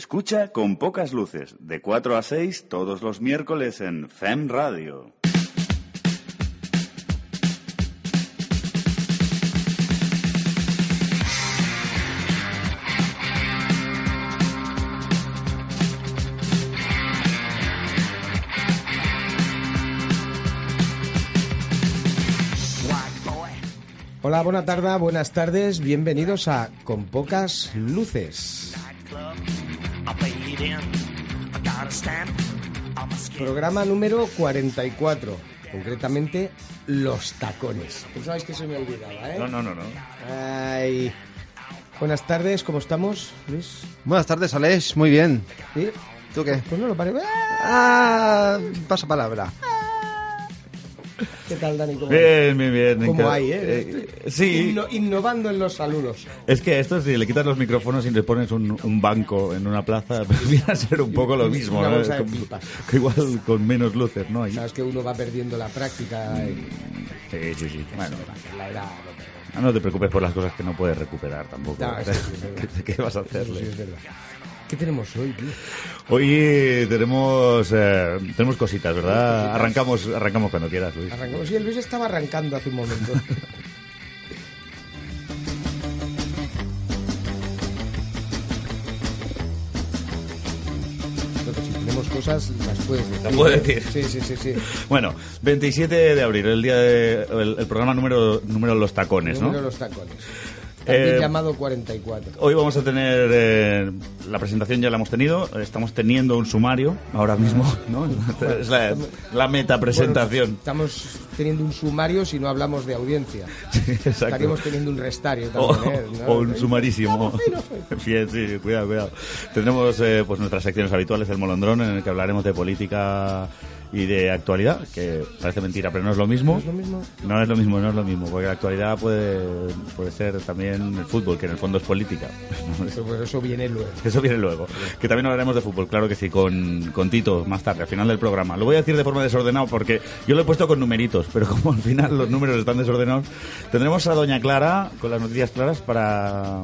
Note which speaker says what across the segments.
Speaker 1: Escucha con pocas luces, de 4 a 6 todos los miércoles en FEM Radio.
Speaker 2: Hola, buena tarde, buenas tardes, bienvenidos a Con Pocas Luces, programa número 44, concretamente Los Tacones. Pensabais que se me olvidaba, ¿eh?
Speaker 1: No, no, no, no.
Speaker 2: Ay. Buenas tardes, ¿cómo estamos, Luis?
Speaker 3: Buenas tardes, Alex. Muy bien.
Speaker 2: ¿Sí?
Speaker 3: ¿Tú qué?
Speaker 2: Pues no lo parece. ¡Ah!
Speaker 3: Ah, pasa palabra.
Speaker 2: ¿Qué tal, Dani? ¿Cómo,
Speaker 1: Bien, bien, bien.
Speaker 2: cómo
Speaker 1: Inca-
Speaker 2: hay, eh?
Speaker 1: Eh, sí,
Speaker 2: Inno- innovando en los saludos.
Speaker 1: es que esto si le quitas los micrófonos y le pones un, un banco en una plaza, pues viene a ser un poco lo mismo,
Speaker 2: Una
Speaker 1: ¿no?
Speaker 2: bolsa de
Speaker 1: Con-
Speaker 2: pipas.
Speaker 1: que igual con menos luces, ¿no? Ahí.
Speaker 2: Sabes que uno va perdiendo la práctica. y-
Speaker 1: Sí, sí, sí. Bueno,
Speaker 2: La edad, lo perdona.
Speaker 1: ah, no te preocupes por las cosas que no puedes recuperar tampoco.
Speaker 2: No, eso sí es verdad.
Speaker 1: ¿Qué vas a
Speaker 2: Eso sí
Speaker 1: hacerle?
Speaker 2: es verdad. ¿Qué tenemos hoy, tío?
Speaker 1: Hoy tenemos eh, tenemos cositas, ¿verdad?
Speaker 2: Cositas.
Speaker 1: Arrancamos arrancamos cuando quieras, Luis.
Speaker 2: Arrancamos. Sí, el Luis estaba arrancando hace un momento. Creo que si tenemos cosas, las puedes decir.
Speaker 1: Las puedo decir.
Speaker 2: Sí, sí, sí. sí.
Speaker 1: Bueno, 27 de abril, el día de, el, el programa número número Los Tacones, ¿no?
Speaker 2: Número los tacones. También
Speaker 1: Eh,
Speaker 2: llamado 44.
Speaker 1: Hoy vamos a tener eh, la presentación ya la hemos tenido, estamos teniendo un sumario ahora mismo, ¿no? Es la, la meta presentación.
Speaker 2: Bueno, estamos teniendo un sumario si no hablamos de audiencia. Estaríamos teniendo un restario
Speaker 1: O,
Speaker 2: también. ¿eh? ¿No? Ah,
Speaker 1: o un sumarísimo.
Speaker 2: Estamos finos hoy.
Speaker 1: Bien, sí, cuidado, cuidado. Tendremos eh, pues nuestras secciones habituales del Molondrón en el que hablaremos de política y de actualidad, que parece mentira, pero no es lo mismo. No es
Speaker 2: lo mismo.
Speaker 1: No es lo mismo, no es lo mismo, porque la actualidad puede, puede ser también el fútbol, que en el fondo es política.
Speaker 2: Eso, pues eso viene luego.
Speaker 1: Eso viene luego. Que también hablaremos de fútbol, claro que sí, con, con Tito más tarde, al final del programa. Lo voy a decir de forma desordenada porque yo lo he puesto con numeritos, pero como al final los números están desordenados, tendremos a Doña Clara con las noticias claras para...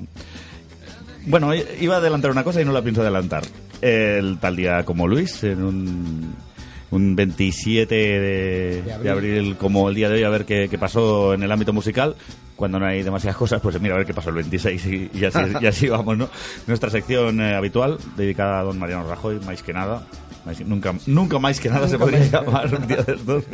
Speaker 1: Bueno, i- iba a adelantar una cosa y no la pienso adelantar. El tal día como Luis, en un, un 27 de,
Speaker 2: De abril.
Speaker 1: de abril como el día de hoy, a ver qué, qué pasó en el ámbito musical. Cuando no hay demasiadas cosas, pues mira, a ver qué pasó el 26 y, y así, y así vamos, ¿no? Nuestra sección eh, habitual, dedicada a don Mariano Rajoy, más que nada. Máis- nunca, nunca más que nada se podría llamar un día de estos.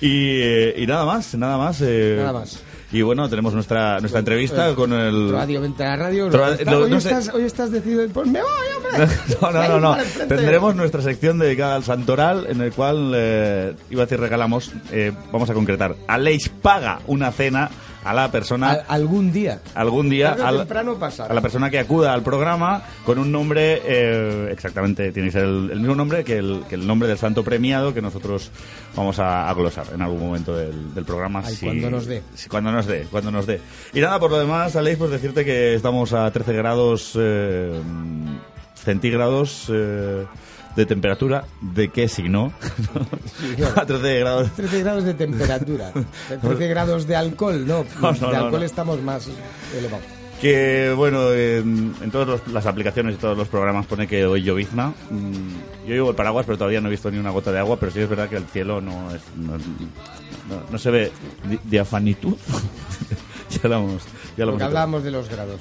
Speaker 1: Y, eh, y nada más, nada más. eh,
Speaker 2: Nada más.
Speaker 1: Y bueno, tenemos nuestra, nuestra entrevista
Speaker 2: Eh,
Speaker 1: con el...
Speaker 2: Radio, vente a la radio.
Speaker 1: Tra-
Speaker 2: está-
Speaker 1: lo-
Speaker 2: hoy,
Speaker 1: no sé.
Speaker 2: estás, hoy estás decidido. y Pues me voy, hombre.
Speaker 1: No, no,
Speaker 2: Ahí,
Speaker 1: no, no.
Speaker 2: para enfrente.
Speaker 1: Tendremos nuestra sección dedicada al santoral, en el cual, eh, iba a decir regalamos, eh, vamos a concretar. Aleix paga una cena a la persona...
Speaker 2: Al- algún día.
Speaker 1: algún día
Speaker 2: Tarde o
Speaker 1: al-
Speaker 2: temprano pasará.
Speaker 1: a la persona que acuda al programa con un nombre eh, exactamente tiene que ser el, el mismo nombre que el, que el nombre del santo premiado que nosotros vamos a, a glosar en algún momento del, del programa
Speaker 2: Ay, cuando nos dé.
Speaker 1: si- cuando nos dé cuando nos dé y nada por lo demás Aleix pues decirte que estamos a 13 grados eh, centígrados eh, de temperatura de qué si no a 13 grados
Speaker 2: 13 grados de temperatura. 13 grados de alcohol, no.
Speaker 1: No, no,
Speaker 2: de
Speaker 1: no,
Speaker 2: alcohol
Speaker 1: no.
Speaker 2: estamos más elevados.
Speaker 1: Que bueno, en, en todas los- las aplicaciones y todos los programas pone que hoy llovizna. Mm, Yo llevo el paraguas, pero todavía no he visto ni una gota de agua. Pero sí es verdad que el cielo no es- no, no- no se ve di- diafanitud. ya lo hemos. Ya lo
Speaker 2: Porque
Speaker 1: hemos
Speaker 2: hablábamos de los grados.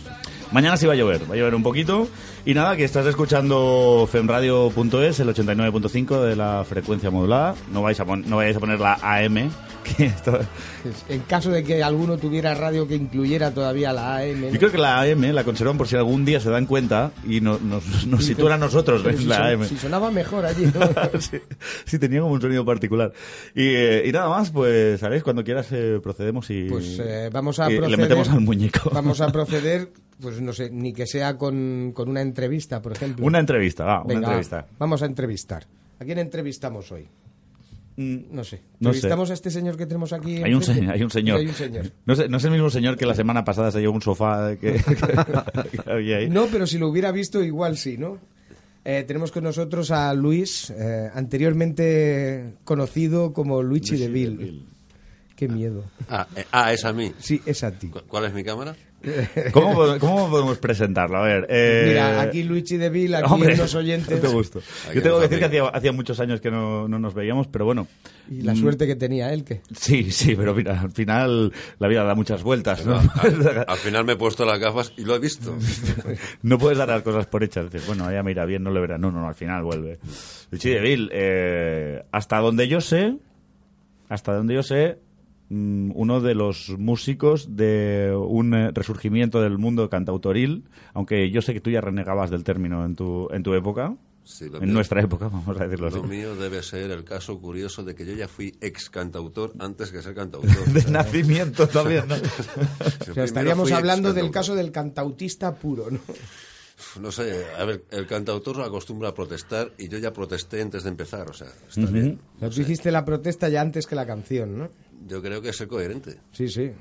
Speaker 1: Mañana sí va a llover, va a llover un poquito. Y nada, que estás escuchando femradio.es, el 89.5 de la frecuencia modulada. No vais a, pon- no vayáis a poner la AM, que esto-
Speaker 2: En caso de que alguno tuviera radio que incluyera todavía la AM.
Speaker 1: Yo creo que la AM la conservan por si algún día se dan cuenta y no- nos, nos sitúan a nosotros
Speaker 2: Pero
Speaker 1: en
Speaker 2: si, son-
Speaker 1: la AM.
Speaker 2: si sonaba mejor allí.
Speaker 1: sí, sí, tenía como un sonido particular. Y, eh, y nada más, pues, ¿sabéis? Cuando quieras eh, procedemos y,
Speaker 2: Pues eh, vamos a
Speaker 1: y
Speaker 2: proceder.
Speaker 1: le metemos al muñeco.
Speaker 2: Vamos a proceder, pues no sé, ni que sea con, con una entrevista, por ejemplo.
Speaker 1: Una entrevista, va, una
Speaker 2: Venga,
Speaker 1: entrevista.
Speaker 2: va, vamos a entrevistar. ¿A quién entrevistamos hoy?
Speaker 1: Mm,
Speaker 2: No sé.
Speaker 1: No sé.
Speaker 2: ¿Entrevistamos a este señor que tenemos aquí?
Speaker 1: Hay un,
Speaker 2: enfrente?
Speaker 1: se- hay un señor.
Speaker 2: Hay un señor.
Speaker 1: No, sé- no es el mismo señor que la semana pasada se llevó un sofá que, que- que había ahí.
Speaker 2: No, pero si lo hubiera visto, igual sí, ¿no? Eh, tenemos con nosotros a Luis, eh, anteriormente conocido como Luigi de Vil. Qué miedo.
Speaker 4: Ah, eh, ah, es a mí.
Speaker 2: Sí, es a ti.
Speaker 4: ¿Cu- ¿Cuál es mi cámara?
Speaker 1: ¿Cómo, pod- cómo podemos presentarlo? A ver. eh,
Speaker 2: Mira, aquí Luigi de Vil, aquí
Speaker 1: hombre,
Speaker 2: los oyentes.
Speaker 1: te gusto.
Speaker 4: Aquí
Speaker 1: Yo tengo
Speaker 4: los
Speaker 1: que decir que
Speaker 4: amigos.
Speaker 1: hacía, hacía muchos años que no, no nos veíamos, pero bueno.
Speaker 2: Y
Speaker 4: Mm.
Speaker 2: la suerte que tenía él, que
Speaker 1: Sí, sí, pero mira, al final la vida da muchas vueltas, ¿no?
Speaker 4: Al, al final me he puesto las gafas y lo he visto.
Speaker 1: No puedes dar las cosas por hechas. Dices, bueno, ya me irá bien, no le verá. No, no, no, al final vuelve. Luchi Deville, eh, hasta donde yo sé, hasta donde yo sé, mm, uno de los músicos de un eh, resurgimiento del mundo cantautoril, aunque yo sé que tú ya renegabas del término en tu, en tu época,
Speaker 4: Sí, lo
Speaker 1: en
Speaker 4: mío-
Speaker 1: nuestra época, vamos a decirlo así.
Speaker 4: Lo mío debe ser el caso curioso de que yo ya fui ex cantautor antes que ser cantautor.
Speaker 1: De nacimiento también, ¿no?
Speaker 4: Primero
Speaker 2: o sea, estaríamos
Speaker 4: fui
Speaker 2: hablando
Speaker 4: ex-cantautor.
Speaker 2: del caso del cantautista puro, ¿no?
Speaker 4: No sé, a ver, el cantautor acostumbra a protestar y yo ya protesté antes de empezar, o sea, está
Speaker 1: Ujú.
Speaker 4: bien.
Speaker 2: O sea, tú hiciste la protesta ya antes que la canción, ¿no?
Speaker 4: Yo creo que es ser coherente.
Speaker 2: Sí, sí.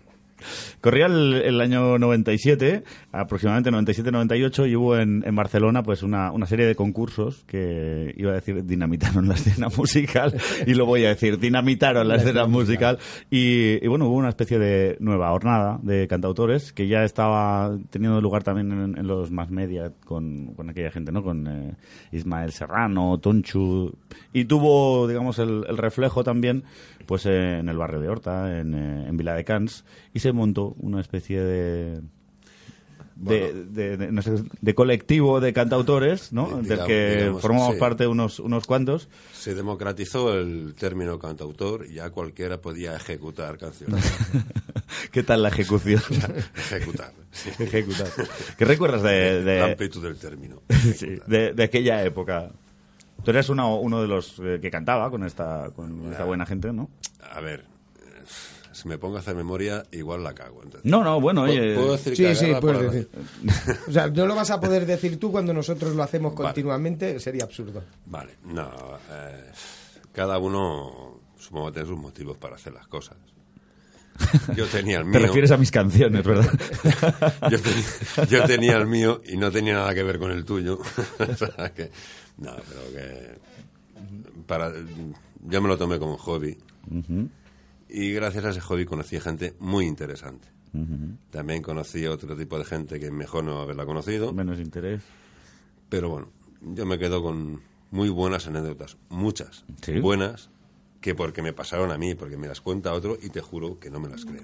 Speaker 1: Corría el, el año 97, aproximadamente 97-98, y hubo en, en Barcelona pues una, una serie de concursos que, iba a decir, dinamitaron la escena musical, y lo voy a decir, dinamitaron la escena musical. Y, y bueno, hubo una especie de nueva hornada de cantautores que ya estaba teniendo lugar también en, en los más media con, con aquella gente, ¿no? Con eh, Ismael Serrano, Tonchu, y tuvo, digamos, el, el reflejo también pues eh, en el barrio de Horta, en, eh, en Vila de Cans, y se montó una especie de... De, de- de- no sé, de colectivo de cantautores, ¿no?
Speaker 4: Di-
Speaker 1: Del
Speaker 4: digamos-
Speaker 1: que
Speaker 4: digamos,
Speaker 1: formamos
Speaker 4: sí.
Speaker 1: parte unos, unos cuantos.
Speaker 4: Se democratizó el término cantautor y ya cualquiera podía ejecutar canciones.
Speaker 1: ¿Qué tal la ejecución?
Speaker 4: ejecutar. sí.
Speaker 1: Ejecutar. ¿Qué recuerdas de, de-
Speaker 4: La amplitud del término.
Speaker 1: Eh, sí, de- de aquella época? Tú eras uno, uno de los eh, que cantaba con esta, con esta buena gente, ¿no?
Speaker 4: A ver, eh, si me pongo a hacer memoria, igual la cago. entonces.
Speaker 1: No, no, bueno, oye...
Speaker 4: ¿Puedo, puedo decir
Speaker 2: Sí, sí,
Speaker 4: cagarla por la
Speaker 2: puedes decir.
Speaker 4: radio?
Speaker 2: O sea, no lo vas a poder decir tú cuando nosotros lo hacemos
Speaker 4: Vale.
Speaker 2: continuamente, sería absurdo.
Speaker 4: Vale, no. eh, cada uno, supongo, tiene sus motivos para hacer las cosas. Yo tenía el mío.
Speaker 1: Te refieres a mis canciones, ¿verdad?
Speaker 4: yo, tenía, yo tenía el mío y no tenía nada que ver con el tuyo. O sea que- no, pero que. Para, yo me lo tomé como hobby. Y gracias a ese hobby conocí gente muy interesante. También conocí a otro tipo de gente que mejor no haberla conocido.
Speaker 1: Menos interés.
Speaker 4: Pero bueno, yo me quedo con muy buenas anécdotas, muchas
Speaker 1: Sí.
Speaker 4: buenas, que porque me pasaron a mí, porque me las cuenta otro y te juro que no me las creo.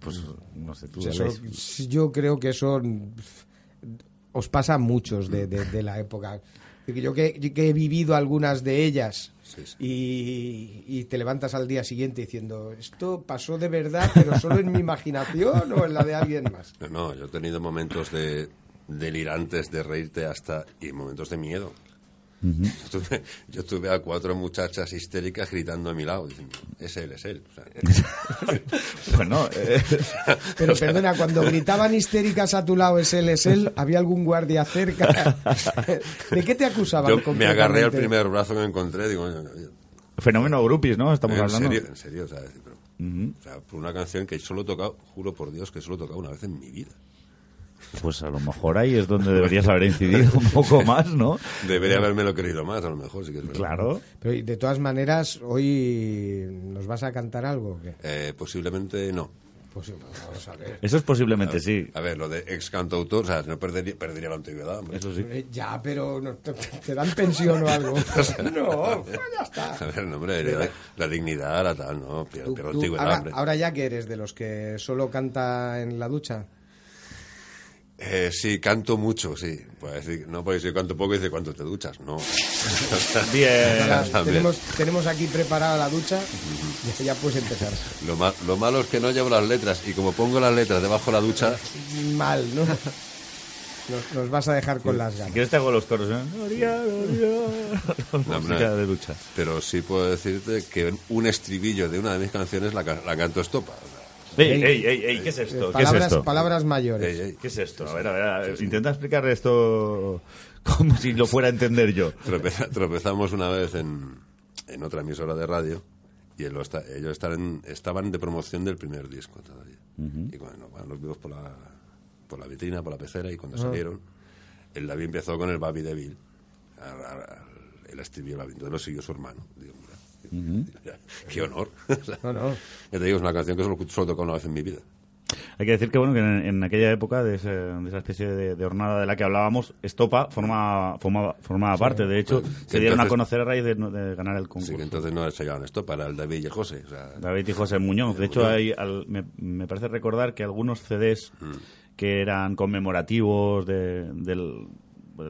Speaker 1: Pues no sé, tú...
Speaker 2: Pues eso,
Speaker 1: Alex.
Speaker 2: yo creo que eso mm, os pasa a muchos de, de- de la época. Porque Yo que, yo que he vivido algunas de ellas
Speaker 4: Sí, sí.
Speaker 2: Y, y te levantas al día siguiente diciendo, esto pasó de verdad, pero solo en mi imaginación o en la de alguien más.
Speaker 4: No, no, yo he tenido momentos de delirantes, de reírte hasta y momentos de miedo. yo, tuve, yo tuve a cuatro muchachas histéricas gritando a mi lado, diciendo, es él, es él. O sea,
Speaker 1: Bueno, eh,
Speaker 2: Pero perdona, cuando gritaban histéricas a tu lado, es él, es él, había algún guardia cerca. ¿De qué te acusaban?
Speaker 4: yo me agarré al
Speaker 2: concretamente?
Speaker 4: primer brazo que encontré, digo, "Oye, oye,
Speaker 1: fenómeno grupis, ¿no? Estamos
Speaker 4: en
Speaker 1: hablando.
Speaker 4: serio, en serio, o sea, decir, pero- o sea, por una canción que solo he tocado, juro por Dios que solo he tocado una vez en mi vida.
Speaker 1: Pues a lo mejor ahí es donde deberías haber incidido un poco más, ¿no?
Speaker 4: Debería haberme lo creído más, a lo mejor, sí que es verdad.
Speaker 1: Claro.
Speaker 2: Pero, y de todas maneras, hoy nos vas a cantar algo. o qué?
Speaker 4: Eh, posiblemente no.
Speaker 2: Pues vamos a ver.
Speaker 1: Eso es posiblemente sí.
Speaker 4: A ver, lo de ex cantautor, o sea, no perdería, perdería la antigüedad, hombre.
Speaker 1: Eso sí.
Speaker 2: Eh, Ya, pero no- te, te dan pensión o algo. No, pues ya
Speaker 4: A
Speaker 2: está.
Speaker 4: ver, no, hombre, la, la dignidad, la tal, no, pier-
Speaker 2: Tú-
Speaker 4: pierdo
Speaker 2: tú,
Speaker 4: antigüedad,
Speaker 2: ahora,
Speaker 4: hombre.
Speaker 2: ahora ya que eres de los que solo canta en la ducha.
Speaker 4: Eh, sí, canto mucho, sí. Puedes decir, no, porque si yo canto poco, dice, ¿cuánto te duchas? No.
Speaker 1: Bien.
Speaker 2: Ahora
Speaker 4: también.
Speaker 2: tenemos, tenemos aquí preparada la ducha. Ya, ya puedes empezar.
Speaker 4: Lo, ma- lo malo es que no llevo las letras, y como pongo las letras debajo de la ducha,
Speaker 2: Mal, ¿no? Nos, nos vas a dejar con las
Speaker 1: Si
Speaker 2: ganas.
Speaker 1: quieres te hago los coros, ¿eh? Gloria, gloria. Música de ducha.
Speaker 4: pero sí puedo decirte que un estribillo de una de mis canciones la, ca- la canto estopa. o sea,
Speaker 1: Ey, ey, ey, ey, ¿qué es
Speaker 2: Eh,
Speaker 1: esto? ¿Qué es
Speaker 2: palabras,
Speaker 1: esto? Eh,
Speaker 2: palabras mayores.
Speaker 4: ey, ey.
Speaker 1: ¿Qué es esto? A ver, a ver, a ver, intenta explicar esto como si lo fuera a entender yo.
Speaker 4: Tropeza- tropezamos una vez en, en otra emisora de radio y él lo está- ellos estaban, estaban de promoción del primer disco todavía. Y cuando bueno, los vimos por la, por la vitrina, por la pecera, y cuando salieron, el David empezó con el Babi Devil. Al- al- al- Él escribió la entonces lo siguió su hermano. Digo, mira, qué honor. O sea,
Speaker 2: No, no.
Speaker 4: Ya te digo, es una canción que solo, solo he tocado una vez en mi vida.
Speaker 1: Hay que decir que, bueno, que en, en aquella época de, ese- de esa especie de, de hornada de la que hablábamos, Estopa formaba, formaba, formaba parte. De hecho, se dieron a
Speaker 4: pues, entonces-
Speaker 1: conocer a raíz de, de ganar el concurso.
Speaker 4: Sí, que entonces no se llamaban esto para el David y el José. o sea,
Speaker 1: David y José Muñoz. De hecho, hay al- me, me parece recordar que algunos CDs
Speaker 4: Mm.
Speaker 1: que eran conmemorativos de- del,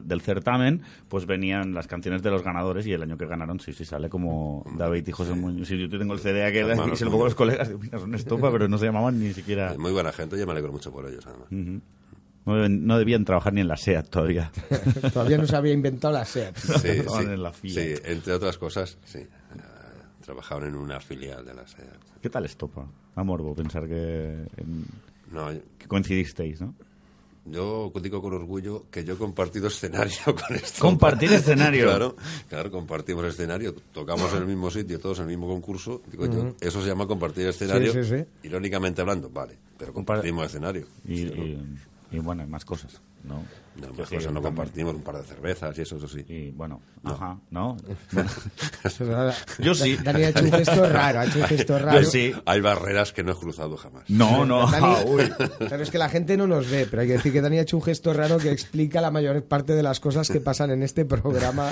Speaker 1: del certamen, pues venían las canciones de los ganadores y el año que ganaron, sí, sí, sale como David y José Muñoz. Si yo tengo el CD aquel
Speaker 4: Hermanos
Speaker 1: y se lo pongo a
Speaker 4: Muñoz.
Speaker 1: los colegas, digo, mira, son estopa, pero no se llamaban ni siquiera...
Speaker 4: eh, muy buena gente, yo me alegro mucho por ellos, además.
Speaker 1: No deben- no debían trabajar ni en la SEAT todavía.
Speaker 2: Todavía no se había inventado la E SEAT.
Speaker 4: Sí,
Speaker 1: Trabajaban en la
Speaker 4: sí,
Speaker 1: Fiat.
Speaker 4: sí, entre otras cosas, sí. Eh, Trabajaron en una filial de la SEAT.
Speaker 1: ¿Qué tal estopa? A morbo pensar que, en-
Speaker 4: No, yo-
Speaker 1: que coincidisteis, ¿no?
Speaker 4: yo digo con orgullo que yo he compartido escenario con esto.
Speaker 1: Compartir escenario.
Speaker 4: Claro, claro, compartimos escenario, tocamos en el mismo sitio, todos en el mismo concurso. Digo yo, eso se llama compartir escenario,
Speaker 2: Sí, sí, sí.
Speaker 4: irónicamente hablando, vale, pero compartimos escenario.
Speaker 1: Y,
Speaker 4: Sí,
Speaker 1: y- y, bueno, y más cosas, ¿no?
Speaker 4: no,
Speaker 1: Que
Speaker 4: más
Speaker 1: sí,
Speaker 4: cosas no
Speaker 1: también.
Speaker 4: compartimos, un par de cervezas y eso, eso sí.
Speaker 1: Y bueno, ajá, ¿no? Bueno,
Speaker 2: Yo
Speaker 1: Yo sí.
Speaker 2: Dani ha hecho un gesto raro, ha hecho un gesto raro.
Speaker 1: Yo sí.
Speaker 4: Hay barreras que no he cruzado jamás.
Speaker 1: No, no,
Speaker 2: Dani-
Speaker 1: uy.
Speaker 2: Claro, es que la gente no nos ve, pero hay que decir que Dani ha hecho un gesto raro que explica la mayor parte de las cosas que pasan en este programa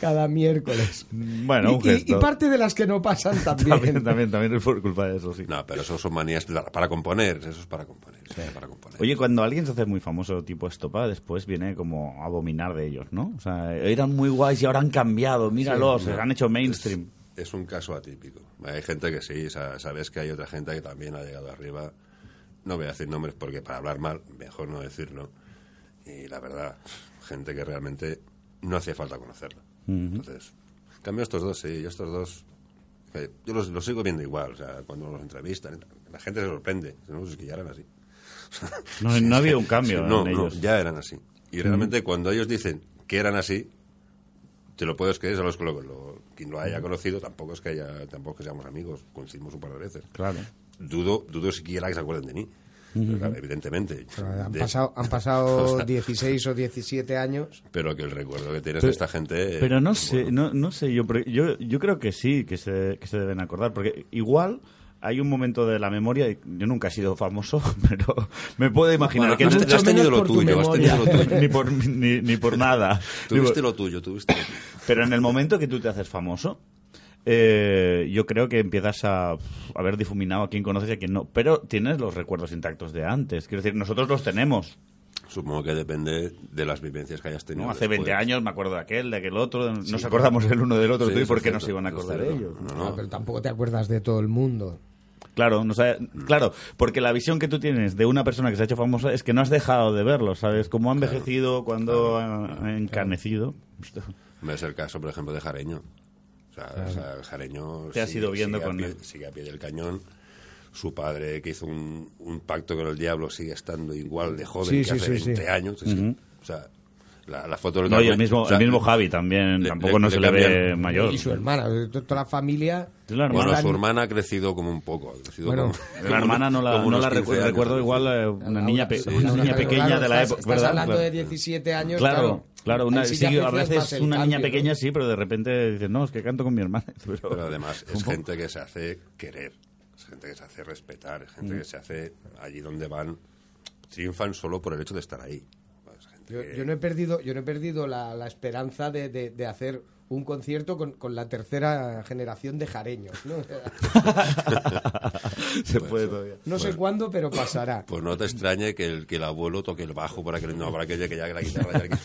Speaker 2: cada miércoles.
Speaker 1: Bueno,
Speaker 2: Y-
Speaker 1: un
Speaker 2: y,
Speaker 1: gesto.
Speaker 2: y parte de las que no pasan también.
Speaker 1: También, también, también es por culpa de eso, sí.
Speaker 4: No, pero eso son manías la- para componer, eso es para componer. eso es para componer.
Speaker 1: Oye, cuando alguien se hace muy famoso tipo Estopa, después viene como a abominar de ellos, ¿no? O sea, eran muy guays y ahora han cambiado, míralos, se han hecho mainstream.
Speaker 4: Es un caso atípico. Hay gente que sí, sa- sabes que hay otra gente que también ha llegado arriba. No voy a decir nombres porque para hablar mal, mejor no decirlo. Y la verdad, gente que realmente no hacía falta conocerla. Entonces, en cambio estos dos, sí, yo estos dos, eh, yo los, los sigo viendo igual. O sea, cuando los entrevistan, la gente se sorprende. No, pues es que ya eran así.
Speaker 1: No, no había un cambio
Speaker 4: Sí, no,
Speaker 1: en
Speaker 4: no,
Speaker 1: ellos.
Speaker 4: ya eran así. Y realmente cuando ellos dicen que eran así, te lo puedes creer, a los que lo, lo- quien lo haya conocido tampoco es que haya, tampoco es que seamos amigos, coincidimos un par de veces.
Speaker 1: Claro.
Speaker 4: Dudo, dudo siquiera que se acuerden de mí. Pero, claro, evidentemente.
Speaker 2: Pero Han
Speaker 4: De-
Speaker 2: pasado, han pasado
Speaker 4: O sea,
Speaker 2: 16 o 17 años.
Speaker 4: Pero que el recuerdo que tienes
Speaker 1: Pero-
Speaker 4: de esta gente. eh,
Speaker 1: Pero no sé,
Speaker 4: bueno,
Speaker 1: no, no sé, yo, pero yo, yo creo que sí, que se, que se deben acordar, porque igual hay un momento de la memoria, y yo nunca he sido famoso, pero me puedo imaginar
Speaker 4: Bueno,
Speaker 1: que...
Speaker 4: has,
Speaker 1: en-
Speaker 2: mucho
Speaker 4: has tenido
Speaker 2: menos
Speaker 4: lo
Speaker 2: por tu
Speaker 4: tuyo, has tenido lo tuyo.
Speaker 1: ni, por, ni, ni por nada.
Speaker 4: Tuviste
Speaker 1: Digo,
Speaker 4: lo tuyo, tuviste. lo tuyo.
Speaker 1: Pero en el momento que tú te haces famoso, eh, yo creo que empiezas a pf, haber difuminado a quién conoces y a quién no. Pero tienes los recuerdos intactos de antes. Quiero decir, nosotros los tenemos.
Speaker 4: Supongo que depende de las vivencias que hayas tenido.
Speaker 1: ¿no? Hace
Speaker 4: después.
Speaker 1: 20 años me acuerdo de aquel, de aquel otro. de- Nos acordamos el uno del otro.
Speaker 4: Sí,
Speaker 1: tú, ¿Y
Speaker 4: eso
Speaker 1: por
Speaker 4: es
Speaker 1: qué
Speaker 4: cierto,
Speaker 1: nos iban a
Speaker 4: eso es
Speaker 1: acordar
Speaker 4: cierto.
Speaker 1: ellos?
Speaker 4: No, no.
Speaker 2: Claro, pero tampoco te acuerdas de todo el mundo.
Speaker 1: Claro, no sabe- claro, porque la visión que tú tienes de una persona que se ha hecho famosa es que no has dejado de verlo, ¿sabes? Cómo ha envejecido, cuando ha encarnecido.
Speaker 4: No es el caso, por ejemplo, de Jareño. O sea, o sea, el Jareño
Speaker 1: Te has ido viendo
Speaker 4: sigue a
Speaker 1: con
Speaker 4: pie-
Speaker 1: él.
Speaker 4: Sigue a pie del cañón. Su padre, que hizo un, un pacto con el diablo, sigue estando igual de joven
Speaker 2: Sí,
Speaker 4: que
Speaker 2: sí, sí,
Speaker 4: hace
Speaker 2: sí.
Speaker 4: 20 años. Sí, sí. O sea, la, la foto del
Speaker 1: No, y el
Speaker 4: Carmen,
Speaker 1: mismo,
Speaker 4: o sea,
Speaker 1: el mismo Javi también,
Speaker 4: le-
Speaker 1: tampoco
Speaker 4: le-
Speaker 1: no
Speaker 4: le
Speaker 1: se le ve
Speaker 4: cambian-
Speaker 1: mayor.
Speaker 2: Y su hermana, to- toda la familia.
Speaker 1: Es la
Speaker 4: Bueno,
Speaker 1: hermana.
Speaker 4: su hermana ha crecido como un poco. ha crecido
Speaker 2: Bueno,
Speaker 4: como- como
Speaker 1: La hermana no la,
Speaker 4: como
Speaker 1: no
Speaker 4: unos
Speaker 1: la
Speaker 4: 15
Speaker 1: recu-
Speaker 4: años,
Speaker 1: recuerdo
Speaker 4: algo
Speaker 1: igual,
Speaker 4: así.
Speaker 1: eh, una niña, pe-
Speaker 2: Sí.
Speaker 1: una niña
Speaker 2: Claro,
Speaker 1: pequeña
Speaker 2: claro,
Speaker 1: de la
Speaker 2: estás-
Speaker 1: época,
Speaker 2: Estás
Speaker 1: ¿verdad?
Speaker 2: hablando
Speaker 1: Claro.
Speaker 2: de 17 años.
Speaker 1: Claro, claro, una,
Speaker 2: Ahí sí
Speaker 1: sí,
Speaker 2: que
Speaker 1: a
Speaker 2: aprecias más
Speaker 1: veces
Speaker 2: el
Speaker 1: una niña
Speaker 2: cambio, ¿no?
Speaker 1: pequeña sí, pero de repente dices, no, es que canto con mi hermana. Pero,
Speaker 4: Pero además es
Speaker 1: ¿Cómo?
Speaker 4: gente que se hace querer, es gente que se hace respetar, es
Speaker 1: Mm.
Speaker 4: gente que se hace allí donde van, triunfan solo por el hecho de estar ahí. Es gente
Speaker 2: Yo,
Speaker 1: Eh,
Speaker 4: que-
Speaker 2: yo no he perdido, yo no he perdido la, la esperanza de, de- de hacer un concierto con, con la tercera generación de jareños. No,
Speaker 1: Se puede todavía.
Speaker 2: No sé cuándo, pero pasará.
Speaker 4: Pues no te extrañe que el, que el abuelo toque el bajo para que no, para que llegue ya la guitarra. ya que-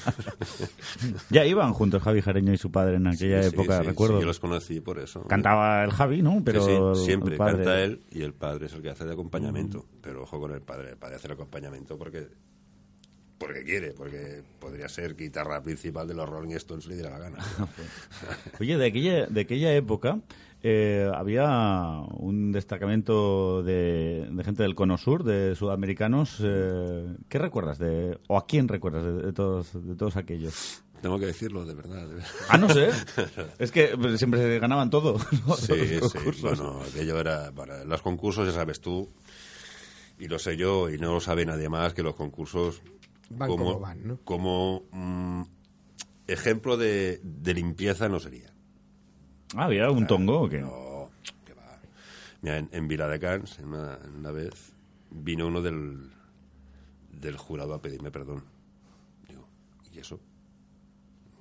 Speaker 1: Ya iban juntos Javi Jareño y su padre en aquella
Speaker 4: Sí,
Speaker 1: época,
Speaker 4: sí, sí,
Speaker 1: recuerdo.
Speaker 4: yo los conocí por eso.
Speaker 1: Cantaba el Javi, ¿no?
Speaker 4: Sí,
Speaker 1: Pero
Speaker 4: sí,
Speaker 1: el-
Speaker 4: siempre
Speaker 1: el padre- Mm.
Speaker 4: canta él y el padre es el que hace de acompañamiento. Pero ojo con el padre, el padre hace el acompañamiento porque porque quiere, porque podría ser guitarra principal de los Rolling Stones si le diera la gana.
Speaker 1: Oye, de aquella, de aquella época eh, había un destacamento de, de gente del Cono Sur, de sudamericanos. eh, ¿Qué recuerdas de, o a quién recuerdas de, de todos, de todos aquellos?
Speaker 4: Tengo que decirlo, de verdad. de verdad.
Speaker 1: Ah, no sé. Es que pues, siempre se ganaban todo. ¿no? Todos
Speaker 4: Sí,
Speaker 1: los
Speaker 4: sí,
Speaker 1: concursos.
Speaker 4: bueno, aquello era para los concursos, ya sabes tú, y lo sé yo, y no lo sabe nadie más, que los concursos...
Speaker 2: Van como van, ¿no?
Speaker 4: Como mm, ejemplo de, de limpieza no sería.
Speaker 1: Ah, había un tongo que.
Speaker 4: No, que va. Mira, en, en Viladecans, en una, en una vez, vino uno del, del jurado a pedirme perdón. Digo, ¿y eso?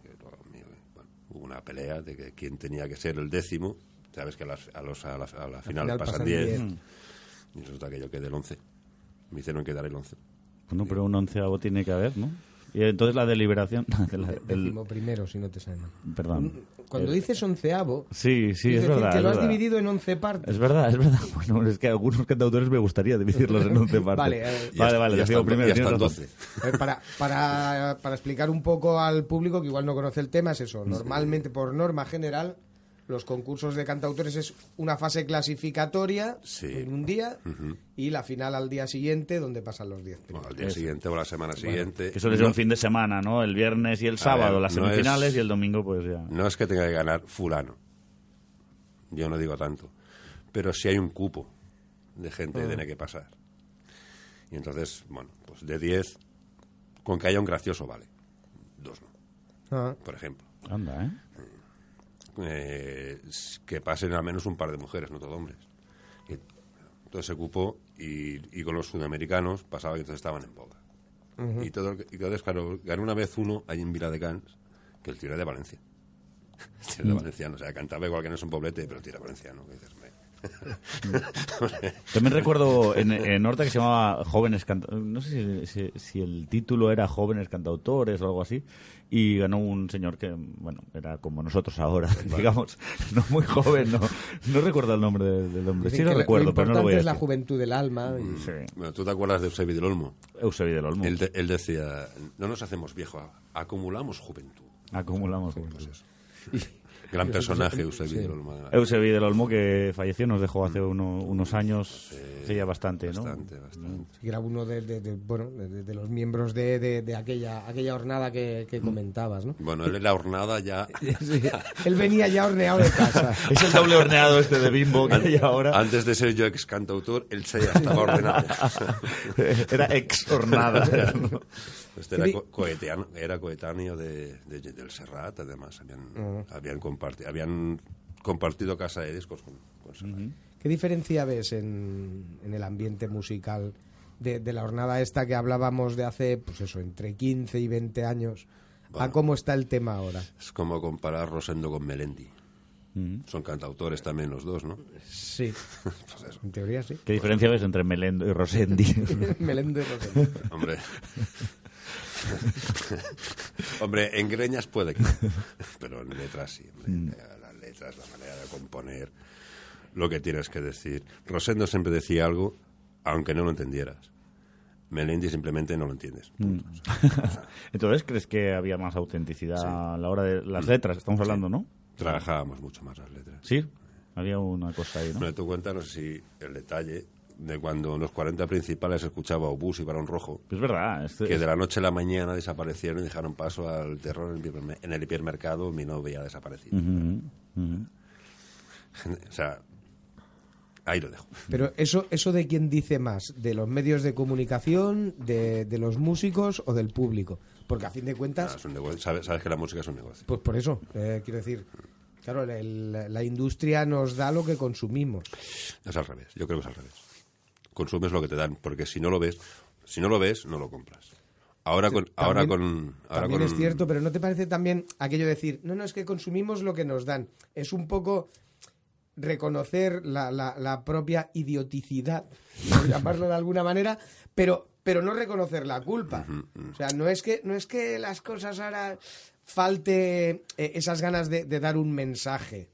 Speaker 4: Que lo hago mío, eh. Bueno, hubo una pelea de que quién tenía que ser el décimo. Sabes que a, las- a los, a, la, a la final,
Speaker 2: final
Speaker 4: pasan
Speaker 2: pasan
Speaker 4: 10.
Speaker 1: Mm.
Speaker 2: diez.
Speaker 4: Y resulta que yo quedé el 11. Me hicieron quedar el 11.
Speaker 1: Bueno, pero un onceavo tiene que haber, ¿no? Y entonces la deliberación... la- el-
Speaker 2: Décimo primero, si no te sale mal.
Speaker 1: perdón.
Speaker 2: Cuando dices onceavo,
Speaker 1: Sí, sí,
Speaker 2: es decir,
Speaker 1: es verdad.
Speaker 2: que
Speaker 1: es
Speaker 2: lo has
Speaker 1: verdad.
Speaker 2: dividido en once partes.
Speaker 1: Es verdad, es verdad. Bueno, es que algunos cantautores me gustaría dividirlos en once partes.
Speaker 2: Vale, eh,
Speaker 4: Y
Speaker 1: vale,
Speaker 4: hasta-
Speaker 1: vale.
Speaker 4: y
Speaker 1: décimo
Speaker 4: hasta-
Speaker 1: primero,
Speaker 4: y hasta el
Speaker 1: tienes razón.
Speaker 4: 12.
Speaker 2: Eh, Para, para, para explicar un poco al público que igual no conoce el tema, es eso. Normalmente, por norma general, los concursos de cantautores es una fase clasificatoria
Speaker 4: Sí.
Speaker 2: en un día y la final al día siguiente, donde pasan los 10
Speaker 4: Bueno,
Speaker 2: primeros.
Speaker 4: al día siguiente o la semana siguiente.
Speaker 1: Que suele ser
Speaker 4: No-
Speaker 1: un fin de semana, ¿no? El viernes y el sábado,
Speaker 4: ver,
Speaker 1: las
Speaker 4: no
Speaker 1: semifinales,
Speaker 4: es-
Speaker 1: y el domingo, pues ya.
Speaker 4: No es que tenga que ganar fulano. Yo no digo tanto. Pero sí hay un cupo de gente que tiene que pasar. Y entonces, bueno, pues de 10, con que haya un gracioso, vale. Dos no,
Speaker 2: Ah,
Speaker 4: por ejemplo.
Speaker 1: Anda, ¿eh?
Speaker 4: Eh, s- que pasen al menos un par de mujeres, no todos hombres. Y todo ese cupo y, y con los sudamericanos pasaba que entonces estaban en boga. Y todo el que- y entonces, claro, ganó una vez uno ahí en Viladecans, que el tío era de Valencia. El tío era
Speaker 1: Mm.
Speaker 4: valenciano, o sea, cantaba igual que no es un poblete, pero el tío era valenciano. que dices, "Me-
Speaker 1: También recuerdo en, en Horta que se llamaba Jóvenes Cantautores. No sé si, si- si el título era Jóvenes Cantautores o algo así. Y ganó un señor que, bueno, era como nosotros ahora, digamos. No muy joven, no, no recuerdo el nombre del, del
Speaker 2: dicen
Speaker 1: hombre. Pues Sí lo
Speaker 2: que
Speaker 1: recuerdo, pero no lo
Speaker 2: importante
Speaker 1: voy a
Speaker 2: es la
Speaker 1: decir. Mm.
Speaker 2: juventud del alma. y-
Speaker 1: Sí. Mm.
Speaker 4: Bueno, ¿tú te acuerdas de Eusebio del Olmo?
Speaker 1: Eusebio del Olmo.
Speaker 4: Él, de- él decía, no nos hacemos viejos, acumulamos juventud.
Speaker 1: Acumulamos juventud.
Speaker 4: pues, Gran personaje, Eusebio del Olmo. además.
Speaker 1: Eusebio del Olmo que falleció, nos dejó hace uno- unos años. Sí, ya bastante, ¿no?
Speaker 4: Bastante, bastante.
Speaker 2: que era uno de, de- de- bueno, de- de- de los miembros de, de- de aquella, aquella hornada que,
Speaker 1: Mm.
Speaker 2: que comentabas, ¿no?
Speaker 4: Bueno, él en la hornada ya...
Speaker 2: Sí, Él venía ya horneado de casa.
Speaker 1: Es el doble horneado este de Bimbo que hay ahora.
Speaker 4: Antes de ser yo ex cantautor, él se ya estaba ordenado.
Speaker 1: Era ex hornada. ¿no?
Speaker 4: Este era, co- coeteano- era coetáneo de, de- del Serrat, además. Habían, habían, comparti- habían compartido casa de discos con, con Serrat.
Speaker 2: ¿Qué diferencia ves en, en el ambiente musical de, de la jornada esta que hablábamos de hace, pues eso, entre 15 y 20 años, a cómo está el tema ahora?
Speaker 4: Es como comparar Rosendo con Melendi.
Speaker 1: Mm.
Speaker 4: Son cantautores también los dos, ¿no?
Speaker 2: Sí. En teoría sí.
Speaker 1: ¿Qué diferencia ves entre Melendo y Rosendi?
Speaker 2: Melendo y Rosendo.
Speaker 4: Hombre. hombre, en greñas puede que. no, Pero en letras sí. hombre.
Speaker 1: Mm.
Speaker 4: Las letras, la manera de componer, lo que tienes que decir. Rosendo siempre decía algo, aunque no lo entendieras. Melendi simplemente no lo entiendes.
Speaker 1: Mm.
Speaker 4: punto.
Speaker 1: Entonces, ¿crees que había más autenticidad a la hora de las letras? Estamos hablando, ¿no?
Speaker 4: Trabajábamos mucho más las letras.
Speaker 1: Sí, había una cosa ahí, ¿no?
Speaker 4: Me tú cuenta, no sé si el detalle de cuando en los 40 principales escuchaba Obús y Barón Rojo,
Speaker 1: Es verdad. este es-
Speaker 4: que de la noche a la mañana desaparecieron y dejaron paso al terror en el hiperme- en el hipermercado, mi novia desaparecida.
Speaker 1: Ujú, ujú.
Speaker 4: O sea, ahí lo dejo.
Speaker 2: Pero eso, eso de quién dice más, de los medios de comunicación, de, de los músicos o del público. Porque a fin de
Speaker 4: Ah,
Speaker 2: cuentas,
Speaker 4: es un negocio. Sabes, sabes que la música es un negocio.
Speaker 2: pues por eso, eh, quiero decir, claro, el- el- la industria nos da lo que consumimos.
Speaker 4: Es al revés. Yo creo que es al revés. Consumes lo que te dan, porque si no lo ves, si no lo ves, no lo compras. Ahora con, ahora con, ahora
Speaker 2: también
Speaker 4: con-
Speaker 2: es cierto, pero ¿no te parece también aquello de decir, no, no, es que consumimos lo que nos dan? Es un poco reconocer la, la- la propia idioticidad, por llamarlo de alguna manera, pero, pero no reconocer la culpa. O sea, no es que, no es que las cosas ahora falte eh, esas ganas de, de dar un mensaje.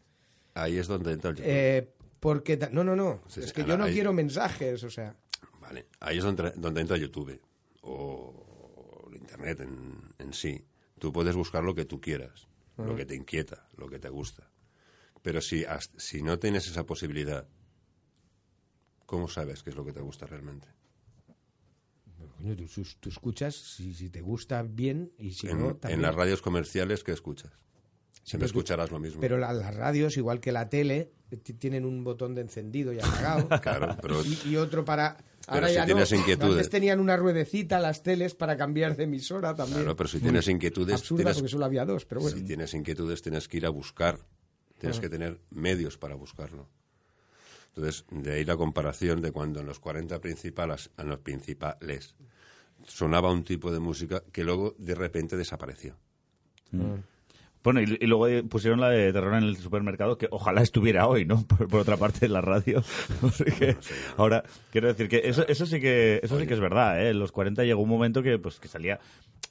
Speaker 4: Ahí es donde entra el YouTube.
Speaker 2: Eh, porque ta- no, no, no.
Speaker 4: Sí,
Speaker 2: es
Speaker 4: sí,
Speaker 2: que
Speaker 4: ahora
Speaker 2: yo no
Speaker 4: hay-
Speaker 2: quiero mensajes, o sea.
Speaker 4: Vale. Ahí es donde, donde entra YouTube o, el Internet en, en sí. Tú puedes buscar lo que tú quieras, lo que te inquieta, lo que te gusta. Pero si, has- si no tienes esa posibilidad, ¿cómo sabes qué es lo que te gusta realmente?
Speaker 2: Coño, tú, tú- tú escuchas si, si te gusta bien y si
Speaker 4: en,
Speaker 2: no
Speaker 4: en
Speaker 2: también.
Speaker 4: las radios comerciales, ¿qué escuchas? Siempre
Speaker 2: pero tú-
Speaker 4: escucharás lo mismo.
Speaker 2: Pero la- las radios, igual que la tele, t- tienen un botón de encendido y apagado.
Speaker 4: Claro, pero-
Speaker 2: y, y otro para.
Speaker 4: Pero
Speaker 2: ahora
Speaker 4: si
Speaker 2: ya
Speaker 4: tienes
Speaker 2: no.
Speaker 4: inquietudes.
Speaker 2: Antes tenían una ruedecita las teles para cambiar de emisora también.
Speaker 4: Claro, pero si tienes inquietudes,
Speaker 2: Absurda
Speaker 4: tienes,
Speaker 2: porque solo había dos, pero bueno.
Speaker 4: si tienes inquietudes, tienes que ir a buscar. Tienes que tener medios para buscarlo. Entonces, de ahí la comparación de cuando en los 40 principales, en los principales sonaba un tipo de música que luego de repente desapareció.
Speaker 1: Bueno, y, y luego eh, pusieron la de terror en el supermercado, que ojalá estuviera hoy, ¿no? Por, por otra parte, en la radio. Porque ahora, quiero decir que eso, eso sí que eso sí que es verdad, ¿eh? En los 40 llegó un momento que, pues, que salía...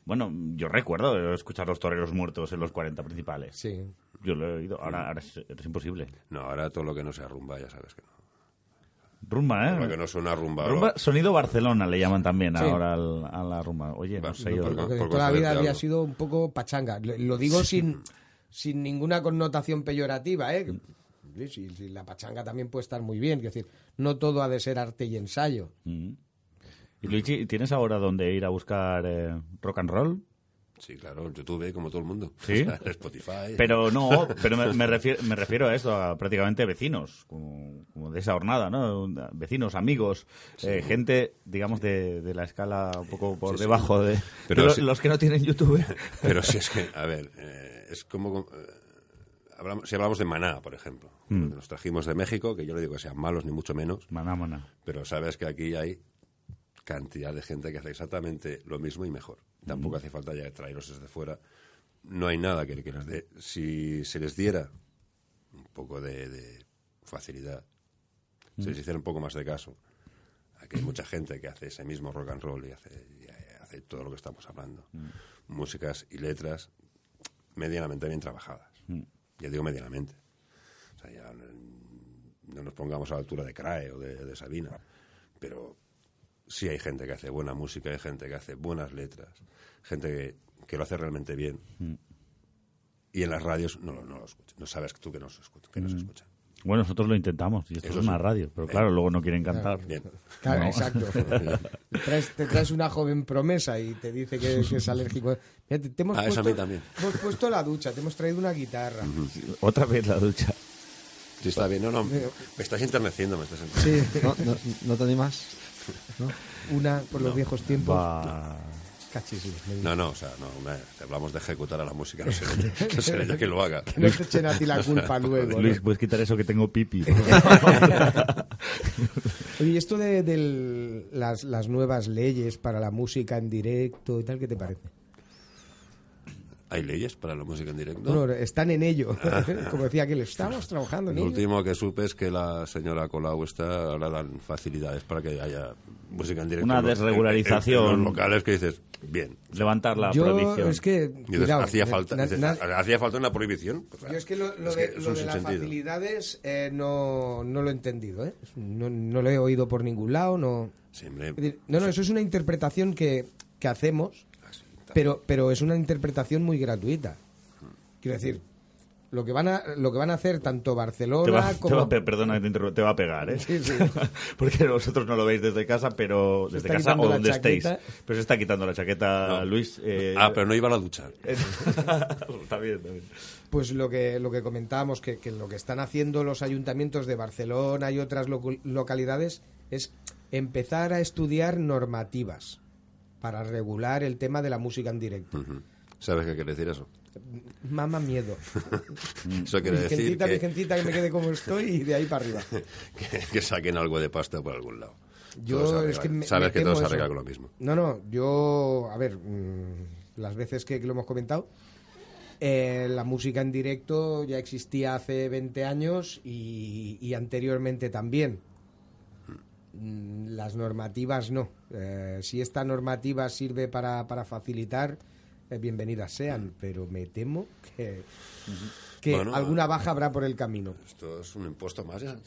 Speaker 1: Bueno, yo recuerdo escuchar los toreros muertos en los 40 principales.
Speaker 2: Sí.
Speaker 1: Yo lo he oído. Ahora, ahora es, es imposible.
Speaker 4: No, ahora todo lo que no sea rumba, ya sabes que no.
Speaker 1: Rumba, ¿eh?
Speaker 2: Ah.
Speaker 4: Lo que no suena rumba. ahora-
Speaker 1: Rumba, sonido Barcelona le llaman también
Speaker 2: Sí.
Speaker 1: ahora al- a la rumba. Oye,
Speaker 4: Va,
Speaker 1: no sé
Speaker 4: no,
Speaker 1: yo.
Speaker 4: perdón.
Speaker 2: Porque
Speaker 4: Ah, por
Speaker 2: toda la vida
Speaker 4: concretarte
Speaker 2: había
Speaker 4: algo.
Speaker 2: sido un poco pachanga. Lo lo digo sin, sin ninguna connotación peyorativa,
Speaker 4: Mm.
Speaker 2: ¿eh? Sí, sí, sí, la pachanga también puede estar muy bien. quiero decir, no todo ha de ser arte y ensayo.
Speaker 1: Mm. Y Luigi, ¿tienes ahora dónde ir a buscar eh, rock and roll?
Speaker 4: Sí, claro, en YouTube, como todo el mundo.
Speaker 1: Sí.
Speaker 4: Spotify.
Speaker 1: Pero no, pero me, me refiero, me refiero a esto, a prácticamente vecinos, como, como de esa hornada, ¿no? Vecinos, amigos, eh, gente, digamos, de, de la escala un poco por
Speaker 4: Sí, sí.
Speaker 1: debajo de...
Speaker 4: Pero
Speaker 1: de lo-
Speaker 4: sí.
Speaker 1: los que no tienen YouTube.
Speaker 4: Pero si es que, a ver, eh, es como... eh, hablamos- si hablamos de Maná, por ejemplo, que los trajimos de México, que yo no digo que sean malos, ni mucho menos,
Speaker 1: Maná, maná.
Speaker 4: pero sabes que aquí hay cantidad de gente que hace exactamente lo mismo y mejor. Tampoco hace falta ya traeros desde fuera. No hay nada que, que les dé. Si se les diera un poco de, de facilidad, si les hiciera un poco más de caso, aquí hay mucha gente que hace ese mismo rock and roll y hace, y hace todo lo que estamos hablando. Músicas y letras medianamente bien trabajadas. Ya digo medianamente. O sea, ya no nos pongamos a la altura de Crae o de, de Sabina, pero sí hay gente que hace buena música, hay gente que hace buenas letras, gente que, que lo hace realmente bien.
Speaker 2: Mm.
Speaker 4: Y en las radios no, lo- no lo escuchan, no sabes tú que no se escucha- que
Speaker 2: Mm.
Speaker 4: no se escuchan.
Speaker 1: Bueno, nosotros lo intentamos, y esto
Speaker 4: Eso
Speaker 1: es una
Speaker 4: sí. Eh.
Speaker 1: radio, pero claro, luego no quieren cantar.
Speaker 4: Bien.
Speaker 2: Claro, exacto. Traes- te traes una joven promesa y te dice que, que es alérgico. Mira, te, te hemos
Speaker 4: Ah, eso a
Speaker 2: puesto,
Speaker 4: mí también.
Speaker 2: hemos puesto la ducha, te hemos traído una guitarra.
Speaker 1: Otra vez la ducha.
Speaker 4: Sí, está bien, no, no, me estás enterneciendo, me estás enterneciendo.
Speaker 2: Sí,
Speaker 3: No, no, no te animas.
Speaker 2: una por los viejos tiempos.
Speaker 1: Va.
Speaker 2: Cachísimo.
Speaker 4: No, no, o sea, no, una- te hablamos de ejecutar a la música, no seré, yo- no seré yo quien lo haga.
Speaker 2: Que no te echen a ti la culpa luego. ¿no?
Speaker 1: Luis, puedes quitar eso que tengo pipi.
Speaker 2: Oye, y esto de, del- las, las nuevas leyes para la música en directo y tal, ¿qué te parece?
Speaker 4: ¿Hay leyes para la música en directo?
Speaker 2: Bueno, están en ello. Como decía aquel, estamos trabajando en
Speaker 4: Lo
Speaker 2: ello.
Speaker 4: último que supe es que la señora Colau está ahora dan facilidades para que haya música en directo.
Speaker 1: Una
Speaker 4: en los- en- en- en
Speaker 1: desregularización.
Speaker 4: los locales que dices, bien.
Speaker 1: Levantar la
Speaker 2: Yo
Speaker 1: prohibición.
Speaker 2: es que...
Speaker 4: Y dices,
Speaker 2: cuidado,
Speaker 4: hacía
Speaker 2: na-
Speaker 4: falta "Ah,
Speaker 2: na-
Speaker 4: dices,
Speaker 2: na-
Speaker 4: hacía falta una prohibición. O sea,
Speaker 2: Yo es que lo, lo
Speaker 4: es
Speaker 2: de,
Speaker 4: es
Speaker 2: lo
Speaker 4: un
Speaker 2: de las
Speaker 4: sinsentido.
Speaker 2: facilidades eh, no, no lo he entendido, ¿eh? No, no lo he oído por ningún lado, no...
Speaker 4: Sí, hombre.
Speaker 2: Es decir, No, no, eso es una interpretación que, que hacemos,
Speaker 4: Así, tal.
Speaker 2: pero, pero es una interpretación muy gratuita. Quiero decir, lo que van a, lo que van a hacer tanto Barcelona
Speaker 1: Te va- te
Speaker 2: como...
Speaker 1: va a pe- perdona que te interrumpa, te va a pegar, ¿eh?
Speaker 2: Sí, sí.
Speaker 1: Porque vosotros no lo veis desde casa, pero
Speaker 2: Se
Speaker 1: desde
Speaker 2: está
Speaker 1: casa o
Speaker 2: quitando la
Speaker 1: donde estéis.
Speaker 2: chaqueta.
Speaker 1: Pero se está quitando la chaqueta
Speaker 4: No.
Speaker 1: Luis. eh,
Speaker 4: ah, pero no iba a la ducha.
Speaker 1: está bien, está bien.
Speaker 2: Pues lo que, lo que comentábamos, que, que lo que están haciendo los ayuntamientos de Barcelona y otras locu- localidades es empezar a estudiar normativas para regular el tema de la música en directo.
Speaker 4: Ujú. ¿Sabes qué quiere decir eso?
Speaker 2: Mama miedo.
Speaker 1: Mm.
Speaker 4: Eso quiere decir
Speaker 2: Virgencita,
Speaker 4: que,
Speaker 2: virgencita, que me quede como estoy y de ahí para arriba.
Speaker 4: que- que saquen algo de pasta por algún lado.
Speaker 2: Yo
Speaker 4: Todo se
Speaker 2: es
Speaker 4: arregla.
Speaker 2: que me-
Speaker 4: Sabes
Speaker 2: me
Speaker 4: que todo
Speaker 2: temo
Speaker 4: se
Speaker 2: eso.
Speaker 4: arregla con lo mismo.
Speaker 2: No, no, yo, a ver, mm, las veces que, que lo hemos comentado, eh, la música en directo ya existía hace 20 años y, y anteriormente también. Mm, Las normativas no. Eh, si esta normativa sirve para, para facilitar, eh, bienvenidas sean, pero me temo que, que
Speaker 4: Mm. Bueno, eh,
Speaker 2: alguna baja habrá por el camino.
Speaker 4: Esto es un impuesto más. ya-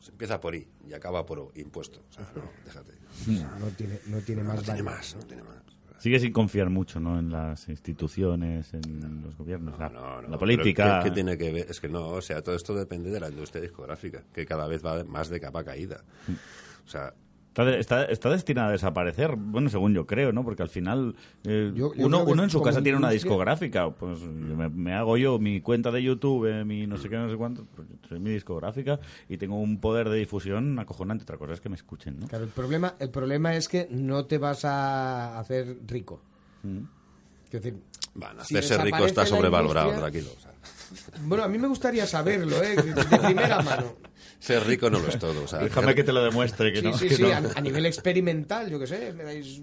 Speaker 4: Se empieza por I y acaba por O, impuesto. O sea, no, déjate.
Speaker 1: Mm.
Speaker 2: No tiene, no tiene
Speaker 4: No
Speaker 2: más
Speaker 4: tiene
Speaker 2: valor.
Speaker 4: más, no tiene más.
Speaker 1: Sigue sin confiar mucho ¿no? en las instituciones, en los gobiernos, la,
Speaker 4: No, no,
Speaker 1: la política.
Speaker 4: pero ¿qué- qué tiene que ver? Es que no, o sea, todo esto depende de la industria discográfica, que cada vez va más de capa caída. O sea,
Speaker 1: Está, de- está- está destinada a desaparecer, bueno, según yo creo, ¿no? Porque al final eh,
Speaker 2: Yo- yo
Speaker 1: uno,
Speaker 2: creo que
Speaker 1: uno en su
Speaker 2: como
Speaker 1: casa tiene una
Speaker 2: industria-
Speaker 1: discográfica. Pues yo me, me hago yo mi cuenta de YouTube, eh, mi no sé qué, no sé cuánto. pues, soy mi discográfica y tengo un poder de difusión acojonante. Otra cosa es que me escuchen, ¿no?
Speaker 2: Claro, el problema, el problema es que no te vas a hacer rico. Quiero decir,
Speaker 4: van a
Speaker 2: Si
Speaker 4: hacerse rico
Speaker 2: desaparece
Speaker 4: está
Speaker 2: la
Speaker 4: sobrevalorado,
Speaker 2: industria-
Speaker 4: tranquilo. o sea.
Speaker 2: Bueno, a mí me gustaría saberlo, ¿eh? de primera mano.
Speaker 4: Ser rico no lo es todo. O sea,
Speaker 1: Déjame que te lo demuestre. Que
Speaker 2: Sí,
Speaker 1: no,
Speaker 2: sí,
Speaker 1: que
Speaker 2: sí,
Speaker 1: no.
Speaker 2: a, a nivel experimental, yo qué sé, me dais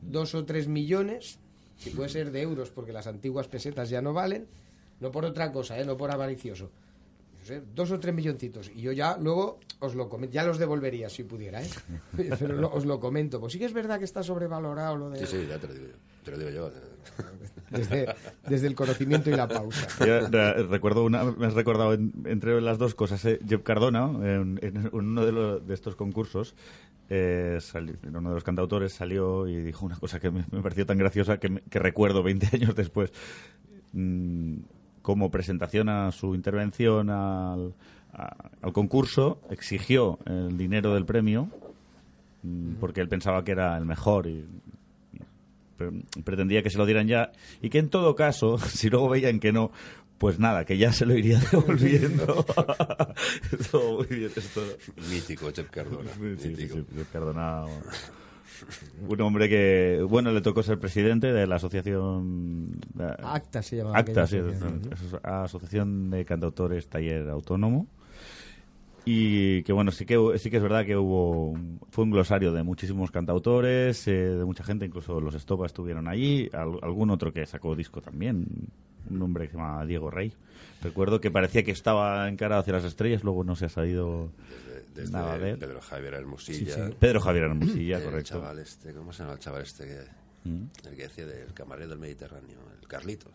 Speaker 2: dos o tres millones, si puede ser de euros, porque las antiguas pesetas ya no valen, no por otra cosa, ¿eh? no por avaricioso. Yo sé, dos o tres milloncitos, y yo ya luego os lo comento, ya los devolvería si pudiera, ¿eh? pero lo- os lo comento, pues sí que es verdad que está sobrevalorado lo de...
Speaker 4: Sí, sí, ya te lo digo yo. Te lo digo yo. eh,
Speaker 2: Desde, desde el conocimiento y la pausa.
Speaker 1: Yo re- recuerdo una, me has recordado en- entre las dos cosas, eh, Jeff Cardona, en, en uno de, lo- de estos concursos, eh, sali- en uno de los cantautores salió y dijo una cosa que me, me pareció tan graciosa que, me- que recuerdo 20 años después. Mm, como presentación a su intervención al, a- al concurso, exigió el dinero del premio mm, porque él pensaba que era el mejor y pre- pretendía que se lo dieran ya y que en todo caso, si luego veían que no, pues nada, que ya se lo iría devolviendo. Estuvo muy bien esto.
Speaker 4: Mítico, Chep Cardona.
Speaker 1: Sí, sí,
Speaker 4: mítico.
Speaker 1: sí, sí, perdona. Un hombre que, bueno, le tocó ser presidente de la asociación...
Speaker 2: Acta se llamaba.
Speaker 1: Acta,
Speaker 2: aquella
Speaker 1: sí,
Speaker 2: asociación, ¿no?
Speaker 1: aso- Asociación de Cantautores Taller Autónomo. Y que bueno, sí que, sí que es verdad que hubo un- fue un glosario de muchísimos cantautores, eh, de mucha gente, incluso los Estopa estuvieron allí, al- algún otro que sacó disco también, un hombre que se llama Diego Rey. Recuerdo que parecía que estaba en cara hacia las estrellas, luego no se ha salido
Speaker 4: Desde, desde
Speaker 1: nada de él.
Speaker 4: Pedro Javier Hermosilla.
Speaker 1: Pedro Javier Hermosilla,
Speaker 4: el
Speaker 1: correcto. Mm.
Speaker 4: chaval este, ¿cómo se llama el chaval este? que- El que decía del camarero del Mediterráneo, el Carlitos.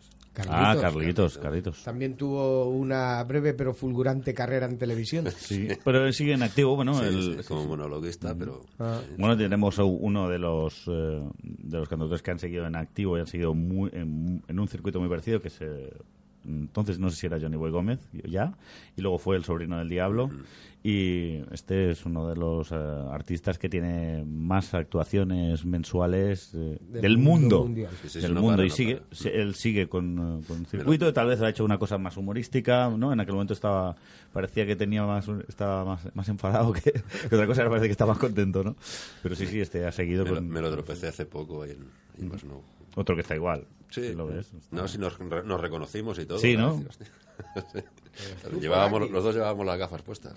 Speaker 1: Ah,
Speaker 2: Carlitos.
Speaker 1: Carlitos, Carlitos.
Speaker 2: También tuvo una breve pero fulgurante carrera en televisión.
Speaker 1: Sí, pero sigue en activo, bueno,
Speaker 4: Sí,
Speaker 1: el, Mm.
Speaker 4: sí, como monologuista, pero...
Speaker 1: Bueno, tenemos a uno de los eh, de los cantautores que han seguido en activo y han seguido muy, en, en un circuito muy parecido, que es, eh, entonces no sé si era Johnny Boy Gómez, ya, y luego fue El Sobrino del Diablo. Y este es uno de los eh, artistas que tiene más actuaciones mensuales eh,
Speaker 2: Del
Speaker 1: del,
Speaker 2: mundo
Speaker 1: mundo.
Speaker 2: mundial.
Speaker 4: Sí, sí, sí,
Speaker 1: del
Speaker 4: no
Speaker 1: mundo,
Speaker 4: para,
Speaker 1: y
Speaker 4: no
Speaker 1: sigue,
Speaker 4: para.
Speaker 1: se- él sigue con, eh, con circuito, tal vez ha hecho una cosa más humorística, ¿no? En aquel momento estaba, parecía que tenía más, un- estaba más, más enfadado que, que otra cosa, ahora parece que está más contento, ¿no? Pero sí, sí, este ha seguido
Speaker 4: Me lo,
Speaker 1: con
Speaker 4: me lo tropecé hace poco en, en Masnou.
Speaker 1: otro que está igual.
Speaker 4: Sí,
Speaker 1: ¿Lo ves?
Speaker 4: no, si nos, re- nos reconocimos y todo.
Speaker 1: Sí, ¿no?
Speaker 4: Sí. llevábamos, los dos llevábamos las gafas puestas.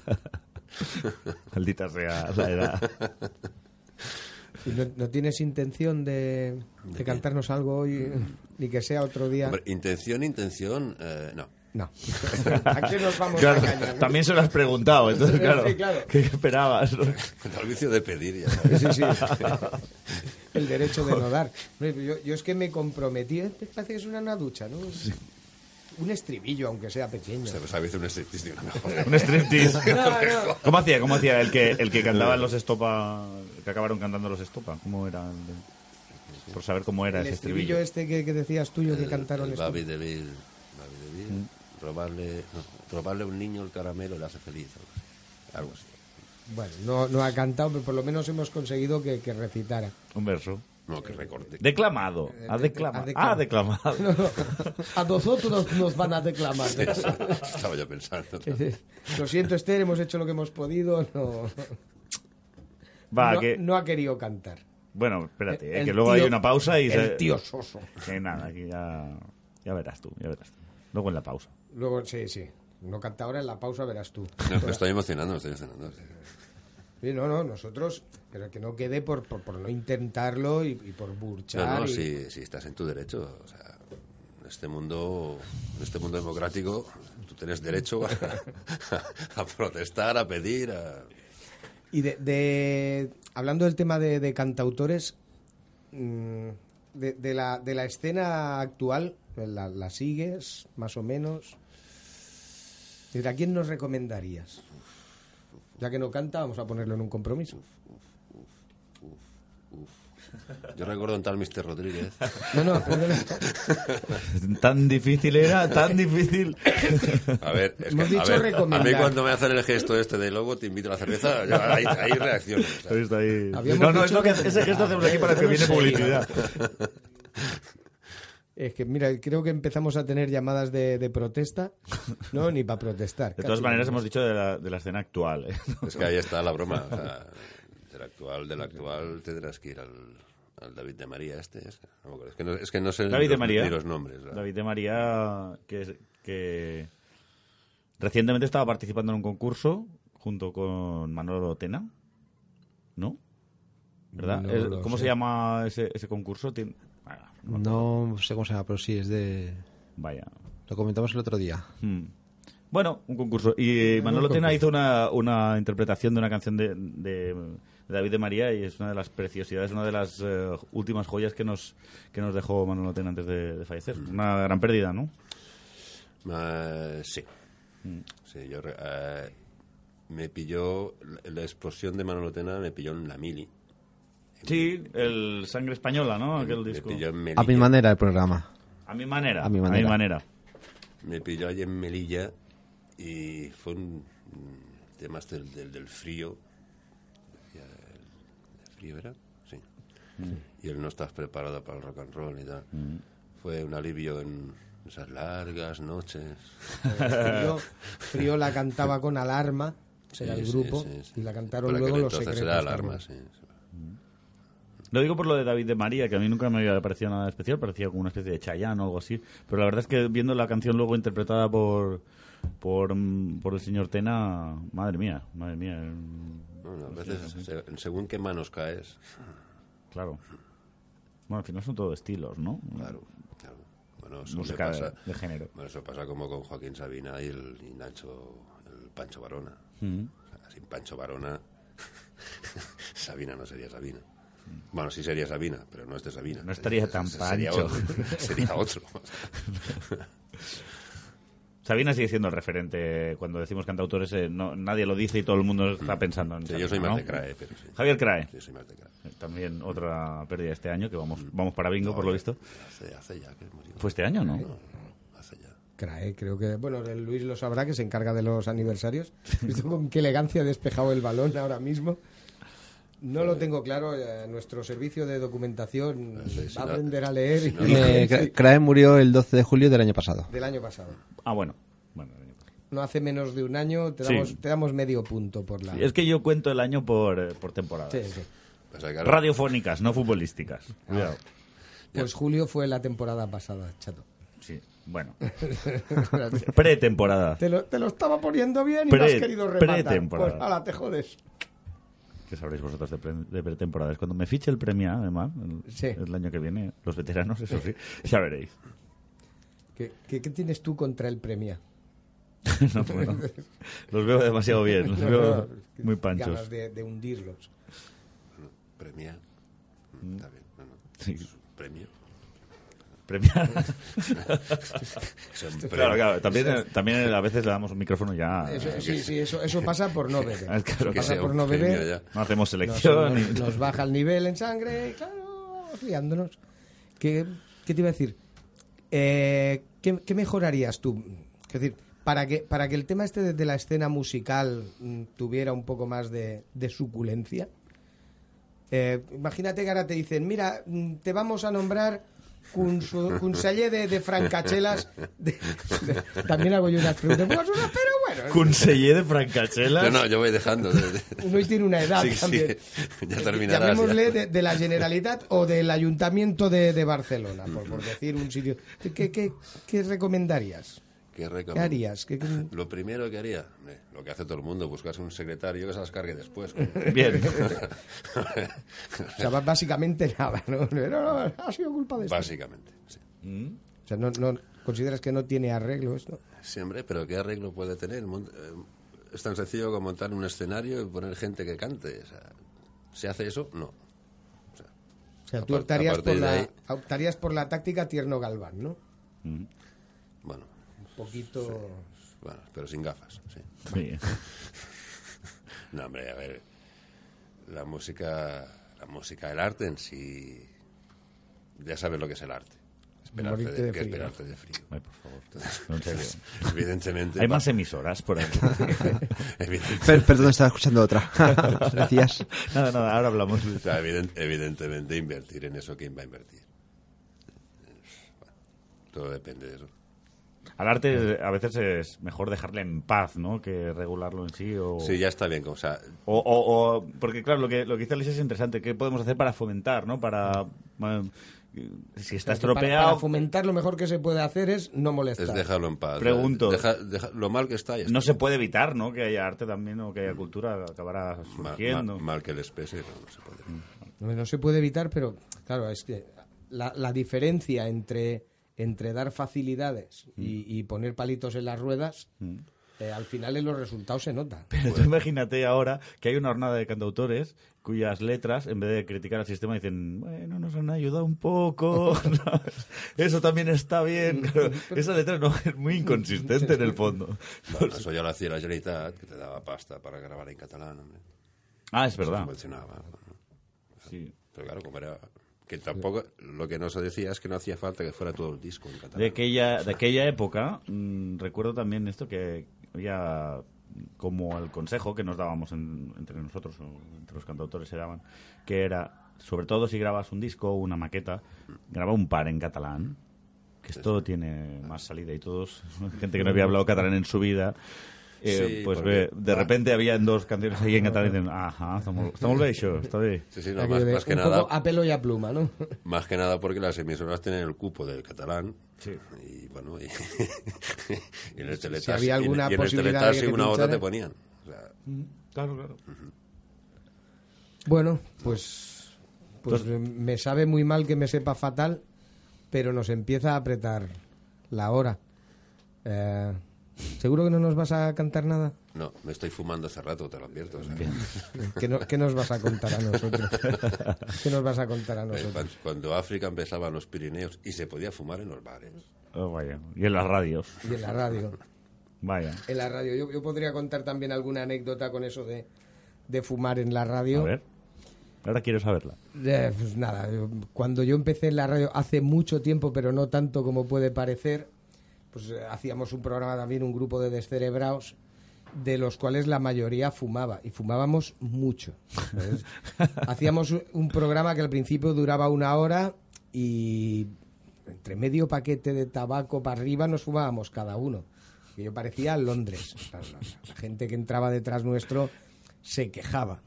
Speaker 1: Maldita sea la edad.
Speaker 2: ¿Y no, no tienes intención de, de cantarnos algo hoy, ni que sea otro día?
Speaker 4: Hombre, intención, intención, eh, no.
Speaker 2: No. ¿A qué nos vamos
Speaker 1: Claro,
Speaker 2: a engañar?
Speaker 1: también se lo has preguntado, entonces,
Speaker 2: Sí,
Speaker 1: claro,
Speaker 2: sí, claro.
Speaker 1: ¿qué esperabas? no?
Speaker 4: Al vicio de pedir, ya sabes.
Speaker 2: Sí, sí. El derecho de no dar. Hombre, pero Yo, yo es que me comprometí, eh, parece que es una ducha, ¿no? Un estribillo, aunque sea pequeño.
Speaker 4: Se nos ha visto pues un striptease de una
Speaker 1: Un striptease.
Speaker 2: No, no.
Speaker 1: ¿Cómo hacía? ¿Cómo hacía el que, el que cantaban los estopa, que acabaron cantando los estopa? ¿Cómo era? el de- Por saber cómo era
Speaker 2: El
Speaker 1: ese
Speaker 2: estribillo
Speaker 1: estribillo.
Speaker 2: este que, que decías tuyo que cantaron
Speaker 4: el
Speaker 2: esto.
Speaker 4: Babi de Bill, Babi de Bill,
Speaker 1: Mm.
Speaker 4: robarle, no, robarle a un niño el caramelo le hace feliz. o Algo así.
Speaker 2: Bueno, no, no ha cantado, pero por lo menos hemos conseguido que, que recitara.
Speaker 1: Un verso.
Speaker 4: No, que recorte.
Speaker 1: Declamado. Ha
Speaker 2: Eh, ha
Speaker 1: declamado.
Speaker 2: declamado.
Speaker 1: Ha declamado.
Speaker 2: No, no, a nosotros nos van a declamar.
Speaker 4: Estaba yo pensando.
Speaker 2: Lo siento, Esther, hemos hecho lo que hemos podido. No,
Speaker 1: Va,
Speaker 2: no,
Speaker 1: que.
Speaker 2: no ha querido cantar.
Speaker 1: Bueno, espérate, eh,
Speaker 2: El
Speaker 1: que luego
Speaker 2: tío-
Speaker 1: hay una pausa y.
Speaker 2: El
Speaker 1: se-
Speaker 2: tío soso.
Speaker 1: Que nada, que ya. Ya verás tú, ya verás tú. Luego en la pausa.
Speaker 2: Luego, sí, sí. No canta ahora en la pausa, verás tú.
Speaker 4: No, me estoy emocionando, me estoy emocionando. sí.
Speaker 2: Sí, no, no, nosotros, pero que no quede por, por, por no intentarlo y, y por burchar.
Speaker 4: No, no,
Speaker 2: y-
Speaker 4: si, si estás en tu derecho. O sea, en este mundo, en este mundo democrático, tú tienes derecho a, a protestar, a pedir, a...
Speaker 2: Y de, de- hablando del tema de, de cantautores, mm, de, de la, de la escena actual, ¿la, la sigues más o menos? ¿Desde a quién nos recomendarías? Ya que no canta, vamos a ponerlo en un compromiso.
Speaker 4: Yo recuerdo un tal Mr. Rodríguez.
Speaker 2: No, no, pero no, no.
Speaker 1: Tan difícil era, tan difícil.
Speaker 4: A ver, es que,
Speaker 2: Hemos dicho
Speaker 4: a, ver a mí
Speaker 2: recomendar.
Speaker 4: cuando me hacen el gesto este de logo, te invito a la cerveza, ya, ahí, ahí reacciono. o sea.
Speaker 1: Ahí está, ahí.
Speaker 2: Habíamos
Speaker 1: No, no,
Speaker 2: dicho
Speaker 1: es lo que,
Speaker 2: que-
Speaker 1: ese gesto hacemos aquí para que viene publicidad.
Speaker 2: Es que, mira, creo que empezamos a tener llamadas de, de protesta. No, ni para protestar.
Speaker 1: De todas
Speaker 2: casi.
Speaker 1: maneras, hemos dicho de la, de la escena actual. ¿eh?
Speaker 4: Es que ahí está la broma. O sea, del actual, del actual tendrás que ir al, al David de María este. Es, no me acuerdo, es que no, es que no sé
Speaker 1: David
Speaker 4: ni
Speaker 1: de
Speaker 4: los,
Speaker 1: María.
Speaker 4: ni los nombres. ¿verdad?
Speaker 1: David de María, que, es- que recientemente estaba participando en un concurso junto con Manolo Tena, ¿no? ¿Verdad?
Speaker 3: No
Speaker 1: El-
Speaker 3: lo
Speaker 1: ¿Cómo
Speaker 3: sé.
Speaker 1: se llama ese, ese concurso? Tien- Ah, no,
Speaker 3: No sé cómo se llama, pero sí, es de...
Speaker 1: Vaya.
Speaker 3: Lo comentamos el otro día.
Speaker 1: Hmm. Bueno, un concurso.
Speaker 3: Eh,
Speaker 1: Y Manolo Tena hizo una, una interpretación de una canción de, de- de David de María y es una de las preciosidades, una de las eh, últimas joyas que nos, que nos dejó Manolo Tena antes de, de fallecer. Una gran pérdida, ¿no?
Speaker 4: Ah, sí.
Speaker 2: Mm.
Speaker 4: Sí, yo re- ah, me pilló la- la explosión de Manolo Tena me pilló en la mili.
Speaker 1: Sí, el Sangre Española, ¿no? Aquel
Speaker 4: me
Speaker 1: disco.
Speaker 4: pilló en Melilla.
Speaker 3: A mi manera el programa.
Speaker 1: A mi manera.
Speaker 3: A mi manera.
Speaker 4: Me pilló allí en Melilla y fue un un tema este del, del, del frío. Decía, ¿El el frío era? Sí. Y él no estás preparado para el rock and roll y tal.
Speaker 2: Mm.
Speaker 4: Fue un alivio en esas largas noches.
Speaker 2: Frío, Frío la cantaba con alarma, era
Speaker 4: Sí,
Speaker 2: el
Speaker 4: sí,
Speaker 2: grupo,
Speaker 4: sí, sí.
Speaker 2: y la cantaron
Speaker 4: Por
Speaker 2: luego
Speaker 4: aquel
Speaker 2: los
Speaker 4: entonces
Speaker 2: secretos.
Speaker 4: era alarma,
Speaker 2: también.
Speaker 4: sí, sí.
Speaker 1: Lo digo por lo de David de María, que a mí nunca me había parecido nada especial, parecía como una especie de Chayanne o algo así. Pero la verdad es que viendo la canción luego interpretada por por, mm, por el señor Tena, madre mía, madre mía. mm,
Speaker 4: No, pues no, a veces, se- según qué manos caes.
Speaker 1: Claro. Bueno, al final son todos estilos, ¿no?
Speaker 4: Claro, claro. Bueno, eso le
Speaker 1: Música de-
Speaker 4: pasa.
Speaker 1: de género.
Speaker 4: Bueno, eso pasa como con Joaquín Sabina y el y Nacho, el Pancho Varona. O sea, sin Pancho Varona, Sabina no sería Sabina. Bueno, sí sería Sabina, pero no este Sabina.
Speaker 1: Mm. No estaría tan
Speaker 4: Sería
Speaker 1: Pancho.
Speaker 4: otro. Sería otro.
Speaker 1: Sabina sigue siendo el referente cuando decimos cantautores, eh, no, nadie lo dice y todo el mundo está pensando en
Speaker 4: Sí, yo
Speaker 1: Sabina,
Speaker 4: soy más
Speaker 1: ¿no?
Speaker 4: de Crae, pero sí.
Speaker 1: Javier Crae,
Speaker 4: Yo soy más de Crae.
Speaker 1: también otra pérdida este año, que
Speaker 2: Mm.
Speaker 1: vamos vamos para bingo, por lo visto.
Speaker 4: Hace, hace ya que murió.
Speaker 1: Fue este año, ¿no?
Speaker 4: Hace ya.
Speaker 2: Crae, creo que. Bueno, el Luis lo sabrá, que se encarga de los aniversarios. ¿Visto con qué elegancia ha despejado el balón ahora mismo? No lo tengo claro. eh, Nuestro servicio de documentación
Speaker 4: Sí, sí,
Speaker 2: va a
Speaker 4: no.
Speaker 2: aprender a leer. y-
Speaker 3: Eh, Cra- Crae murió el 12 de julio del año pasado.
Speaker 2: Del año pasado.
Speaker 1: Ah, bueno. bueno el año pasado.
Speaker 2: No hace menos de un año, te
Speaker 1: Sí.
Speaker 2: damos, te damos medio punto por la.
Speaker 1: Sí, Es que yo cuento el año por, eh, por temporadas.
Speaker 2: Ah. Sí, sí.
Speaker 4: Pasa que ahora-
Speaker 1: Radiofónicas, no futbolísticas. Ah, Cuidado.
Speaker 2: Pues julio fue la temporada pasada, chato.
Speaker 1: Sí, bueno. Pretemporada.
Speaker 2: Te lo, te lo estaba poniendo bien y
Speaker 1: Pre-
Speaker 2: lo has querido rematar.
Speaker 1: pretemporada.
Speaker 2: Pues ala, te jodes.
Speaker 1: Que sabréis vosotros de, pre- de pretemporada. Es cuando me fiche el premio, además, el,
Speaker 2: Sí.
Speaker 1: el año que viene, los veteranos, eso sí, ya veréis.
Speaker 2: ¿Qué, qué, qué tienes tú contra el premia?
Speaker 1: No, bueno, los veo demasiado bien, los veo muy
Speaker 2: Ganas
Speaker 1: panchos.
Speaker 2: de, de hundirlos.
Speaker 4: Premia. Mm,
Speaker 1: Mm.
Speaker 4: Está bien. No, no.
Speaker 1: Sí.
Speaker 4: Es un Premio.
Speaker 1: Premiar.
Speaker 4: Es un
Speaker 1: Claro,
Speaker 4: premio.
Speaker 1: claro. También, también a veces le damos un micrófono ya.
Speaker 2: Eso, sí, sí, eso, eso pasa por no beber.
Speaker 1: Ah, claro,
Speaker 2: Eso
Speaker 1: que
Speaker 2: pasa
Speaker 4: sea
Speaker 2: por
Speaker 4: un
Speaker 2: no
Speaker 4: premio
Speaker 2: beber.
Speaker 4: ya.
Speaker 1: No hacemos
Speaker 2: Nos,
Speaker 1: selección.
Speaker 2: nos-
Speaker 1: y-
Speaker 2: nos baja el nivel en sangre, y claro, liándonos. ¿Qué, qué te iba a decir? Eh, ¿qué, qué mejorarías tú? Es decir, para que, para que el tema este de, de la escena musical mm, tuviera un poco más de, de suculencia. eh, imagínate que ahora te dicen, mira, mm, te vamos a nombrar cunsu- conseller de, de Francachelas. de- de- también hago yo unas preguntas guasuras, pero bueno,
Speaker 1: Conseller de Francachela.
Speaker 4: No, no, yo voy dejando.
Speaker 2: uno tiene una edad
Speaker 4: Sí, sí.
Speaker 2: Ah, también.
Speaker 4: Ya terminarás,
Speaker 2: Eh, Llamémosle
Speaker 4: ya.
Speaker 2: De, de la Generalitat o del Ayuntamiento de, de Barcelona, por, por decir un sitio. ¿Qué, qué, qué recomendarías?
Speaker 4: ¿Qué, recom-
Speaker 2: ¿Qué harías? ¿Qué- qué-
Speaker 4: Lo primero que haría, eh, lo que hace todo el mundo, buscarse un secretario que se las cargue después.
Speaker 1: Bien.
Speaker 2: o sea, bá- básicamente nada, ¿no? No, no, no, ha sido culpa de esto.
Speaker 4: Básicamente. sí.
Speaker 2: O sea, no, no- ¿consideras que no tiene arreglo esto?
Speaker 4: Sí, hombre, pero ¿qué arreglo puede tener? Mont- eh, Es tan sencillo como montar un escenario y poner gente que cante. o sea, ¿Se hace eso? No.
Speaker 2: O sea, tú
Speaker 4: Apar-
Speaker 2: optarías
Speaker 4: aparte
Speaker 2: por,
Speaker 4: de
Speaker 2: la,
Speaker 4: ahí-
Speaker 2: optarías por la táctica Tierno Galván, ¿no?
Speaker 4: Bueno,
Speaker 2: Un poquito...
Speaker 4: bueno pero sin gafas. Sí.
Speaker 1: Sí.
Speaker 4: No, hombre, a ver. La música, la música, el arte en sí. Ya sabes lo que es el arte. Esperarte
Speaker 2: Morirte
Speaker 4: de,
Speaker 2: de
Speaker 4: que
Speaker 2: frío.
Speaker 4: esperarte de frío.
Speaker 1: Ay, por favor. No, en serio.
Speaker 4: Evidentemente.
Speaker 1: Hay
Speaker 4: va-
Speaker 1: más ¿eh? emisoras por ahí.
Speaker 4: evidente-
Speaker 3: Per- perdón, estaba escuchando otra. Gracias.
Speaker 1: Nada, nada, ahora hablamos.
Speaker 4: O sea, eviden- evidentemente invertir en eso, ¿quién va a invertir? Eh, bueno, todo depende de eso.
Speaker 1: Al arte eh, a veces es mejor dejarle en paz, ¿no? Que regularlo en sí o...
Speaker 4: Sí, ya está bien. O sea,
Speaker 1: O, o- o- porque claro, lo que, lo que dice Alicia es interesante. ¿Qué podemos hacer para fomentar, no? Para eh, Si está
Speaker 2: Para- Para,
Speaker 1: estropeado,
Speaker 2: fomentar lo mejor que se puede hacer es no molestar.
Speaker 4: Es dejarlo en paz.
Speaker 1: Pregunto.
Speaker 4: Deja- deja- lo mal que está, ya está.
Speaker 1: no se puede evitar, ¿no? Que haya arte también o que haya cultura, acabará
Speaker 4: Ma- ma-
Speaker 1: surgiendo. Mm.
Speaker 4: mal que les pese, no, no se puede.
Speaker 2: No, no se puede evitar, pero claro, es que la, la diferencia entre, entre dar facilidades
Speaker 4: Mm.
Speaker 2: y, y poner palitos en las ruedas, eh, al final en los resultados se nota.
Speaker 1: Pero tú imagínate ahora que hay una hornada de cantautores cuyas letras, en vez de criticar al sistema, dicen, bueno, nos han ayudado un poco, ¿sabes? eso también está bien. Claro, esa letra no, es muy inconsistente en el fondo.
Speaker 4: Bueno, eso ya lo hacía la Generalitat, que te daba pasta para grabar en catalán, hombre.
Speaker 1: Ah, es verdad.
Speaker 4: Subvencionaba, bueno.
Speaker 1: Sí.
Speaker 4: Pero claro, como era... Que tampoco... Lo que no se decía es que no hacía falta que fuera todo el disco en catalán.
Speaker 1: De aquella, de aquella época, mm, recuerdo también esto que había como el consejo que nos dábamos en- entre nosotros, o entre los cantautores se daban, que era, sobre todo si grabas un disco o una maqueta, graba un par en catalán, que esto tiene más salida y todos, gente que no había hablado catalán en su vida. eh,
Speaker 4: Sí,
Speaker 1: pues
Speaker 4: porque-
Speaker 1: ve, de repente había dos canciones ahí en catalán y dicen, ajá, estamos, estamos bé, això, està bé".
Speaker 4: Sí, sí, no,
Speaker 2: Aquello
Speaker 4: más,
Speaker 2: de
Speaker 4: más que
Speaker 2: un
Speaker 4: nada...
Speaker 2: poco a pelo y a pluma, ¿no?
Speaker 4: Más que nada porque las emisoras tienen el cupo del catalán.
Speaker 1: Sí.
Speaker 4: Y bueno, y, y en el teletaxi,
Speaker 2: había alguna
Speaker 4: y en el
Speaker 2: posibilidad de
Speaker 4: teletaxi
Speaker 2: que te
Speaker 4: una hora
Speaker 2: pincharan.
Speaker 4: te ponían. O sea,
Speaker 1: Claro, claro.
Speaker 2: Bueno, pues, pues eh, me sabe muy mal que me sepa fatal, pero nos empieza a apretar la hora. Eh, ¿Seguro que no nos vas a cantar nada?
Speaker 4: no, me estoy fumando hace rato, te lo advierto. o sea. eh,
Speaker 2: ¿Qué, no- qué nos vas a contar a nosotros? ¿Qué nos vas a contar a
Speaker 4: Eh,
Speaker 2: nosotros?
Speaker 4: cuan- Cuando África empezaba en los Pirineos y se podía fumar en los bares.
Speaker 1: Oh, vaya. Y en las radios,
Speaker 2: Y en la radio.
Speaker 1: vaya.
Speaker 2: En la radio. Yo, yo podría contar también alguna anécdota con eso de, de fumar en la
Speaker 1: A
Speaker 2: radio.
Speaker 1: ver, ahora quiero saberla.
Speaker 2: Eh, pues nada, yo- cuando yo empecé en la radio hace mucho tiempo, pero no tanto como puede parecer, pues eh, hacíamos un programa también, un grupo de descerebrados, de los cuales la mayoría fumaba, y fumábamos mucho. Entonces, hacíamos un- un programa que al principio duraba una hora y entre medio paquete de tabaco para arriba nos fumábamos cada uno. Que yo parecía Londres. La- la- la gente que entraba detrás nuestro se quejaba.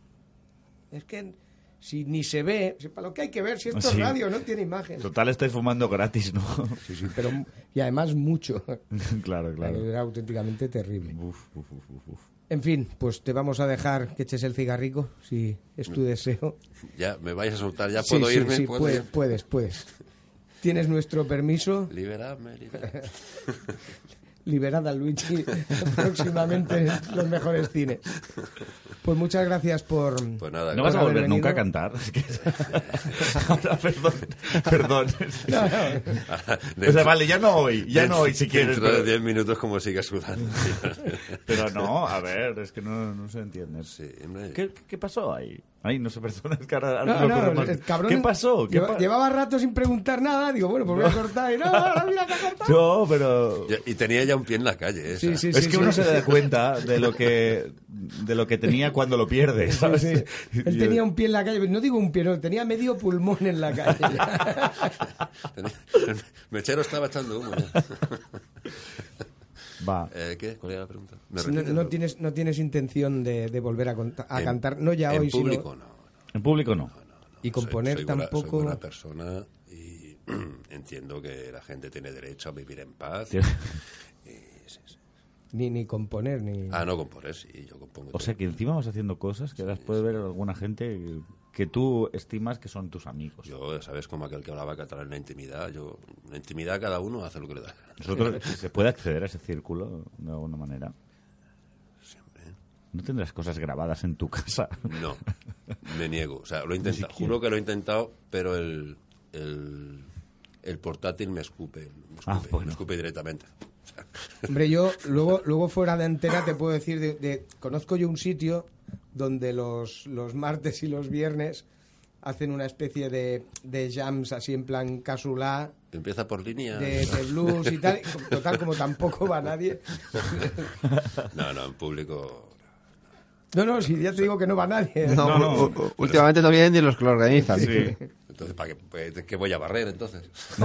Speaker 2: Es que si ni se ve, si para lo que hay que ver, si esto
Speaker 1: Sí.
Speaker 2: es radio, no tiene imagen.
Speaker 1: Total, estáis fumando gratis, ¿no?
Speaker 2: Pero, y además mucho.
Speaker 1: claro, claro.
Speaker 2: Era auténticamente terrible.
Speaker 1: Uf, uf, uf, uf, uf.
Speaker 2: En fin, pues te vamos a dejar que eches el cigarrico, si es tu deseo.
Speaker 4: Ya, me vais a soltar, ya
Speaker 2: Sí,
Speaker 4: puedo
Speaker 2: sí,
Speaker 4: irme.
Speaker 2: sí,
Speaker 4: ¿Puedo
Speaker 2: puedes,
Speaker 4: ir?
Speaker 2: puedes, puedes. Tienes nuestro permiso.
Speaker 4: Liberadme, liberadme.
Speaker 2: Liberada Luigi próximamente en los mejores cines. Pues muchas gracias por...
Speaker 4: Pues nada,
Speaker 1: No vas a
Speaker 2: haber
Speaker 1: volver nunca a
Speaker 2: venido.
Speaker 1: cantar. Es que- Ahora, perdón, perdón.
Speaker 2: No, no.
Speaker 1: O sea, vale, ya no hoy, ya no hoy si quieres.
Speaker 4: Dentro de 10
Speaker 1: Pero,
Speaker 4: minutos como sigas sudando.
Speaker 1: pero no, a ver, es que no, no se entiende.
Speaker 4: Sí, hombre.
Speaker 1: ¿Qué, qué pasó ahí? Ay, no sé, perdona, es que ahora, ahora
Speaker 2: No,
Speaker 1: me ocurre
Speaker 2: no,
Speaker 1: más.
Speaker 2: el cabrón
Speaker 1: ¿Qué pasó? ¿Qué
Speaker 2: lleva-
Speaker 1: pa-
Speaker 2: Llevaba rato sin preguntar nada. Digo, bueno, pues voy a cortar. Y no, ahora mira que ha cortado.
Speaker 1: No, pero...
Speaker 4: Ya- Y tenía ya un pie en la calle. ¿eh? esa.
Speaker 2: Sí, sí,
Speaker 1: es que uno se da cuenta de lo que de lo que tenía cuando lo pierde, ¿sabes?
Speaker 2: Sí, sí. Él
Speaker 1: Y-
Speaker 2: tenía un pie en la calle, no digo un pie, no, tenía medio pulmón en la calle.
Speaker 4: Tenía- El mechero estaba echando humo. ya.
Speaker 1: Va.
Speaker 4: Eh, ¿Qué? ¿Cuál era la pregunta? ¿Me
Speaker 2: No,
Speaker 4: repites?
Speaker 2: no tienes, no tienes intención de, de volver a, cont- a
Speaker 4: En-
Speaker 2: cantar, no ya
Speaker 4: en
Speaker 2: hoy, sino-
Speaker 4: público, no.
Speaker 1: En público no.
Speaker 2: y componer
Speaker 4: Soy- soy buena-
Speaker 2: tampoco.
Speaker 4: soy buena persona y entiendo que la gente tiene derecho a vivir en paz.
Speaker 2: ni, ni componer, ni.
Speaker 4: Ah, no componer, sí, yo compongo.
Speaker 1: O sea que encima vas haciendo cosas que las puede ver alguna gente que tú estimas que son tus amigos.
Speaker 4: Yo, ¿sabes? Como aquel que hablaba catalán en la intimidad. Yo, en la intimidad cada uno hace lo que le da. la gana.
Speaker 1: Nosotros se puede acceder a ese círculo de alguna manera. No tendrás cosas grabadas en tu casa.
Speaker 4: No, me niego. O sea, lo he intentado. Juro que lo he intentado, pero el, el, el portátil me escupe. Me escupe,
Speaker 1: Ah, bueno.
Speaker 4: me escupe directamente. O sea,
Speaker 2: Hombre, yo luego, luego fuera de antena te puedo decir, de, de- conozco yo un sitio donde los, los martes y los viernes hacen una especie de, de jams así en plan casulá,
Speaker 4: empieza por línea.
Speaker 2: de, de blues y tal. Total, como tampoco va nadie.
Speaker 4: No, no, en público.
Speaker 2: No, no, si ya te digo que no va nadie.
Speaker 3: No, u- u- últimamente no vienen ni los que lo organizan.
Speaker 1: Sí.
Speaker 4: Entonces, ¿para qué, pues, qué voy a barrer entonces?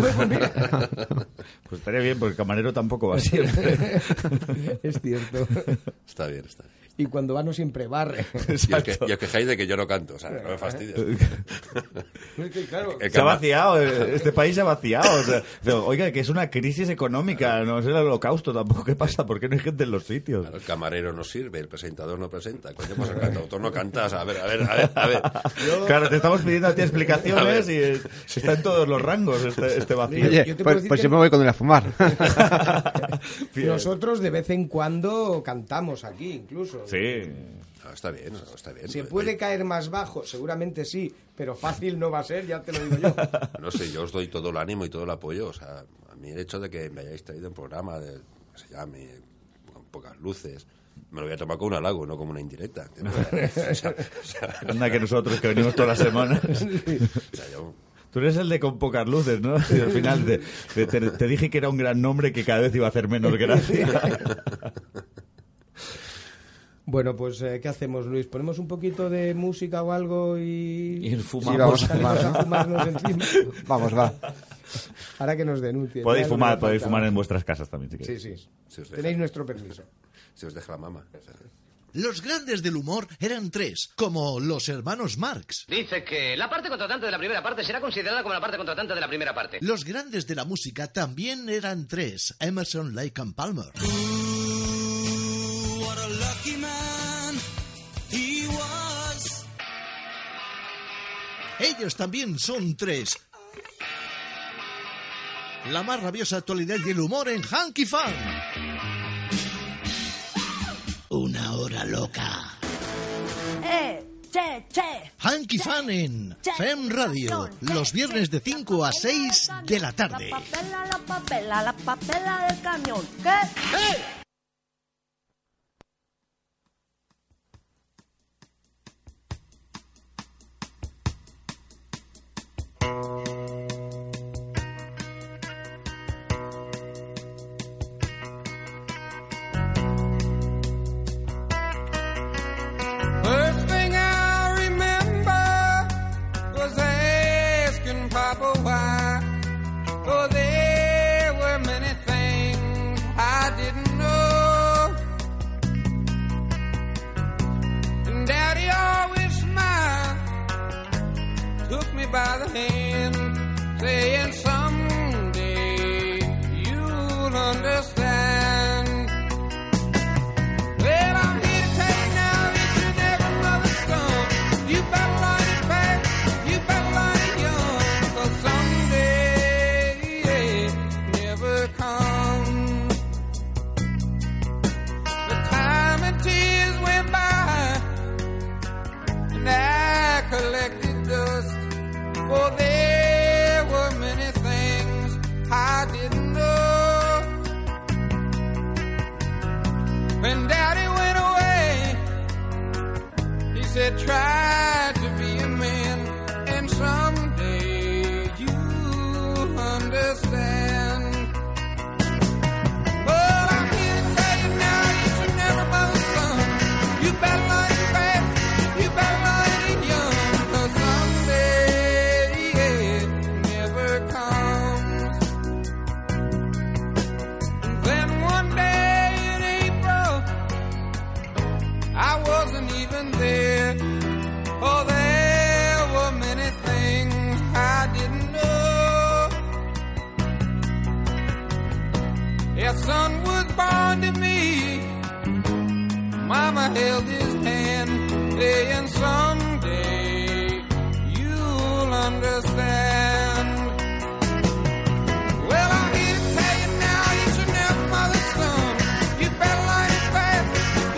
Speaker 1: Pues estaría bien, porque el camarero tampoco va siempre.
Speaker 2: es cierto.
Speaker 4: Está bien, está bien.
Speaker 2: Y cuando va no siempre barre.
Speaker 4: Y os, que, y os quejáis de que yo no canto, o sea, no me fastidies.
Speaker 2: Es que, claro,
Speaker 4: El
Speaker 1: Eh, Se ha
Speaker 4: cama-
Speaker 1: vaciado, eh, este país se ha vaciado. o sea, digo, oiga, que es una crisis económica, no es el holocausto tampoco. ¿Qué pasa? ¿Por qué no hay gente en los sitios?
Speaker 4: Claro, el camarero no sirve, el presentador no presenta. Coño, pues el cantautor no cantas. A ver, a ver, a ver, a ver.
Speaker 1: Claro, te estamos pidiendo a ti
Speaker 4: A
Speaker 1: explicaciones
Speaker 4: ver.
Speaker 1: y eh, está en todos los rangos este, este vacío.
Speaker 2: Oye,
Speaker 3: Oye,
Speaker 2: yo te puedo
Speaker 3: pues,
Speaker 2: decir
Speaker 3: pues
Speaker 2: que-
Speaker 3: yo me voy con él a fumar.
Speaker 1: Bien.
Speaker 2: Nosotros de vez en cuando cantamos aquí, incluso.
Speaker 1: Sí.
Speaker 4: No, está bien, no, está bien.
Speaker 2: ¿Se puede caer más bajo? Seguramente sí, pero fácil no va a ser, ya te lo digo yo.
Speaker 4: No sé, yo os doy todo el ánimo y todo el apoyo. O sea, a mí el hecho de que me hayáis traído un programa de, que se llame, con pocas luces, me lo voy a tomar como un halago, no como una indirecta. ¿entiendes? O sea, o sea,
Speaker 1: Anda que nosotros que venimos todas las semanas.
Speaker 4: o sea, yo-
Speaker 1: Tú eres el de con pocas luces, ¿no? Y al final te, te- te- te dije que era un gran nombre que cada vez iba a hacer menos gracia.
Speaker 2: Bueno, pues eh, ¿qué hacemos, Luis? ¿Ponemos un poquito de música o algo y,
Speaker 1: Y fumamos.
Speaker 3: Sí, vamos a
Speaker 2: Salimos
Speaker 3: fumar,
Speaker 2: a fumarnos encima?
Speaker 3: Vamos, va.
Speaker 2: Ahora que nos denuncien.
Speaker 1: Podéis
Speaker 2: ya no
Speaker 1: fumar,
Speaker 2: nos
Speaker 1: podéis
Speaker 2: falta.
Speaker 1: fumar en vuestras casas también, si
Speaker 2: Sí,
Speaker 1: queréis.
Speaker 2: sí.
Speaker 4: Si os deja.
Speaker 2: Tenéis nuestro permiso.
Speaker 4: se os deja la mama. o sea.
Speaker 5: Los grandes del humor eran tres, como los hermanos Marx.
Speaker 6: Dice que la parte contratante de la primera parte será considerada como la parte contratante de la primera parte.
Speaker 5: Los grandes de la música también eran tres, Emerson, Lake and Palmer. Ellos también son tres. La más rabiosa actualidad y el humor en Hanky Fan. Una hora loca.
Speaker 7: Eh, che, che.
Speaker 5: Hanky Fan en FEM Radio, los viernes de 5 a 6 de la tarde.
Speaker 7: La papela, la papela, la papela del camión. ¿Qué?
Speaker 8: First thing I remember was asking Papa why. Oh, there were many things I didn't know. And Daddy always smiled, took me by the hand, saying, Someday you'll understand. Well, I'm here to tell you now that you never mother stone. You better learn it fast, you better learn it young. 'Cause someday never comes. The time and tears went by, and I collected dust. For there were many things I didn't know. When daddy went away, he said, try to be a man, and someday you'll understand. Well, I'm here to tell you now, you should never mother son. You better learn it fast, you better learn it young, 'cause someday it never comes. Then one day in April, I wasn't even there. Oh, there were many things I didn't know. Your son was born to me. Mama held his hand, saying, Someday you'll understand. Well, I'm here to tell you now, you should never mother son. You better learn it fast,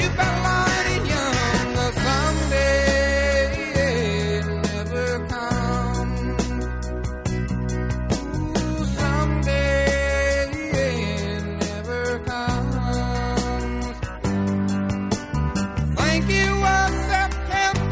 Speaker 8: you better learn it young, or someday it never comes. Ooh, someday it never comes. Thank you, was September.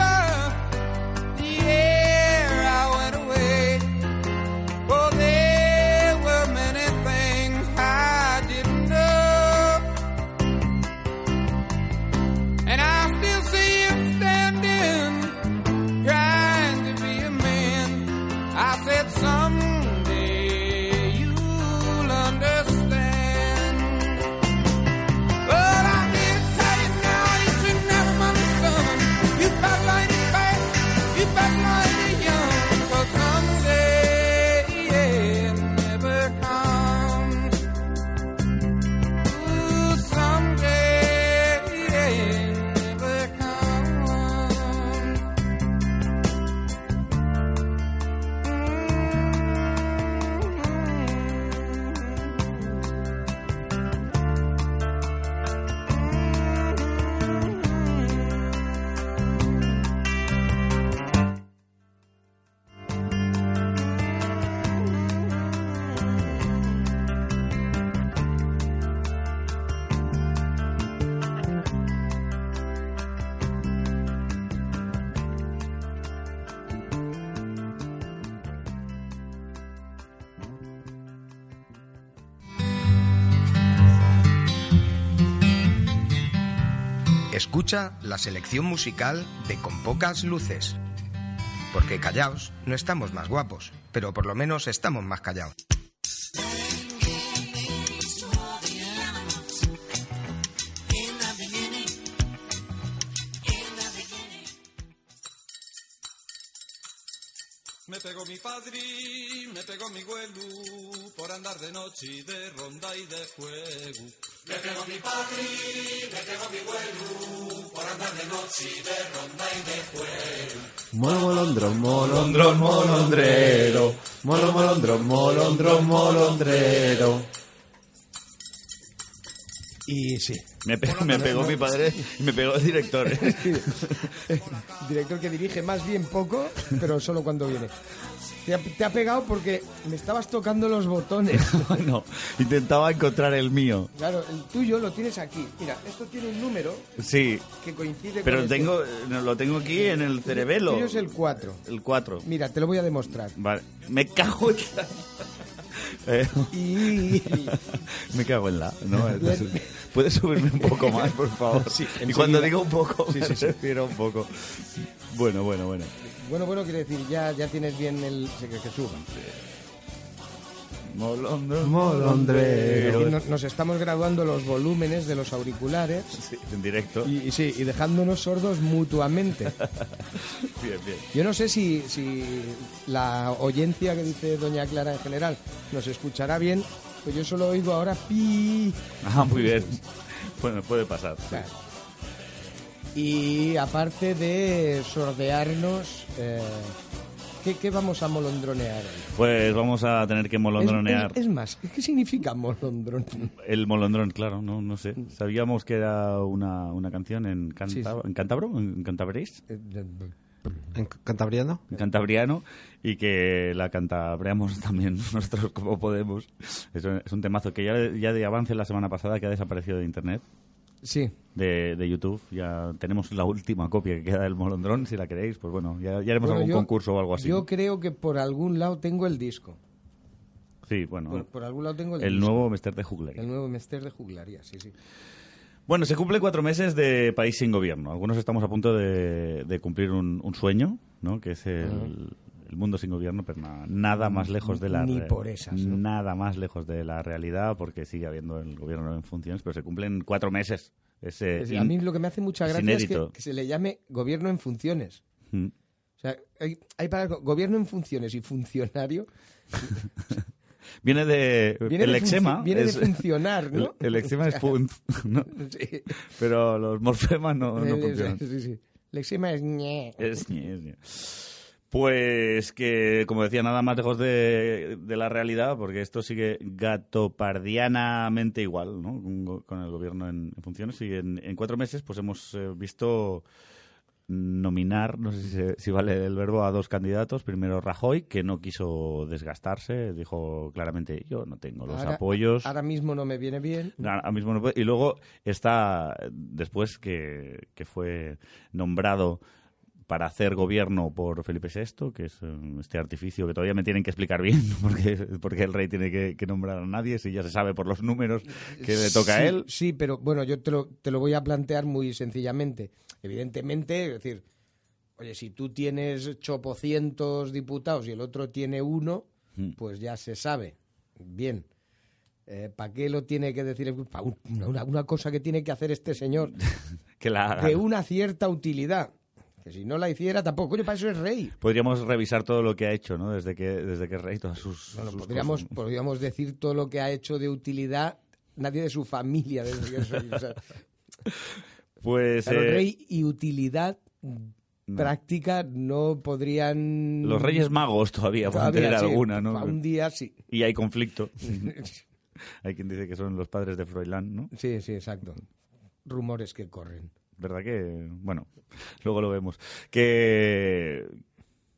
Speaker 9: Escucha la selección musical de Con Pocas Luces. Porque callaos, no estamos más guapos, pero por lo menos estamos más callados.
Speaker 8: Me pegó mi padre, me pegó mi güelu, por andar de noche y de ronda y de juego. Me pegó mi padre, me pegó mi güelu, por andar de noche y de ronda y de juego.
Speaker 3: Molondro,
Speaker 1: Molondrón, molondrero.
Speaker 3: Molo, molondro, molondro, molondrero.
Speaker 2: Y sí.
Speaker 1: Me, pe- me pegó mi padre y me pegó el director. ¿eh?
Speaker 2: Director que dirige más bien poco, pero solo cuando viene. Te ha, te ha pegado porque me estabas tocando los botones.
Speaker 1: no, intentaba encontrar el mío.
Speaker 2: Claro, el tuyo lo tienes aquí. Mira, esto tiene un número
Speaker 1: Sí,
Speaker 2: que coincide con
Speaker 1: pero
Speaker 2: el
Speaker 1: tengo, lo tengo aquí en el
Speaker 2: tuyo.
Speaker 1: cerebelo.
Speaker 2: El tuyo es el 4.
Speaker 1: El 4.
Speaker 2: Mira, te lo voy a demostrar.
Speaker 1: Vale. Me cago en la... Eh,
Speaker 2: Y...
Speaker 1: me cago en la... No,
Speaker 2: Bien.
Speaker 1: es- ¿Puedes subirme un poco más, por favor?
Speaker 2: Sí,
Speaker 1: y
Speaker 2: enseguida.
Speaker 1: cuando digo un poco, me refiero a un poco. Bueno, bueno, bueno.
Speaker 2: Bueno, bueno, quiere decir, ya, ya tienes bien el... se cree que suba.
Speaker 1: Molondro,
Speaker 2: Y
Speaker 1: molondrero.
Speaker 2: no- nos estamos graduando los volúmenes de los auriculares
Speaker 1: Sí, en directo.
Speaker 2: y, y sí, y dejándonos sordos mutuamente.
Speaker 1: Bien, bien.
Speaker 2: Yo no sé si, si la oyencia que dice Doña Clara en general nos escuchará bien, pues yo solo oigo ahora pi.
Speaker 1: Ah, muy bien. Bueno, puede pasar.
Speaker 2: Claro. Y aparte de sordearnos, eh, ¿qué, qué vamos a molondronear? hoy?
Speaker 1: Pues vamos a tener que molondronear.
Speaker 2: Es, es- es más, ¿qué significa molondronear?
Speaker 1: El molondrón, claro, no, no sé. Sabíamos que era una, una canción en, cántabro, en cántabro, en cantabrés,
Speaker 3: ¿En cantabriano?
Speaker 1: en cantabriano, y que la cantabreamos también nosotros como podemos. Es un, es un temazo que ya, ya de avance la semana pasada que ha desaparecido de internet,
Speaker 2: Sí,
Speaker 1: de, de YouTube. Ya tenemos la última copia que queda del molondrón, si la queréis, pues bueno, ya, ya haremos
Speaker 2: Bueno,
Speaker 1: algún
Speaker 2: yo-
Speaker 1: concurso o algo así.
Speaker 2: Yo creo que por algún lado tengo el disco.
Speaker 1: Sí, bueno.
Speaker 2: Por, por algún lado tengo el,
Speaker 1: el
Speaker 2: disco.
Speaker 1: nuevo Mr. de Jugler.
Speaker 2: El nuevo Mester de juglaría, sí, sí.
Speaker 1: Bueno, se cumple cuatro meses de país sin gobierno. Algunos estamos a punto de, de cumplir un, un sueño, ¿no? Que es el, el mundo sin gobierno, pero na- nada más lejos de la
Speaker 2: Ni
Speaker 1: re-
Speaker 2: por esas, ¿no?
Speaker 1: nada más lejos de la realidad, porque sigue habiendo el gobierno en funciones, pero se cumplen cuatro meses. Ese
Speaker 2: Es decir, a
Speaker 1: Eh, in-
Speaker 2: mí lo que me hace mucha
Speaker 1: es
Speaker 2: gracia es, que,
Speaker 1: inédito.
Speaker 2: que se le llame gobierno en funciones.
Speaker 1: Mm.
Speaker 2: O sea, hay, hay para gobierno en funciones y funcionario.
Speaker 1: viene de
Speaker 2: Viene
Speaker 1: el
Speaker 2: de funci-
Speaker 1: eczema.
Speaker 2: viene de
Speaker 1: es-
Speaker 2: funcionar, ¿no?
Speaker 1: El, el eczema es punz, ¿no?
Speaker 2: Sí.
Speaker 1: pero los morfemas no, no
Speaker 2: El-
Speaker 1: funcionan.
Speaker 2: Eh, sí, sí. Lexema es ñe.
Speaker 1: Es ñe, es ñe. Pues que, como decía, nada más lejos de, de la realidad, porque esto sigue gatopardianamente igual, ¿no? Con, go- con el gobierno en, en funciones. Y en, en cuatro meses, pues hemos eh, visto nominar, no sé si, se- si vale el verbo, a dos candidatos. Primero Rajoy, que no quiso desgastarse, dijo claramente, yo no tengo los
Speaker 2: Ahora-
Speaker 1: apoyos.
Speaker 2: Ahora mismo no me viene bien.
Speaker 1: Ahora mismo no puede. Y luego está, eh, después que, que fue nombrado para hacer gobierno por Felipe VI, que es eh, este artificio que todavía me tienen que explicar bien, porque, porque el rey tiene que, que nombrar a nadie, si ya se sabe por los números que le toca
Speaker 2: Sí,
Speaker 1: a él.
Speaker 2: Sí, pero bueno, yo te lo, te lo voy a plantear muy sencillamente. Evidentemente, es decir, oye, si tú tienes 800 diputados y el otro tiene uno,
Speaker 1: Hmm.
Speaker 2: pues ya se sabe. Bien. ¿Para qué lo tiene que decir? Pa' un- una, una cosa que tiene que hacer este señor
Speaker 1: Que la haga.
Speaker 2: de una cierta utilidad. Que si no la hiciera tampoco. Oye, para eso es rey.
Speaker 1: Podríamos revisar todo lo que ha hecho, ¿no? Desde que, desde que es rey, todas sus...
Speaker 2: Bueno,
Speaker 1: sus
Speaker 2: podríamos,
Speaker 1: cosas.
Speaker 2: podríamos decir todo lo que ha hecho de utilidad nadie de su familia. Desde que soy, o sea,
Speaker 1: Pues...
Speaker 2: Claro,
Speaker 1: eh,
Speaker 2: rey y utilidad práctica no podrían.
Speaker 1: Los reyes magos todavía, van a
Speaker 2: Todavía,
Speaker 1: tener
Speaker 2: sí,
Speaker 1: alguna, ¿no?
Speaker 2: pa' Un día sí.
Speaker 1: Y hay conflicto. hay quien dice que son los padres de Froilán, ¿no?
Speaker 2: Sí, sí, exacto. Rumores que corren.
Speaker 1: ¿verdad que? Bueno, luego lo vemos. Que,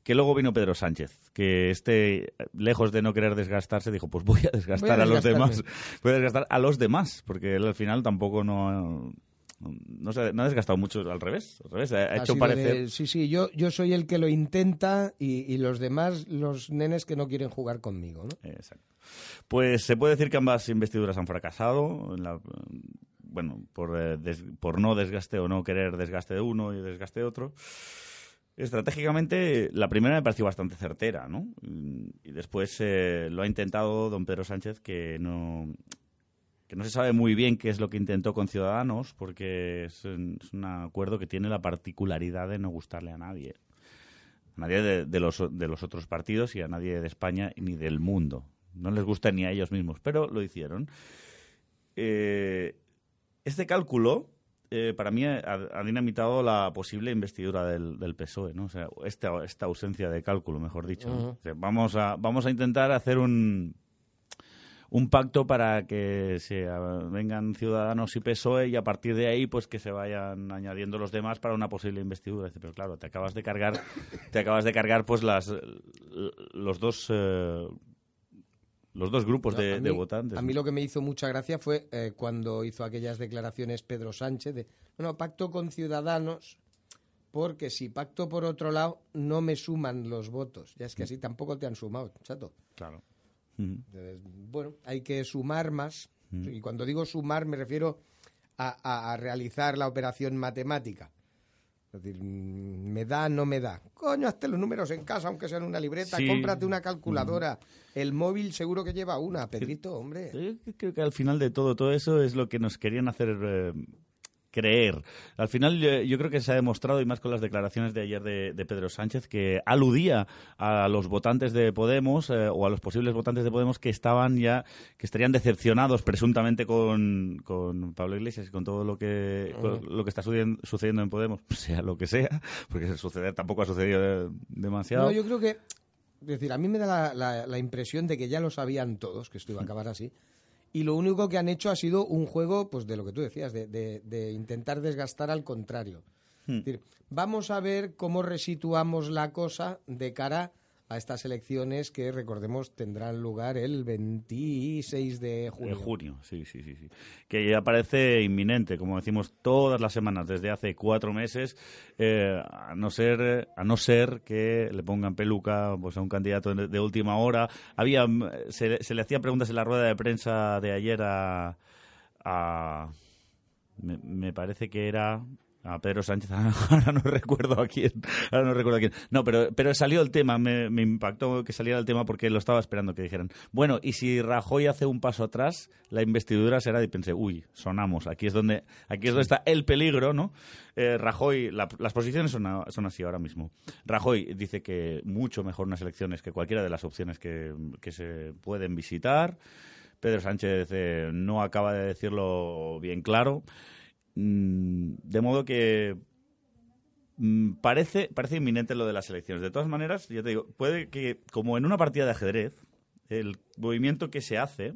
Speaker 1: que luego vino Pedro Sánchez, que este, lejos de no querer desgastarse, dijo, pues voy a desgastar a, los
Speaker 2: desgastarme.
Speaker 1: demás. Voy a desgastar a los demás, porque él al final tampoco no... No, se ha- no ha desgastado mucho, al revés. Al revés, ha hecho
Speaker 2: sido
Speaker 1: parecer...
Speaker 2: de, sí, sí, yo, yo soy el que lo intenta y, y los demás, los nenes que no quieren jugar conmigo. ¿no?
Speaker 1: Exacto. Pues se puede decir que ambas investiduras han fracasado. en la- bueno, por, eh, des- por no desgaste o no querer desgaste de uno y desgaste de otro. Estratégicamente, la primera me pareció bastante certera, ¿no? Mm, Y después eh, lo ha intentado don Pedro Sánchez, que no, que no se sabe muy bien qué es lo que intentó con Ciudadanos, porque es un, es un acuerdo que tiene la particularidad de no gustarle a nadie. A nadie de, de los, de los otros partidos y a nadie de España ni del mundo. No les gusta ni a ellos mismos, pero lo hicieron. Eh, este cálculo, eh, para mí, ha, ha dinamitado la posible investidura del, del PSOE, ¿no? O sea, esta, esta ausencia de cálculo, mejor dicho. ¿no? O sea, vamos, a, vamos a intentar hacer un, un pacto para que se ah, vengan Ciudadanos y PSOE E y a partir de ahí pues que se vayan añadiendo los demás para una posible investidura. Dice, Pero claro, te acabas de cargar, te acabas de cargar pues las l- los dos eh, los dos grupos de,
Speaker 2: A mí-
Speaker 1: de votantes.
Speaker 2: A mí
Speaker 1: ¿no?
Speaker 2: lo que me hizo mucha gracia fue eh, cuando hizo aquellas declaraciones Pedro Sánchez de, bueno, pacto con Ciudadanos, porque si pacto por otro lado, no me suman los votos. Ya es
Speaker 1: Mm.
Speaker 2: que así tampoco te han sumado, chato.
Speaker 1: Claro. Ujú.
Speaker 2: Entonces, bueno, hay que sumar más.
Speaker 1: Mm.
Speaker 2: Y cuando digo sumar me refiero a, a- a realizar la operación matemática. Es decir, mm, me da, no me da. Coño, hazte los números en casa, aunque sea en una libreta,
Speaker 1: Sí. Mm.
Speaker 2: cómprate una calculadora. El móvil seguro que lleva una, Pedrito, hombre.
Speaker 1: Yo creo que al final de todo, todo eso es lo que nos querían hacer eh, creer. Al final eh, yo creo que se ha demostrado, y más con las declaraciones de ayer de, de Pedro Sánchez, que aludía a los votantes de Podemos eh, o a los posibles votantes de Podemos que estaban ya, que estarían decepcionados presuntamente con, con Pablo Iglesias y con todo lo que, con lo que está sucediendo, sucediendo en Podemos, sea lo que sea, porque suceder tampoco ha sucedido eh, demasiado.
Speaker 2: No, yo creo que. Es decir, a mí me da la, la- la impresión de que ya lo sabían todos, que esto iba a acabar así. Y lo único que han hecho ha sido un juego, pues de lo que tú decías, de, de- de intentar desgastar al contrario. Es decir, vamos a ver cómo resituamos la cosa de cara a estas elecciones que, recordemos, tendrán lugar el 26 de
Speaker 1: En
Speaker 2: junio.
Speaker 1: junio, sí, sí, sí, sí. Que ya parece inminente, como decimos todas las semanas desde hace cuatro meses, eh, a no ser a no ser que le pongan peluca pues, a un candidato de de última hora. Había mm, se, le- se le hacían preguntas en la rueda de prensa de ayer a, a- me, me parece que era a Pedro Sánchez, ahora no recuerdo a quién, ahora no recuerdo a quién. No, pero, pero salió el tema, me, me impactó que saliera el tema porque lo estaba esperando que dijeran. Bueno, y si Rajoy hace un paso atrás, la investidura será, y pensé, uy, sonamos, aquí es donde, aquí es donde está el peligro, ¿no? Eh, Rajoy, la- las posiciones son, a- son así ahora mismo. Rajoy dice que mucho mejor unas elecciones que cualquiera de las opciones que, que se pueden visitar. Pedro Sánchez eh, no acaba de decirlo bien claro. Mm, De modo que mm, parece, parece inminente lo de las elecciones. De todas maneras, ya te digo, puede que, como en una partida de ajedrez, el movimiento que se hace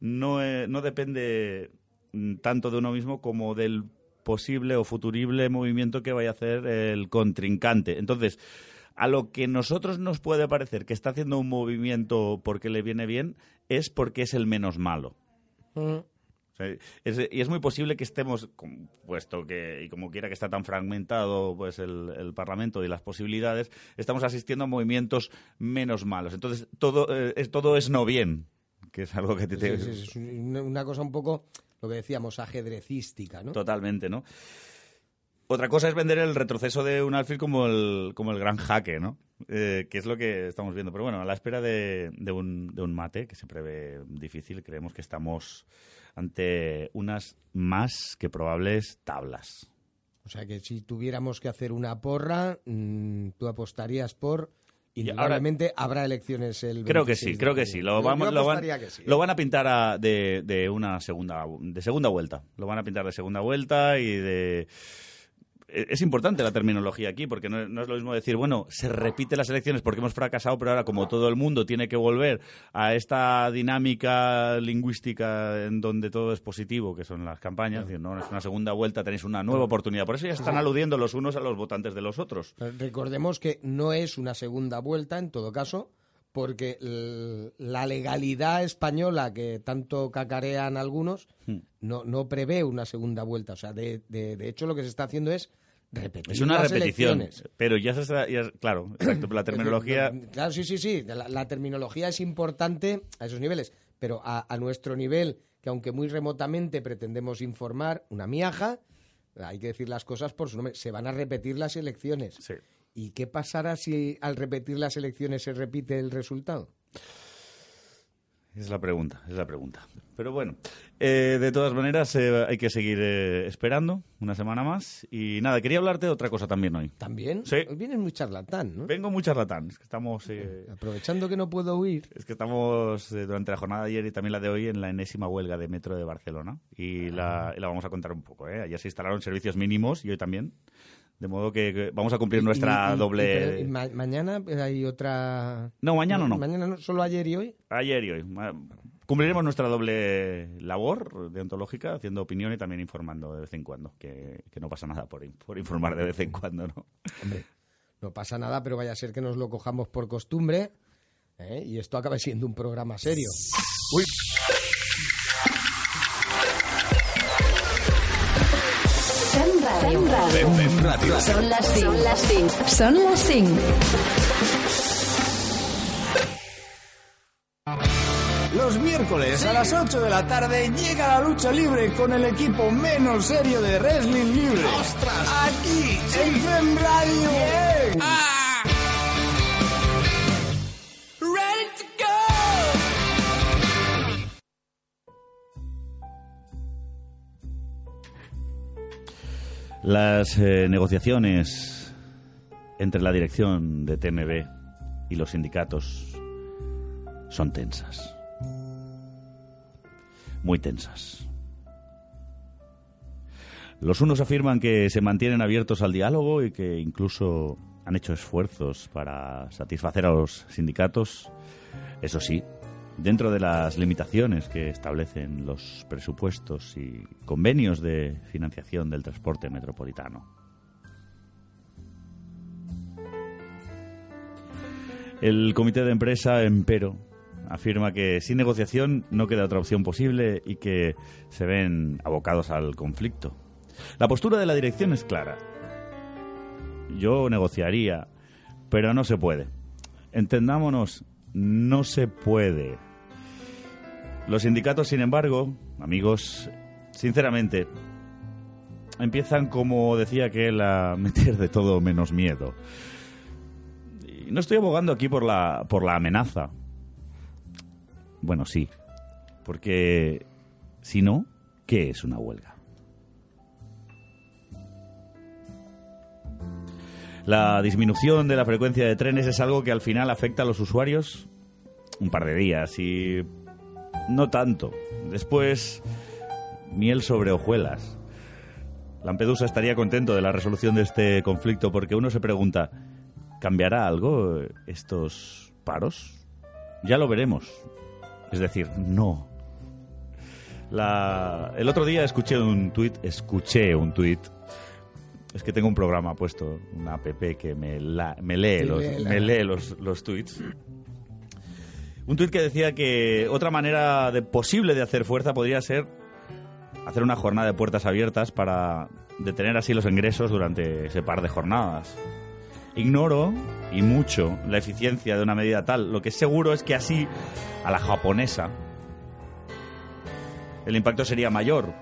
Speaker 1: no, eh, no depende mm, tanto de uno mismo como del posible o futurible movimiento que vaya a hacer el contrincante. Entonces, a lo que nosotros nos puede parecer que está haciendo un movimiento porque le viene bien, es porque es el menos malo.
Speaker 2: Mm.
Speaker 1: O sea, es- y es muy posible que estemos, com- puesto que, y como quiera que está tan fragmentado pues el, el Parlamento y las posibilidades, estamos asistiendo a movimientos menos malos. Entonces, todo, eh, es, todo es no bien, que es algo que te, te-
Speaker 2: Es, es- es una una cosa un poco, lo que decíamos, ajedrecística, ¿no?
Speaker 1: Totalmente, ¿no? Otra cosa es vender el retroceso de un alfil como el, como el gran jaque, ¿no? Eh, que es lo que estamos viendo. Pero bueno, a la espera de, de un, de un mate que se prevé difícil, creemos que estamos ante unas más que probables tablas.
Speaker 2: O sea que si tuviéramos que hacer una porra, mm, tú apostarías por.
Speaker 1: Y ahora-
Speaker 2: Indudablemente habrá elecciones el.
Speaker 1: Creo que
Speaker 2: 26
Speaker 1: sí,
Speaker 2: de
Speaker 1: creo que
Speaker 2: junio.
Speaker 1: sí.
Speaker 2: Yo-
Speaker 1: Lo,
Speaker 2: yo
Speaker 1: vamos, lo, van,
Speaker 2: apostaría que sí. ¿eh?
Speaker 1: lo van a pintar a- de, de una segunda, de segunda vuelta. Lo van a pintar de segunda vuelta y de... e- Es importante la terminología aquí, porque no, no es lo mismo decir, bueno, se repiten las elecciones porque hemos fracasado, pero ahora como todo el mundo tiene que volver a esta dinámica lingüística en donde todo es positivo, que son las campañas, es decir, no, es una segunda vuelta, tenéis una nueva oportunidad. Por eso ya están aludiendo los unos a los votantes de los otros.
Speaker 2: Recordemos que no es una segunda vuelta, en todo caso, porque l- la legalidad española que tanto cacarean algunos
Speaker 1: Hmm.
Speaker 2: no, no prevé una segunda vuelta. O sea, de, de- de hecho, lo que se está haciendo es repetir.
Speaker 1: Es una
Speaker 2: las
Speaker 1: repetición,
Speaker 2: elecciones.
Speaker 1: pero ya se está, ya- claro, exacto, pero la terminología...
Speaker 2: Claro, sí, sí, sí. La, la terminología es importante a esos niveles, pero a, a nuestro nivel, que aunque muy remotamente pretendemos informar, una miaja, hay que decir las cosas por su nombre, se van a repetir las elecciones.
Speaker 1: Sí.
Speaker 2: ¿Y qué pasará si al repetir las elecciones se repite el resultado?
Speaker 1: Es la pregunta, es la pregunta. Pero bueno, eh, de todas maneras eh, hay que seguir eh, esperando una semana más. Y nada, quería hablarte de otra cosa también hoy.
Speaker 2: ¿También?
Speaker 1: Sí.
Speaker 2: Hoy vienes muy charlatán, ¿no?
Speaker 1: Vengo muy charlatán, es que estamos... eh,
Speaker 2: Aprovechando que no puedo huir.
Speaker 1: Es que estamos eh, durante la jornada de ayer y también la de hoy en la enésima huelga de metro de Barcelona y
Speaker 2: Ah.
Speaker 1: la, y la vamos a contar un poco. ¿eh? Ayer se instalaron servicios mínimos y hoy también, de modo que que vamos a cumplir nuestra
Speaker 2: Y- y- y-
Speaker 1: doble.
Speaker 2: y ma- mañana hay otra.
Speaker 1: No, mañana no.
Speaker 2: Mañana no, solo ayer y hoy.
Speaker 1: Ayer y hoy. Ma- Cumpliremos nuestra doble labor deontológica, haciendo opinión y también informando de vez en cuando, que, que no pasa nada por, in- por informar de vez en cuando, ¿no?
Speaker 2: No pasa nada, pero vaya a ser que nos lo cojamos por costumbre. ¿eh? Y esto acaba siendo un programa serio.
Speaker 10: Fem ràdio. Fem ràdio. Són les 5. Són les 5. Són les 5.
Speaker 11: Los miércoles a las 8 de la tarde llega la lucha libre con el equipo menos serio de Wrestling Libre. ¡Ostras! Aquí, en Fem Radio.
Speaker 8: Ah. Ready to go!
Speaker 1: Las eh, negociaciones entre la dirección de TMB y los sindicatos son tensas. Muy tensas. Los unos afirman que se mantienen abiertos al diálogo y que incluso han hecho esfuerzos para satisfacer a los sindicatos. Eso sí, dentro de las limitaciones que establecen los presupuestos y convenios de financiación del transporte metropolitano. El comité de empresa, empero, afirma que sin negociación no queda otra opción posible y que se ven abocados al conflicto. La postura de la dirección es clara. Yo negociaría, pero no se puede. Entendámonos, no se puede. Los sindicatos, sin embargo, amigos, sinceramente, empiezan, como decía aquel, a meter de todo menos miedo. Y no estoy abogando aquí por la, por la amenaza. Bueno, sí. Porque si no, ¿qué es una huelga? La disminución de la frecuencia de trenes es algo que al final afecta a los usuarios un par de días y no tanto. Después, miel sobre hojuelas. Lampedusa estaría contento de la resolución de este conflicto porque uno se pregunta, ¿cambiará algo eh, estos paros? Ya lo veremos. Es decir, no. La- El otro día escuché un tuit, escuché un tuit. Es que tengo un programa puesto, una app que me, la- me lee,
Speaker 2: Te
Speaker 1: los,
Speaker 2: lee la-
Speaker 1: me lee los, los tuits. Un tuit que decía que otra manera de posible de hacer fuerza podría ser hacer una jornada de puertas abiertas para detener así los ingresos durante ese par de jornadas. Ignoro, y mucho, la eficiencia de una medida tal. Lo que es seguro es que así, a la japonesa, el impacto sería mayor,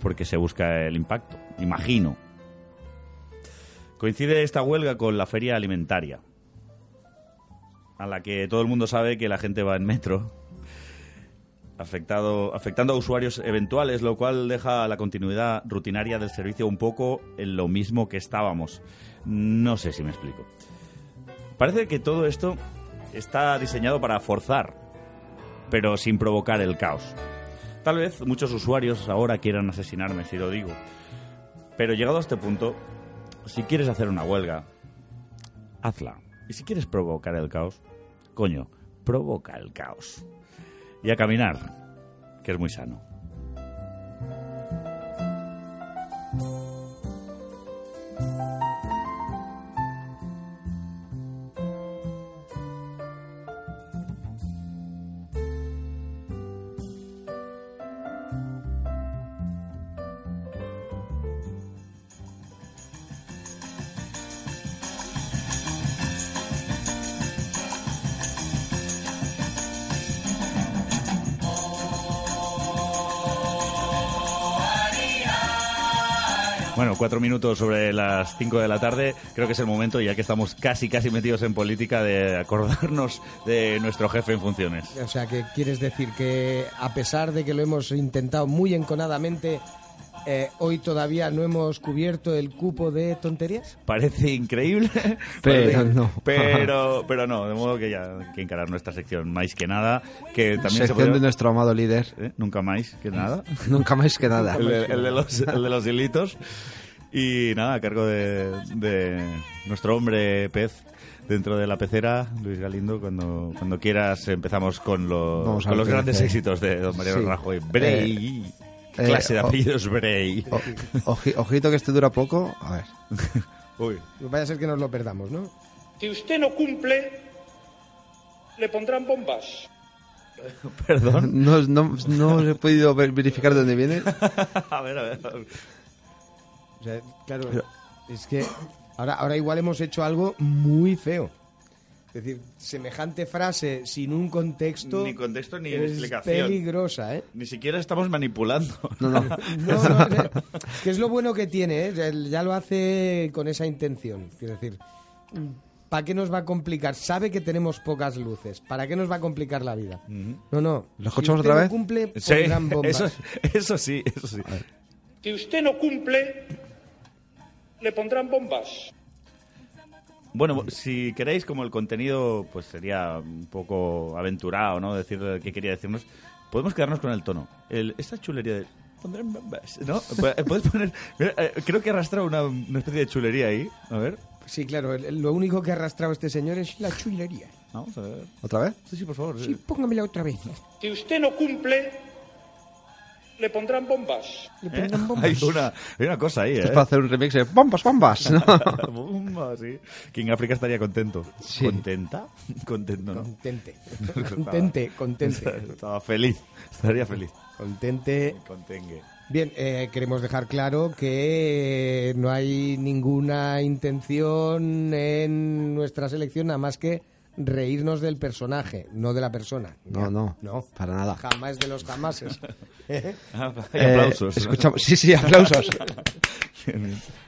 Speaker 1: porque se busca el impacto, imagino. Coincide esta huelga con la feria alimentaria, a la que todo el mundo sabe que la gente va en metro, afectado, afectando a usuarios eventuales, lo cual deja la continuidad rutinaria del servicio un poco en lo mismo que estábamos. No sé si me explico. Parece que todo esto está diseñado para forzar, pero sin provocar el caos. Tal vez muchos usuarios ahora quieran asesinarme si lo digo. Pero llegado a este punto, si quieres hacer una huelga, hazla. Y si quieres provocar el caos, coño, provoca el caos. Y a caminar, que es muy sano. Bueno, cuatro minutos sobre las cinco de la tarde. Creo que es el momento, ya que estamos casi, casi metidos en política, de acordarnos de nuestro jefe en funciones.
Speaker 2: O sea, que quieres decir que a pesar de que lo hemos intentado muy enconadamente, eh, hoy todavía no hemos cubierto el cupo de tonterías.
Speaker 1: Parece increíble.
Speaker 3: Pero
Speaker 1: parece-
Speaker 3: no.
Speaker 1: Pero, pero no, de modo que ya hay que encarar nuestra sección más que nada. Que también se
Speaker 3: Sección
Speaker 1: podría-
Speaker 3: de nuestro amado líder.
Speaker 1: ¿Eh? Nunca más que nada.
Speaker 3: Nunca más que nada.
Speaker 1: El, de- el de los, el de los hilitos. Y nada, a cargo de, de nuestro hombre pez dentro de la pecera, Luis Galindo. Cuando, cuando quieras empezamos con, lo-
Speaker 3: Vamos
Speaker 1: con
Speaker 3: al
Speaker 1: los
Speaker 3: pez,
Speaker 1: grandes
Speaker 3: eh.
Speaker 1: éxitos de don Mariano
Speaker 3: Sí.
Speaker 1: Rajoy. Brey.
Speaker 3: Eh,
Speaker 1: ¿Qué
Speaker 3: eh,
Speaker 1: clase de
Speaker 3: o-
Speaker 1: apellidos Brey.
Speaker 3: O- oji- ojito que este dura poco. A ver.
Speaker 1: Uy.
Speaker 2: Vaya a ser que nos lo perdamos, ¿no?
Speaker 12: Si usted no cumple, le pondrán bombas.
Speaker 1: Perdón.
Speaker 3: No, no, no he podido ver- verificar de dónde viene.
Speaker 1: a ver, a ver. a ver.
Speaker 2: O sea, claro, es que ahora, ahora igual hemos hecho algo muy feo. Es decir, semejante frase sin un contexto.
Speaker 1: Ni contexto ni
Speaker 2: es
Speaker 1: explicación.
Speaker 2: peligrosa, ¿eh?
Speaker 1: Ni siquiera estamos manipulando.
Speaker 2: No, no, no, que es lo bueno que tiene, ¿eh? Ya- ya lo hace con esa intención. Quiero decir, ¿para qué nos va a complicar? Sabe que tenemos pocas luces. ¿Para qué nos va a complicar la vida? No, no.
Speaker 3: ¿Lo escuchamos
Speaker 2: Si usted
Speaker 3: otra
Speaker 2: no
Speaker 3: vez?
Speaker 2: cumple,
Speaker 1: Sí,
Speaker 2: pondrán bombas.
Speaker 1: eso, eso sí, eso sí.
Speaker 12: Si usted no cumple, le pondrán bombas.
Speaker 1: Bueno, si queréis, como el contenido pues sería un poco aventurado, ¿no? Decir qué quería decirnos, podemos quedarnos con el tono. El- esta chulería de... pondrán bombas, ¿No? Pu- Puedes poner... Mira, eh, creo que arrastra una, una especie de chulería ahí. A ver,
Speaker 2: Sí, claro, el- el- lo único que ha arrastrado este señor es la chulería.
Speaker 1: vamos a ver.
Speaker 3: ¿Otra vez?
Speaker 1: Sí, sí, por favor.
Speaker 2: Sí, póngamela otra vez.
Speaker 12: Si usted no cumple, le pondrán bombas.
Speaker 2: Le
Speaker 1: Eh,
Speaker 2: pondrán bombas.
Speaker 1: Hay, una, hay una cosa ahí,
Speaker 3: Esto es
Speaker 1: ¿eh?
Speaker 3: para hacer un remix de bombas, bombas. ¿no?
Speaker 1: Bomba, sí. King África estaría contento.
Speaker 3: Sí.
Speaker 1: ¿Contenta? Contento, ¿no?
Speaker 2: Contente. Contente, contente.
Speaker 1: Estaba feliz. Estaría feliz.
Speaker 2: Contente.
Speaker 1: Contengue.
Speaker 2: Bien, eh, queremos dejar claro que eh, no hay ninguna intención en nuestra selección nada más que reírnos del personaje, no de la persona.
Speaker 3: No, no, Para nada.
Speaker 2: Jamás de los jamases.
Speaker 1: Hay
Speaker 3: Eh,
Speaker 1: aplausos.
Speaker 3: escuchamos- sí, sí, aplausos.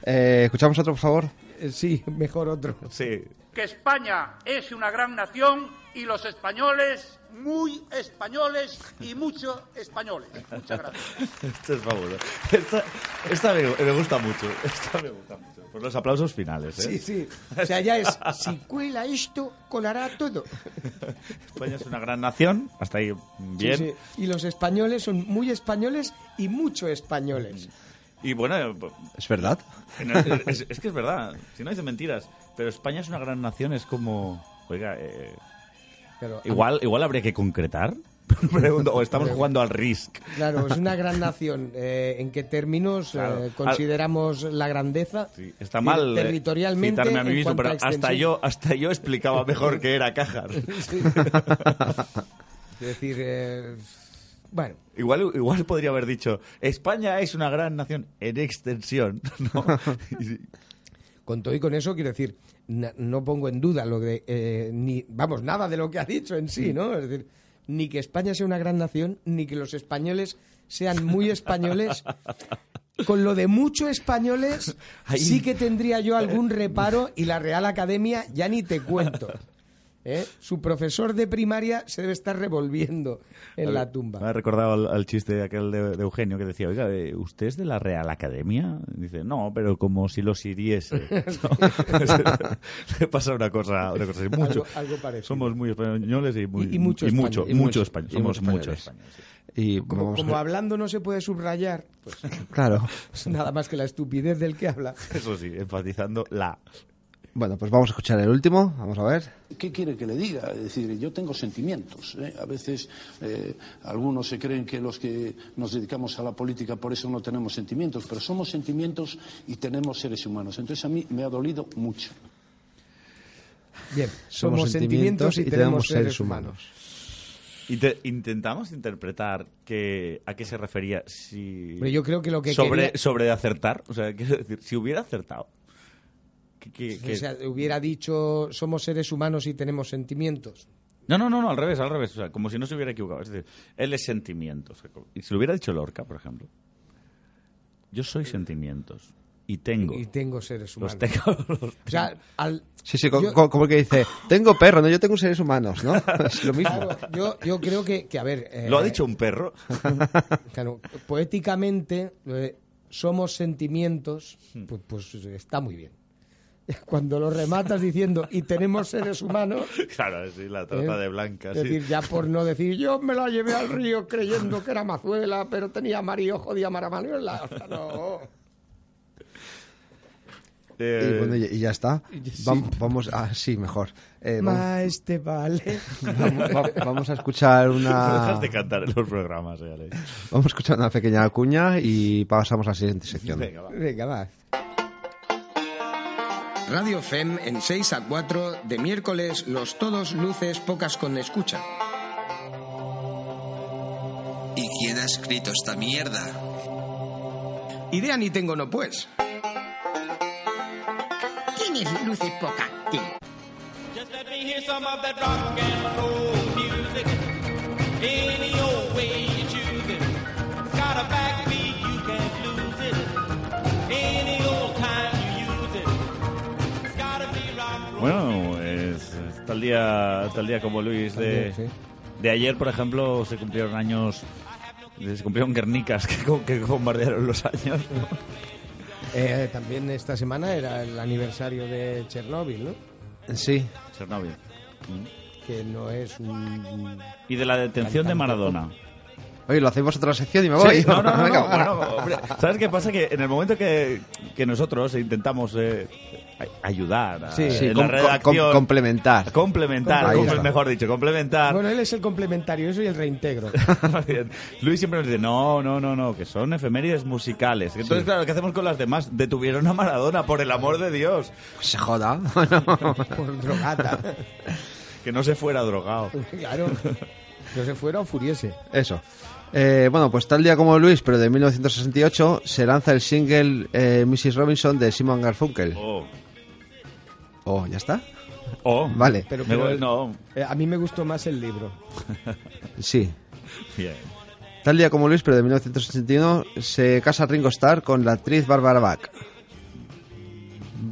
Speaker 3: Eh, ¿Escuchamos otro, por favor?
Speaker 2: Eh, Sí, mejor otro.
Speaker 1: Sí.
Speaker 13: que España es una gran nación y los españoles muy españoles y mucho españoles. Muchas gracias.
Speaker 1: Esto este es fabuloso. Esta, esta me, me gusta mucho. Esta me gusta mucho. Por los aplausos finales, ¿eh?
Speaker 2: Sí, sí. O sea, ya es, si cuela esto, colará todo.
Speaker 1: España es una gran nación. Hasta ahí bien.
Speaker 2: Sí, sí. Y los españoles son muy españoles y mucho españoles.
Speaker 1: Y bueno,
Speaker 3: ¿Es verdad?
Speaker 1: no, es, es que es verdad. Si no dice mentiras. Pero España es una gran nación. Es como... Oiga, eh,
Speaker 2: Pero,
Speaker 1: igual, igual habría que concretar. Pregunto, o estamos jugando al Risk.
Speaker 2: Claro, es una gran nación. Eh, ¿En qué términos
Speaker 1: Claro.
Speaker 2: eh, consideramos la grandeza?
Speaker 1: Sí, Está mal eh,
Speaker 2: Territorialmente.
Speaker 1: citarme a mí
Speaker 2: en
Speaker 1: mismo,
Speaker 2: cuanto
Speaker 1: pero
Speaker 2: a
Speaker 1: hasta
Speaker 2: extensión.
Speaker 1: yo, hasta yo explicaba mejor que era Cajas.
Speaker 2: Sí. Es decir, eh, bueno,
Speaker 1: Igual, igual podría haber dicho, España es una gran nación en extensión. ¿no?
Speaker 2: con todo y con eso quiero decir, na- no pongo en duda lo de, eh, ni, vamos, nada de lo que ha dicho en sí, ¿no? Es decir, ni que España sea una gran nación, ni que los españoles sean muy españoles. Con lo de mucho españoles,
Speaker 1: Ahí-
Speaker 2: sí que tendría yo algún reparo y la Real Academia ya ni te cuento. ¿eh? Su profesor de primaria se debe estar revolviendo en la tumba.
Speaker 1: Me ha recordado al, al chiste aquel de, de Eugenio que decía, oiga, eh, ¿usted es de la Real Academia? Dice, no, pero como si los hiriese. ¿no? Le pasa una cosa, una cosa así,
Speaker 2: Algo-
Speaker 1: mucho.
Speaker 2: algo parecido.
Speaker 1: Somos muy españoles y, muy,
Speaker 2: Y- y mucho
Speaker 1: mucho,
Speaker 2: español.
Speaker 1: mucho,
Speaker 2: Y mucho-
Speaker 1: español.
Speaker 3: y
Speaker 1: Somos
Speaker 3: mucho
Speaker 1: muchos
Speaker 3: españoles.
Speaker 1: españoles. sí.
Speaker 3: Y
Speaker 2: Como,
Speaker 3: vamos a-
Speaker 2: como hablando no se puede subrayar, pues
Speaker 3: Claro.
Speaker 2: es nada más que la estupidez del que habla.
Speaker 1: Eso sí, enfatizando la...
Speaker 3: Bueno, pues vamos a escuchar el último. Vamos a ver.
Speaker 14: ¿Qué quiere que le diga? Es decir, yo tengo sentimientos. ¿eh? A veces eh, algunos se creen que los que nos dedicamos a la política por eso no tenemos sentimientos, pero somos sentimientos y tenemos seres humanos. Entonces a mí me ha dolido mucho.
Speaker 2: Bien, somos, sentimientos, y tenemos seres humanos.
Speaker 1: Inte- intentamos interpretar que, a qué se refería si...
Speaker 2: Hombre, yo creo que lo que
Speaker 1: sobre,
Speaker 2: quería-
Speaker 1: sobre de acertar, o sea, quiero decir, si hubiera acertado... que- que- que-
Speaker 2: O sea, hubiera dicho somos seres humanos y tenemos sentimientos.
Speaker 1: No, no, no, no, al revés, al revés, o sea, como si no se hubiera equivocado. Es decir, él es sentimientos. Y si lo hubiera dicho Lorca, por ejemplo, yo soy sentimientos. y tengo.
Speaker 2: Y tengo seres humanos.
Speaker 1: Los tengo. los tengo.
Speaker 2: O sea, al,
Speaker 3: Sí, sí, co-
Speaker 2: Yo-
Speaker 3: co- como el que dice, tengo perro, no, yo tengo seres humanos, ¿no? Es lo mismo.
Speaker 2: claro, yo, yo creo que, que, a ver... eh,
Speaker 1: ¿Lo ha dicho un perro?
Speaker 2: Claro, poéticamente, lo de somos sentimientos,
Speaker 1: Hmm.
Speaker 2: pues, pues está muy bien. Cuando lo rematas diciendo, y tenemos seres humanos...
Speaker 1: claro, sí, la trata
Speaker 2: ¿eh?
Speaker 1: de blanca.
Speaker 2: Es
Speaker 1: sí.
Speaker 2: decir, ya por no decir, yo me la llevé al río creyendo que era Mazuela, pero tenía mariojo de Amarabanuela. O sea, no.
Speaker 1: Eh,
Speaker 3: Y, bueno, y- y ya está.
Speaker 2: Sí.
Speaker 3: Vam- Vamos, ah, sí, mejor. Eh, vamos,
Speaker 2: Más te vale.
Speaker 3: vamos- va- vamos a escuchar
Speaker 1: No
Speaker 3: una,
Speaker 1: dejas de cantar en los programas, eh, Alex.
Speaker 3: vamos a escuchar una pequeña cuña y pasamos a la siguiente sección.
Speaker 1: Venga, va.
Speaker 2: Venga, va.
Speaker 9: Radio FEM en 6 a 4 de miércoles los todos luces pocas con escucha. ¿Y quién ha escrito esta mierda? Idea ni tengo no pues.
Speaker 15: ¿Quién es Luces Poca?
Speaker 8: Just let me hear some of that rock and roll music. Any old way you choose it. Got a backbeat, you can't lose it. Any old time you use it. It's gotta be rock and roll.
Speaker 1: Bueno, es, es tal, día, tal día como Luis de,
Speaker 2: También,
Speaker 1: de ayer, por ejemplo, se cumplieron años... Se cumplieron guernicas que, co- que bombardearon los años. ¿no?
Speaker 2: Eh, también esta semana era el aniversario de Chernóbil, ¿no?
Speaker 3: Sí.
Speaker 1: Chernóbil.
Speaker 2: Que no es un...
Speaker 1: Y de la detención de Maradona.
Speaker 3: Oye, lo hacemos otra sección y me voy.
Speaker 1: Sí, no, no, no,
Speaker 3: Venga,
Speaker 1: no,
Speaker 3: ahora.
Speaker 1: bueno, hombre, ¿Sabes qué pasa? Que en el momento que, que nosotros intentamos eh, a- ayudar a-
Speaker 3: Sí,
Speaker 1: en
Speaker 3: com-
Speaker 1: la
Speaker 3: com-
Speaker 1: redacción,
Speaker 3: com- complementar.
Speaker 1: complementar,
Speaker 3: Ahí
Speaker 1: com-
Speaker 3: está.
Speaker 1: mejor dicho, complementar.
Speaker 2: Bueno, él es el complementario, yo soy el reintegro.
Speaker 1: Bien. Luis siempre nos dice, no, no, no, no, que son efemérides musicales. Entonces, claro, ¿qué hacemos con las demás? Detuvieron a Maradona, por el amor de Dios.
Speaker 3: Se joda.
Speaker 2: Por drogata.
Speaker 1: Que no se fuera drogado.
Speaker 2: Claro. No se fuera o furiese.
Speaker 3: Eso. Eh, bueno, pues tal día como Luis, pero de 1968, se lanza el single eh, Mrs. Robinson de Simon Garfunkel.
Speaker 1: Oh,
Speaker 3: Oh, ¿ya está?
Speaker 1: oh.
Speaker 3: Vale.
Speaker 2: Pero,
Speaker 1: Me
Speaker 2: pero
Speaker 1: voy-
Speaker 2: el-
Speaker 1: no.
Speaker 2: eh, a mí me gustó más el libro.
Speaker 3: Sí.
Speaker 1: Bien.
Speaker 3: Tal día como Luis, pero de 1981, se casa Ringo Starr con la actriz Barbara Bach.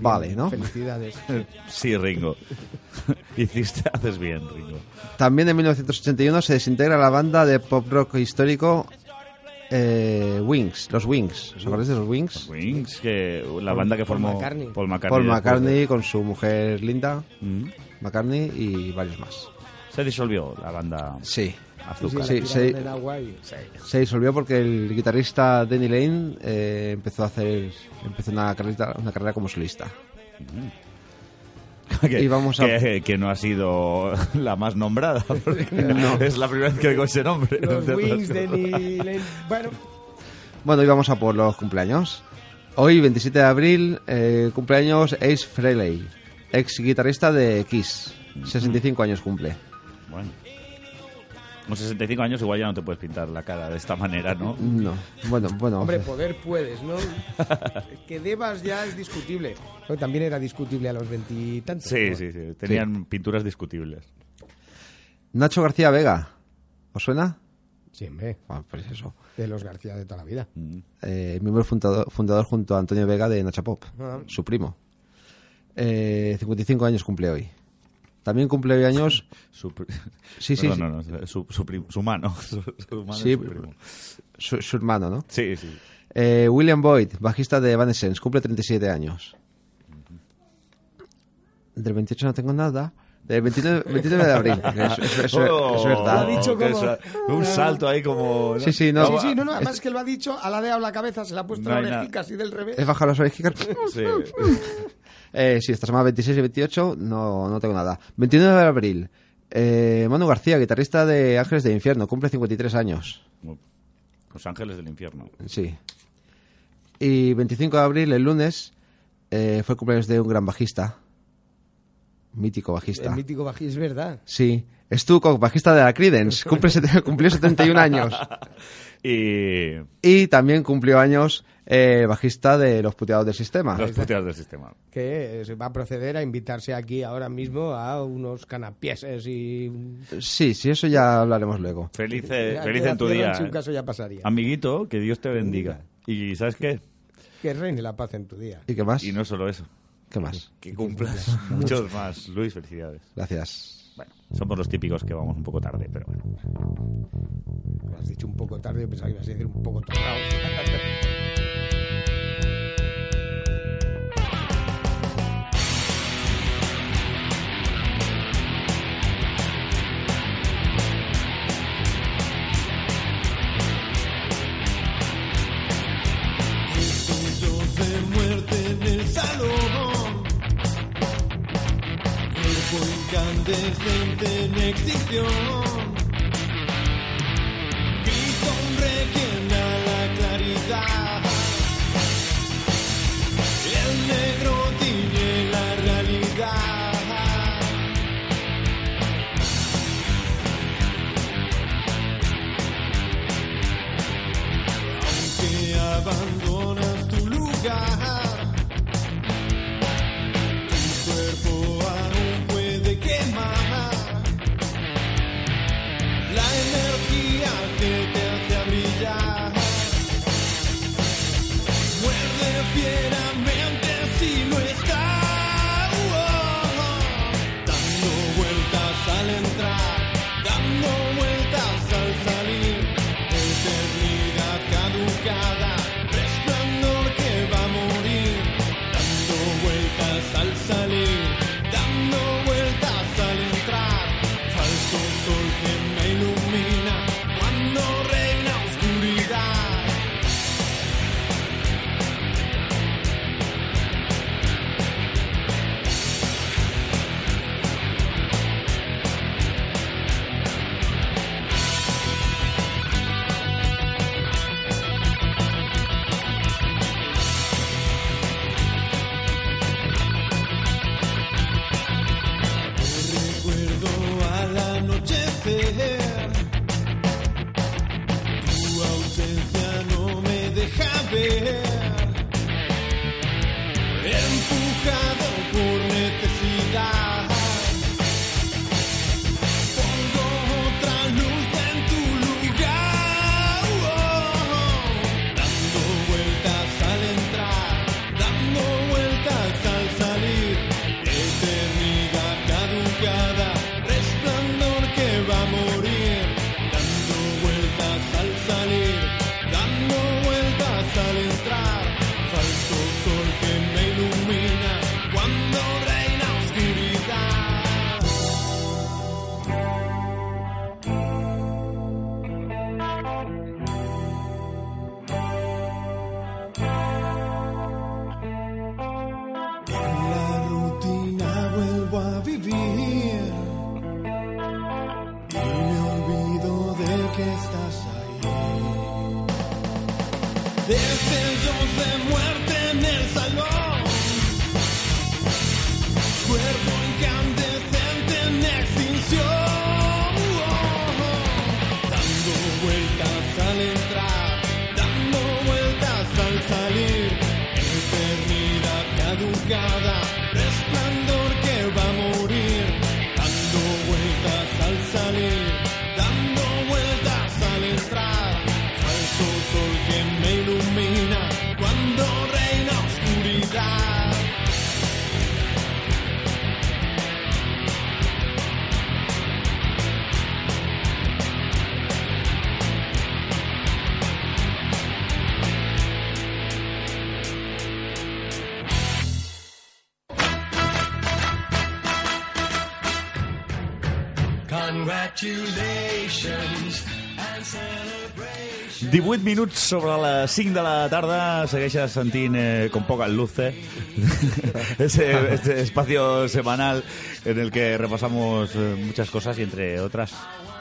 Speaker 3: Vale,
Speaker 1: Oh.
Speaker 3: ¿no?
Speaker 2: Felicidades.
Speaker 1: Sí, Ringo. Hiciste, haces bien, Ringo.
Speaker 3: También en 1981 se desintegra la banda de pop rock histórico eh, Wings, los Wings. ¿Os acordáis de los Wings?
Speaker 1: Wings, que la
Speaker 2: Paul-
Speaker 1: banda que
Speaker 2: Paul
Speaker 1: formó
Speaker 2: McCartney.
Speaker 1: Paul McCartney.
Speaker 3: Paul
Speaker 1: después de-
Speaker 3: McCartney con su mujer Linda
Speaker 1: Mm.
Speaker 3: McCartney y varios más.
Speaker 1: Se disolvió la banda
Speaker 3: Sí.
Speaker 1: Azúcar.
Speaker 3: Sí,
Speaker 2: la
Speaker 3: sí.
Speaker 2: tiraron en agua y-
Speaker 3: Se disolvió porque el guitarrista Danny Lane eh, empezó a hacer empezó una carrera, una carrera como solista.
Speaker 1: Que,
Speaker 3: Y vamos a-
Speaker 1: que, que no ha sido la más nombrada. porque Es la primera vez que oigo ese nombre.
Speaker 2: Los
Speaker 1: entre otras
Speaker 2: wings de
Speaker 1: cosas.
Speaker 2: Nilen. Bueno,
Speaker 3: Bueno, y vamos a por los cumpleaños. Hoy, 27 de abril, eh, cumpleaños Ace Frehley, ex guitarrista de Kiss.
Speaker 1: Mm.
Speaker 3: 65 años cumple.
Speaker 1: Bueno. Con 65 años igual ya no te puedes pintar la cara de esta manera, ¿no?
Speaker 3: No, bueno, bueno.
Speaker 2: hombre, poder puedes, ¿no? que debas ya es discutible. Pero también era discutible a los veintitantos.
Speaker 1: Sí,
Speaker 2: ¿no?
Speaker 1: sí, Pues, sí. Tenían pinturas discutibles.
Speaker 3: Nacho García Vega, ¿os suena?
Speaker 2: Sí, hombre,
Speaker 3: Bueno, pues eso.
Speaker 2: De los García de toda la vida.
Speaker 3: Eh, miembro fundador, fundador junto a Antonio Vega de Nacha Pop,
Speaker 2: Ah.
Speaker 3: su primo. Eh, 55 años cumple hoy. También cumple hoy años
Speaker 1: Su, pri-
Speaker 3: Sí, sí,
Speaker 1: Perdón, no, no, su, su, prim- su mano. Su, su mano
Speaker 3: Sí,
Speaker 1: es su primo.
Speaker 3: su, su hermano, ¿no?
Speaker 1: sí, sí.
Speaker 3: Eh, William Boyd, bajista de Evanescence, cumple 37 años. Del 28 no tengo nada. Del 29, 29 de abril. Es, es- es-
Speaker 1: Oh.
Speaker 3: es verdad.
Speaker 2: Lo ha dicho
Speaker 1: que
Speaker 2: como-
Speaker 1: sa- Un salto ahí como...
Speaker 3: Sí, sí, no.
Speaker 2: Sí, sí, no, no, además que lo ha dicho, ha ladeado la cabeza, se la ha puesto
Speaker 1: No
Speaker 2: la
Speaker 1: hay nada.
Speaker 2: orejica así del revés.
Speaker 3: He bajado las orejas.
Speaker 1: Sí.
Speaker 3: Eh, sí, esta semana 26 y 28 no, no tengo nada. 29 de abril. Eh, Manu García, guitarrista de Ángeles del Infierno, cumple 53 años.
Speaker 1: Los ángeles del infierno.
Speaker 3: Sí. Y 25 de abril, el lunes, eh, fue el cumpleaños de un gran bajista. Mítico bajista.
Speaker 1: Eh,
Speaker 2: El mítico bají, es verdad.
Speaker 3: Sí. Stu Cox, bajista de la Creedence, cumple set- cumplió 71 años.
Speaker 1: Y
Speaker 3: Y también cumplió años eh, bajista de Los Puteados del Sistema.
Speaker 1: los puteados del sistema.
Speaker 2: Que eh, se va a proceder a invitarse aquí ahora mismo a unos canapieses y... un-
Speaker 3: Sí, sí, eso ya hablaremos luego.
Speaker 1: Feliz, eh,
Speaker 2: Ya
Speaker 1: feliz
Speaker 2: queda
Speaker 1: en tu
Speaker 2: piedra,
Speaker 1: día. eh.
Speaker 2: En su caso ya pasaría.
Speaker 1: Amiguito, que Dios te bendiga. ¿Y sabes qué?
Speaker 2: Que reine la paz en tu día.
Speaker 3: ¿Y qué más?
Speaker 1: Y no solo eso.
Speaker 3: ¿Qué más?
Speaker 1: Que cumplas muchos más. Luis, felicidades.
Speaker 3: Gracias.
Speaker 1: Bueno, somos los típicos que vamos un poco tarde, pero bueno.
Speaker 2: Lo has dicho un poco tarde, yo pensaba que ibas a decir un poco tardado.
Speaker 16: Gritos de muerte en el salón. Cuerpo incandescente en extinción. Grito un requiem a la claridad. El negro tiñe la realidad. que abandonas tu lugar. Tu cuerpo aún puede quemar la energía que te hace brillar. Muerde fieramente si no está. oh, oh. Dando vueltas al entrar, dando vueltas al salir. Eternidad caducada, resplandor que va a morir. Dando vueltas al salir, dando vueltas al entrar. Falso sol que me ilumina cuando reina oscuridad. recuerdo al anochecer. Tu ausencia no me deja ver. Empujado por necesidad. Pongo otra luz en tu lugar. oh, oh. Dando vueltas al entrar, dando vueltas al salir. Eternidad caducada, resplandor que va a morir, dando vueltas al salir, dando vueltas al entrar, falso sol que me ilumina cuando reina oscuridad. En la rutina vuelvo a vivir y me olvido de que estás ahí. Destellos de muerte en el salón, cuerpo incandescente en extinción, dando vueltas al entrar, dando vueltas al salir. Eternidad caducada, resplandor que va a morir, dando vueltas al salir, dando vueltas al entrar, falso sol que me ilumina cuando reina oscuridad. Congratulations and celebrate.
Speaker 1: 18 minuts sobre les 5 de la tarda segueixes sentint eh, con poca luce ese, este espacio semanal en el que repasamos eh, muchas cosas y entre otras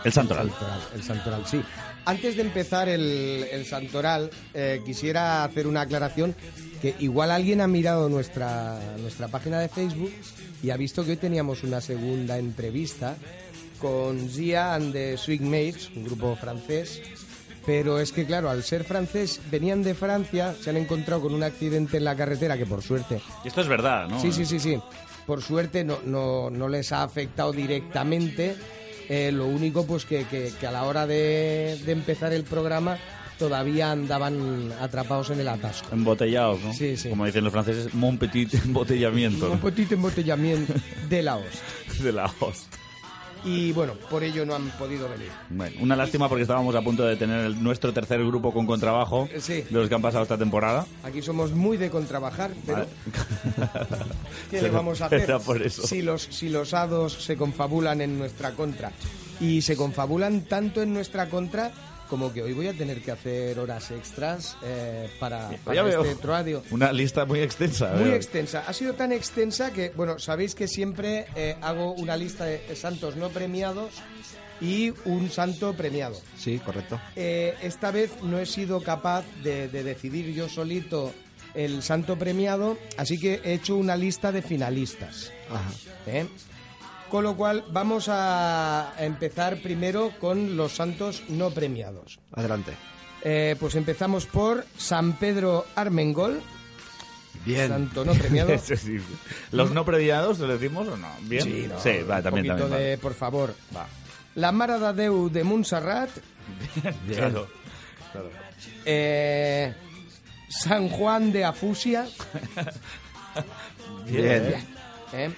Speaker 1: el santoral
Speaker 2: El santoral, sí. Antes de empezar el, el santoral, eh, quisiera hacer una aclaración que igual alguien ha mirado nuestra, nuestra página de Facebook y ha visto que hoy teníamos una segunda entrevista con Zia and the Sweet Mates, un grupo francés. Pero es que, claro, al ser francés, venían de Francia, se han encontrado con un accidente en la carretera que, por suerte,
Speaker 1: y esto es verdad no este
Speaker 2: Sí, sí, sí, sí. Por suerte no, no, no les ha afectado directamente. Eh, lo único, pues que, que- que a la hora de, de empezar el programa todavía andaban atrapados en el atasco.
Speaker 1: Embotellados, ¿no?
Speaker 2: Sí, sí.
Speaker 1: Como dicen los franceses, mon petit embotellamiento.
Speaker 2: Un petit embotellamiento de la host.
Speaker 1: de la host.
Speaker 2: Y bueno, por ello no han podido venir.
Speaker 1: Bueno, una lástima porque estábamos a punto de tener el- nuestro tercer grupo con contrabajo
Speaker 2: Sí.
Speaker 1: de los que han pasado esta temporada.
Speaker 2: Aquí somos muy de contrabajar, pero
Speaker 1: Vale.
Speaker 2: ¿qué le vamos a hacer?
Speaker 1: Era por eso.
Speaker 2: Si los, si los hados se confabulan en nuestra contra. Y se confabulan tanto en nuestra contra como que hoy voy a tener que hacer horas extras eh, para, para
Speaker 1: Ya veo.
Speaker 2: este radio.
Speaker 1: Una lista muy extensa.
Speaker 2: Muy
Speaker 1: veo.
Speaker 2: extensa. Ha sido tan extensa que, bueno, sabéis que siempre eh, hago una lista de de santos no premiados y un santo premiado.
Speaker 3: Sí, correcto.
Speaker 2: Eh, esta vez no he sido capaz de, de decidir yo solito el santo premiado, así que he hecho una lista de finalistas.
Speaker 3: Ajá.
Speaker 2: ¿eh? Con lo cual vamos a empezar primero con los santos no premiados.
Speaker 3: Adelante.
Speaker 2: Eh, pues empezamos por San Pedro Armengol,
Speaker 1: Bien.
Speaker 2: santo no premiado.
Speaker 1: Eso sí. ¿Los no premiados lo decimos o no? ¿Bien?
Speaker 2: Sí, no,
Speaker 1: va,
Speaker 2: un
Speaker 1: también,
Speaker 2: poquito
Speaker 1: también.
Speaker 2: de,
Speaker 1: vale.
Speaker 2: por favor.
Speaker 1: Va.
Speaker 2: La Mara Dadeu de Montserrat, Bien.
Speaker 1: Claro. claro.
Speaker 2: eh, San Juan de Afusia,
Speaker 1: Bien.
Speaker 2: eh,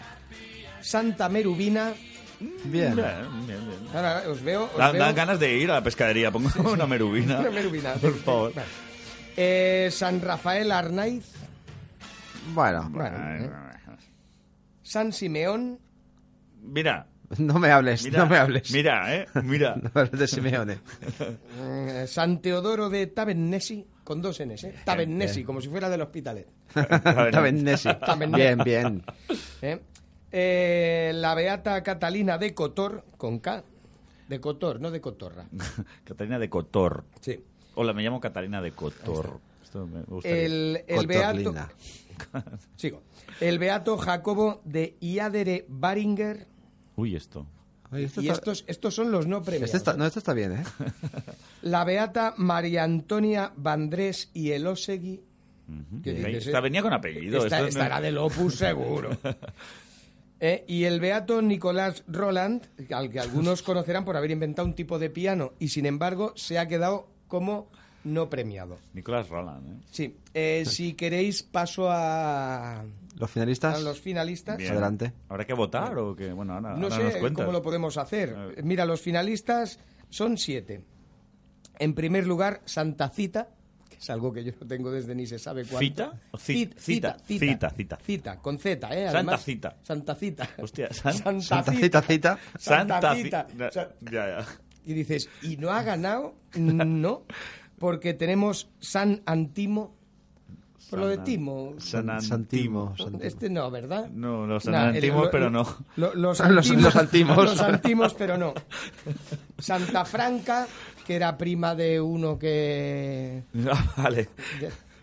Speaker 2: Santa Merubina.
Speaker 1: Bien, bien, bien.
Speaker 2: Ahora os veo. os
Speaker 1: Dan,
Speaker 2: Pues veo.
Speaker 1: dan ganas de ir a la pescadería. Pongo una merubina.
Speaker 2: Una merubina.
Speaker 1: Por favor.
Speaker 2: Eh, San Rafael Arnaiz,
Speaker 3: Bueno,
Speaker 2: Bueno, eh. San Simeón,
Speaker 1: Mira,
Speaker 3: no me hables,
Speaker 1: mira.
Speaker 3: no me hables.
Speaker 1: Mira, eh. Mira.
Speaker 3: No me hables de Simeone.
Speaker 2: eh, San Teodoro de Tavernesi, con dos Ns, eh, Tavernesi,
Speaker 3: Bien.
Speaker 2: como si fuera del hospitalet.
Speaker 3: Tavennesi.
Speaker 2: Tavennesi.
Speaker 3: Bien, bien.
Speaker 2: ¿eh? Eh, la Beata Catalina de Cotor, con K. De Cotor, no de Cotorra.
Speaker 1: Catalina de Cotor.
Speaker 2: Sí.
Speaker 1: Hola, me llamo Catalina de Cotor. Esto me gusta.
Speaker 2: El, el Beato. Sigo. El Beato Jacobo de Iadere Baringer.
Speaker 1: Uy, esto.
Speaker 2: y estos, estos son los no premiados.
Speaker 3: Este está, no, esto está bien, ¿eh?
Speaker 2: La Beata María Antonia Vandrés y Elosegui. ¿Qué
Speaker 1: Bien.
Speaker 2: dices, eh?
Speaker 1: Esta venía con apellido.
Speaker 2: Esta-
Speaker 1: esto no-
Speaker 2: estará del Opus seguro. Eh, y el beato Nicolás Roland, al que algunos conocerán por haber inventado un tipo de piano y sin embargo se ha quedado como no premiado.
Speaker 1: Nicolás Roland, ¿eh?
Speaker 2: Sí, eh, si queréis paso a,
Speaker 3: Los finalistas.
Speaker 2: a los finalistas.
Speaker 1: Bien. ¿Habrá que votar o qué? Bueno, ahora,
Speaker 2: No
Speaker 1: ahora nos
Speaker 2: sé
Speaker 1: cuentas.
Speaker 2: cómo lo podemos hacer. Mira, los finalistas son siete. En primer lugar, Santa Cita, que es algo que yo no tengo desde ni se sabe cuánto.
Speaker 1: ¿Cita? O ci-
Speaker 2: Cit-
Speaker 1: cita, cita,
Speaker 2: cita,
Speaker 1: cita.
Speaker 2: Cita, con Z, ¿eh?
Speaker 1: Santa
Speaker 2: Además,
Speaker 1: Cita.
Speaker 2: Santa Cita.
Speaker 1: Hostia, San-
Speaker 2: Santa,
Speaker 3: Santa
Speaker 2: Cita.
Speaker 3: cita, cita.
Speaker 2: Santa
Speaker 1: Santa
Speaker 2: Cita.
Speaker 1: Ci- na-
Speaker 2: Sa-
Speaker 1: Ya, ya.
Speaker 2: Y dices, ¿y no ha ganado? No, porque tenemos San Antimo. Por lo de
Speaker 1: San An-
Speaker 2: Timo.
Speaker 1: San Santimo.
Speaker 2: Este no, ¿verdad?
Speaker 1: No, los
Speaker 2: Nah, el-
Speaker 1: antimos,
Speaker 2: lo-
Speaker 1: pero no.
Speaker 2: lo- los,
Speaker 3: Los-
Speaker 2: antimos,
Speaker 3: los antimos.
Speaker 2: Los antimos, pero no. Santa Franca, que era prima de uno que...
Speaker 1: Ah, vale.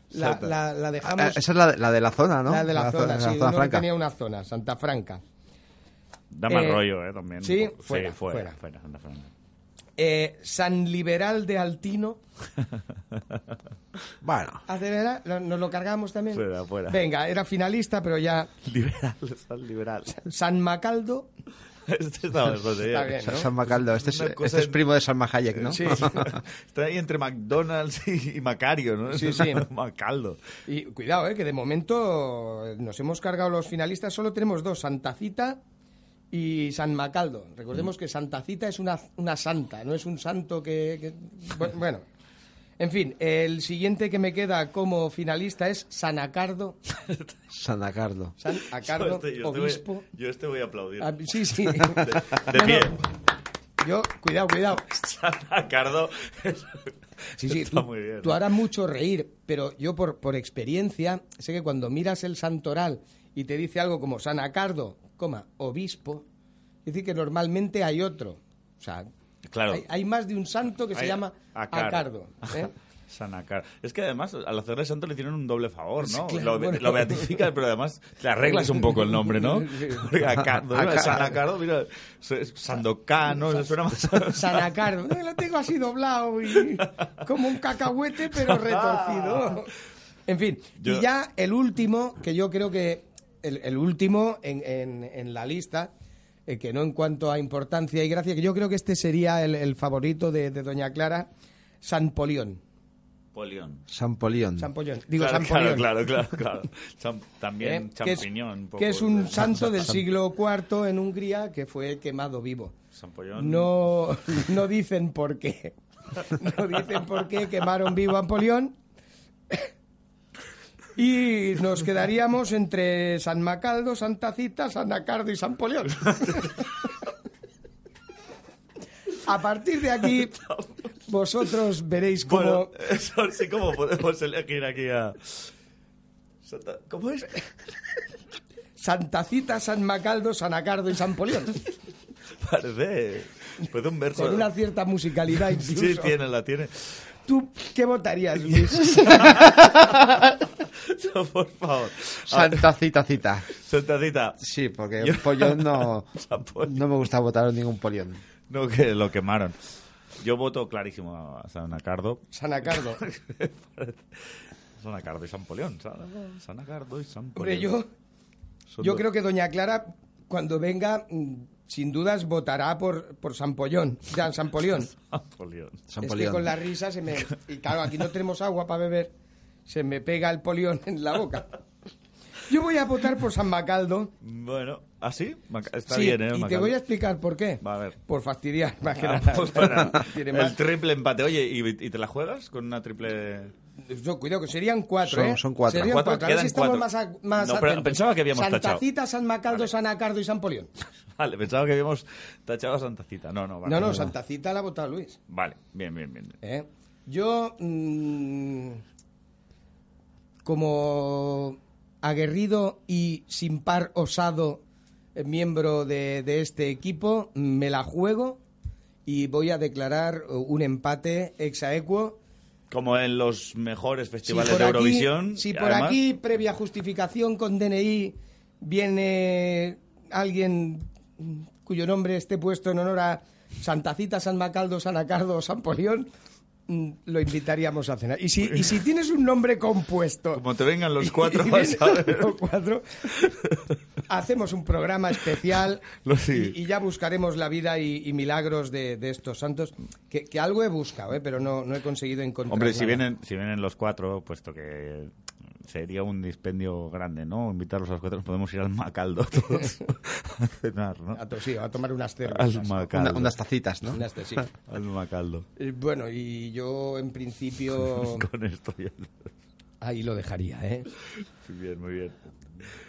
Speaker 2: La,
Speaker 1: Santa.
Speaker 2: la- la
Speaker 3: Ah,
Speaker 2: dejamos...
Speaker 3: Esa es la de la, de la zona, ¿no?
Speaker 2: La de la, zona, sí,
Speaker 3: zona
Speaker 2: uno que
Speaker 3: franca.
Speaker 2: tenía una zona, Santa Franca.
Speaker 1: Da mal
Speaker 2: Eh,
Speaker 1: rollo, ¿eh? También.
Speaker 2: sí,
Speaker 1: Un poco.
Speaker 2: fuera,
Speaker 1: fuera,
Speaker 2: fuera.
Speaker 1: fuera, Santa Fernanda.
Speaker 2: Eh, San Liberal de Altino.
Speaker 3: Bueno,
Speaker 2: ¿Hace verdad? ¿Lo- ¿Nos lo cargamos también?
Speaker 1: Fuera, fuera.
Speaker 2: Venga, era finalista, pero ya...
Speaker 1: Liberal, San liberal.
Speaker 2: San Macaldo.
Speaker 1: Este está bastante
Speaker 2: Está bien, ¿no?
Speaker 3: San Macaldo. Este es,
Speaker 1: Una cosa
Speaker 3: este es
Speaker 1: en-
Speaker 3: primo de San Hayek, ¿no?
Speaker 1: Sí, sí. Está ahí entre McDonald's y y Macario, ¿no?
Speaker 2: Sí, sí.
Speaker 1: Macaldo.
Speaker 2: Y cuidado, eh, que de momento nos hemos cargado los finalistas, solo tenemos dos, Santa Cita y San Macaldo.
Speaker 1: Mm.
Speaker 2: Recordemos que Santa Cita es una, una santa, no es un santo que... que- bu- bueno, en fin, el siguiente que me queda como finalista es San Acardo,
Speaker 3: San Acardo.
Speaker 2: San Acardo,
Speaker 1: Yo este- yo este voy-
Speaker 2: obispo...
Speaker 1: yo este voy a aplaudir.
Speaker 2: Ah, sí, sí.
Speaker 1: De pie.
Speaker 2: Yo, cuidado, cuidado.
Speaker 1: Santa Cardo.
Speaker 2: Sí, sí,
Speaker 1: Está
Speaker 2: tú,
Speaker 1: muy bien.
Speaker 2: tú harás mucho reír, pero yo por, por experiencia sé que cuando miras el santoral y te dice algo como San Acardo, coma, obispo, es decir que normalmente hay otro. O sea,
Speaker 1: Claro.
Speaker 2: hay, hay más de un santo que se
Speaker 1: Ahí,
Speaker 2: llama
Speaker 1: Acardo.
Speaker 2: Acardo. ¿eh?
Speaker 1: San Acardo. Es que además, al hacerle santo le hicieron un doble favor, ¿no?
Speaker 2: Sí, claro,
Speaker 1: lo,
Speaker 2: bueno.
Speaker 1: lo beatificas, pero además le arreglas un poco el nombre, ¿no?
Speaker 2: Sí.
Speaker 1: Porque Acardo,
Speaker 3: Acardo.
Speaker 1: San Acardo, mira, su- es Sandocano, eso suena más...
Speaker 2: San Acardo. No, Eh, lo tengo así doblado y como un cacahuete, pero retorcido. En fin,
Speaker 1: Yo-
Speaker 2: y ya el último, que yo creo que el, el último en, en- en la lista, eh, que no en cuanto a importancia y gracia, que yo creo que este sería el, el favorito de, de Doña Clara, San Polión.
Speaker 1: Polión.
Speaker 3: Sampolión.
Speaker 2: Sampollón. Digo
Speaker 1: claro,
Speaker 2: Sampollón.
Speaker 1: Claro, claro, claro. claro. Cham-
Speaker 2: ¿eh?
Speaker 1: también
Speaker 2: Que es-
Speaker 1: champiñón. un poco.
Speaker 2: que es un santo del
Speaker 1: Sam-
Speaker 2: siglo IV en Hungría que fue quemado vivo.
Speaker 1: Sampollón.
Speaker 2: No, no dicen por qué. No dicen por qué quemaron vivo a Apolión. Y nos quedaríamos entre San Macaldo, Santa Cita, San Acardo y San Polión. A partir de aquí, vosotros veréis cómo...
Speaker 1: Bueno, eso sí, ¿cómo podemos elegir aquí a. Santa- ¿Cómo es?
Speaker 2: Santa Cita, San Macaldo, San Acardo y San Polión.
Speaker 1: Parece. Parece un verso.
Speaker 2: Con una cierta musicalidad incluso.
Speaker 1: Sí, tiene, la tiene.
Speaker 2: ¿Tú qué votarías, Luis?
Speaker 1: No, por favor. Ah,
Speaker 3: Santa cita cita.
Speaker 1: Santa cita.
Speaker 3: Sí, porque
Speaker 1: Yo-
Speaker 3: un pollón no, no me gusta votar ningún polión.
Speaker 1: No, que lo quemaron. Yo voto clarísimo a San Acardo.
Speaker 2: San Acardo.
Speaker 1: San Acardo y San Polión. San, San Acardo y San Polión.
Speaker 2: Hombre, yo,
Speaker 1: Son
Speaker 2: yo
Speaker 1: dos-
Speaker 2: creo que Doña Clara, cuando venga, mm, sin dudas votará por, por San Pollón. Ya, San Polión.
Speaker 1: San Polión.
Speaker 2: Es que con la risa se me... Y claro, aquí no tenemos agua para beber. Se me pega el polión en la boca. Yo voy a votar por San Macaldo.
Speaker 1: Bueno, ¿así? Está
Speaker 2: Sí,
Speaker 1: bien, ¿eh?
Speaker 2: Y te
Speaker 1: Macardo?
Speaker 2: voy a explicar por qué.
Speaker 1: Va a ver.
Speaker 2: Por fastidiar, más que
Speaker 1: Ah,
Speaker 2: nada.
Speaker 1: pues para-
Speaker 2: Tiene
Speaker 1: el
Speaker 2: más.
Speaker 1: triple empate. Oye, ¿y, y te la juegas con una triple...?
Speaker 2: Yo cuidado que serían cuatro,
Speaker 1: Son-
Speaker 2: ¿eh?
Speaker 1: son cuatro.
Speaker 2: Serían
Speaker 1: Cuatro,
Speaker 2: cuatro. A ver
Speaker 1: quedan
Speaker 2: si estamos
Speaker 1: cuatro.
Speaker 2: más, a- más
Speaker 1: No, pero
Speaker 2: atentos.
Speaker 1: pensaba que habíamos
Speaker 2: Santa
Speaker 1: tachado.
Speaker 2: Cita, San Macaldo, San Acardo y San Polión.
Speaker 1: Vale, pensaba que habíamos tachado a Santa Cita. No, no, vale.
Speaker 2: no, no,
Speaker 1: Vale.
Speaker 2: Santa Cita la ha votado Luis.
Speaker 1: Vale, bien, bien, bien.
Speaker 2: ¿eh? Yo, mm, como aguerrido y sin par osado eh, miembro de, de este equipo, me la juego y voy a declarar eh, un empate exaequo.
Speaker 1: Como en los mejores festivales
Speaker 2: por
Speaker 1: de
Speaker 2: aquí-
Speaker 1: Eurovisión.
Speaker 2: si
Speaker 1: y
Speaker 2: por
Speaker 1: además-
Speaker 2: aquí, previa justificación con DNI, viene alguien cuyo nombre esté puesto en honor a Santa Cita, San Macaldo, San Acardo o San Polión, mm, lo invitaríamos a cenar. Y si, y si tienes un nombre compuesto,
Speaker 1: Como te vengan los cuatro,
Speaker 2: Y
Speaker 1: vas a
Speaker 2: vienen
Speaker 1: ver.
Speaker 2: los cuatro, hacemos un programa especial
Speaker 1: Lo sí.
Speaker 2: y, y ya buscaremos la vida y, y milagros de, de estos santos, que, que algo he buscado, ¿eh? pero no, no he conseguido encontrar.
Speaker 1: Hombre, si
Speaker 2: nada.
Speaker 1: vienen, si vienen los cuatro, puesto que sería un dispendio grande, ¿no? Invitarlos a los cuatro, podemos ir al Macaldo todos a cenar, ¿no?
Speaker 2: A, to- sí, a tomar unas cervezas.
Speaker 1: Al Ah. Macaldo.
Speaker 3: Una- unas tacitas, ¿no?
Speaker 2: Unas te- sí.
Speaker 1: Al Macaldo.
Speaker 2: Eh, Bueno, y yo en principio
Speaker 1: Con esto ya.
Speaker 2: ahí lo dejaría, ¿eh?
Speaker 1: Muy bien, muy bien.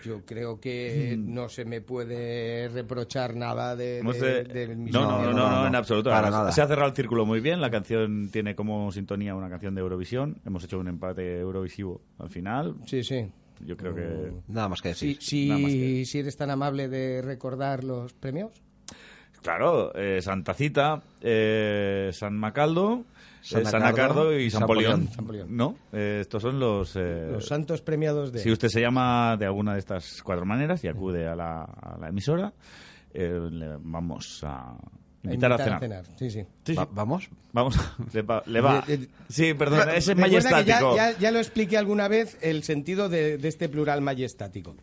Speaker 2: Yo creo que
Speaker 1: Mm.
Speaker 2: no se me puede reprochar nada de,
Speaker 1: No,
Speaker 2: de-
Speaker 1: sé-
Speaker 2: del
Speaker 1: eh, no,
Speaker 2: mismo.
Speaker 1: no, no, no, en absoluto.
Speaker 3: para
Speaker 1: Además,
Speaker 3: nada.
Speaker 1: Se ha cerrado el círculo muy bien. La canción tiene como sintonía una canción de Eurovisión. Hemos hecho un empate eurovisivo al final.
Speaker 2: Sí, sí.
Speaker 1: Yo creo que.
Speaker 3: Nada más que
Speaker 2: Si,
Speaker 3: decir.
Speaker 2: si-
Speaker 1: Nada más
Speaker 2: si eres tan amable de recordar los premios.
Speaker 1: Claro, eh, Santa Cita, eh, San Macaldo, eh, San,
Speaker 3: San
Speaker 1: Acardo,
Speaker 3: Acardo
Speaker 1: y San,
Speaker 3: San
Speaker 1: Polión.
Speaker 3: Polión.
Speaker 2: San Polión.
Speaker 1: ¿No? Eh, estos son los... eh,
Speaker 2: Los santos premiados de...
Speaker 1: Si usted se llama de alguna de estas cuatro maneras y acude a la, a la emisora, eh, le vamos a invitar, a cenar.
Speaker 2: Sí, sí.
Speaker 1: Sí, sí.
Speaker 3: Va- ¿Vamos?
Speaker 1: Vamos, le va. le va.
Speaker 2: Eh, eh,
Speaker 1: Sí, perdón, ese es
Speaker 2: Recuerda que ya-
Speaker 1: majestático.
Speaker 2: Ya, ya lo expliqué alguna vez el sentido de, de este plural majestático.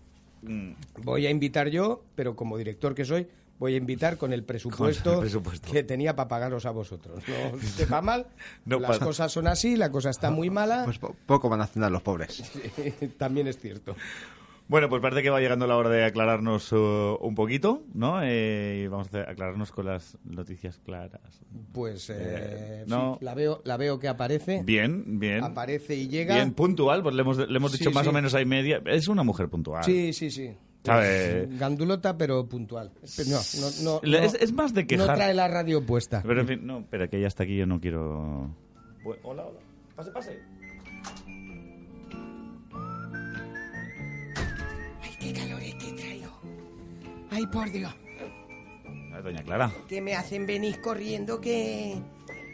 Speaker 1: Mm,
Speaker 2: Voy a invitar yo, pero como director que soy, voy a invitar con el presupuesto,
Speaker 1: Con el presupuesto.
Speaker 2: que tenía para pagaros a vosotros. No te va mal,
Speaker 1: No
Speaker 2: las
Speaker 1: pasa.
Speaker 2: cosas son así, la cosa está muy mala,
Speaker 3: Pues po- poco van a cenar los pobres.
Speaker 2: también es cierto.
Speaker 1: Bueno, pues parece que va llegando la hora de aclararnos uh, un poquito, ¿no? Eh, y vamos a hacer- aclararnos con las noticias claras.
Speaker 2: Pues eh,
Speaker 1: Eh, no.
Speaker 2: sí, la, veo, la veo que aparece,
Speaker 1: Bien, bien.
Speaker 2: aparece y llega.
Speaker 1: Bien puntual, pues le hemos, le hemos
Speaker 2: Sí,
Speaker 1: dicho más
Speaker 2: sí.
Speaker 1: o menos ahí media. Es una mujer puntual.
Speaker 2: Sí, sí, sí.
Speaker 1: pues, Sabe-
Speaker 2: Es Gandulota, pero puntual. No, no, no,
Speaker 1: Le-
Speaker 2: no-
Speaker 1: es- es más de
Speaker 2: No
Speaker 1: quejar.
Speaker 2: trae la radio puesta.
Speaker 1: Pero en fin, no, espera, que ya está aquí, yo no quiero... Bu- Hola, hola. Pase, pase.
Speaker 7: Ay, qué calores que traigo. Ay, por Dios.
Speaker 1: A ver, Doña Clara.
Speaker 7: Que me hacen venir corriendo que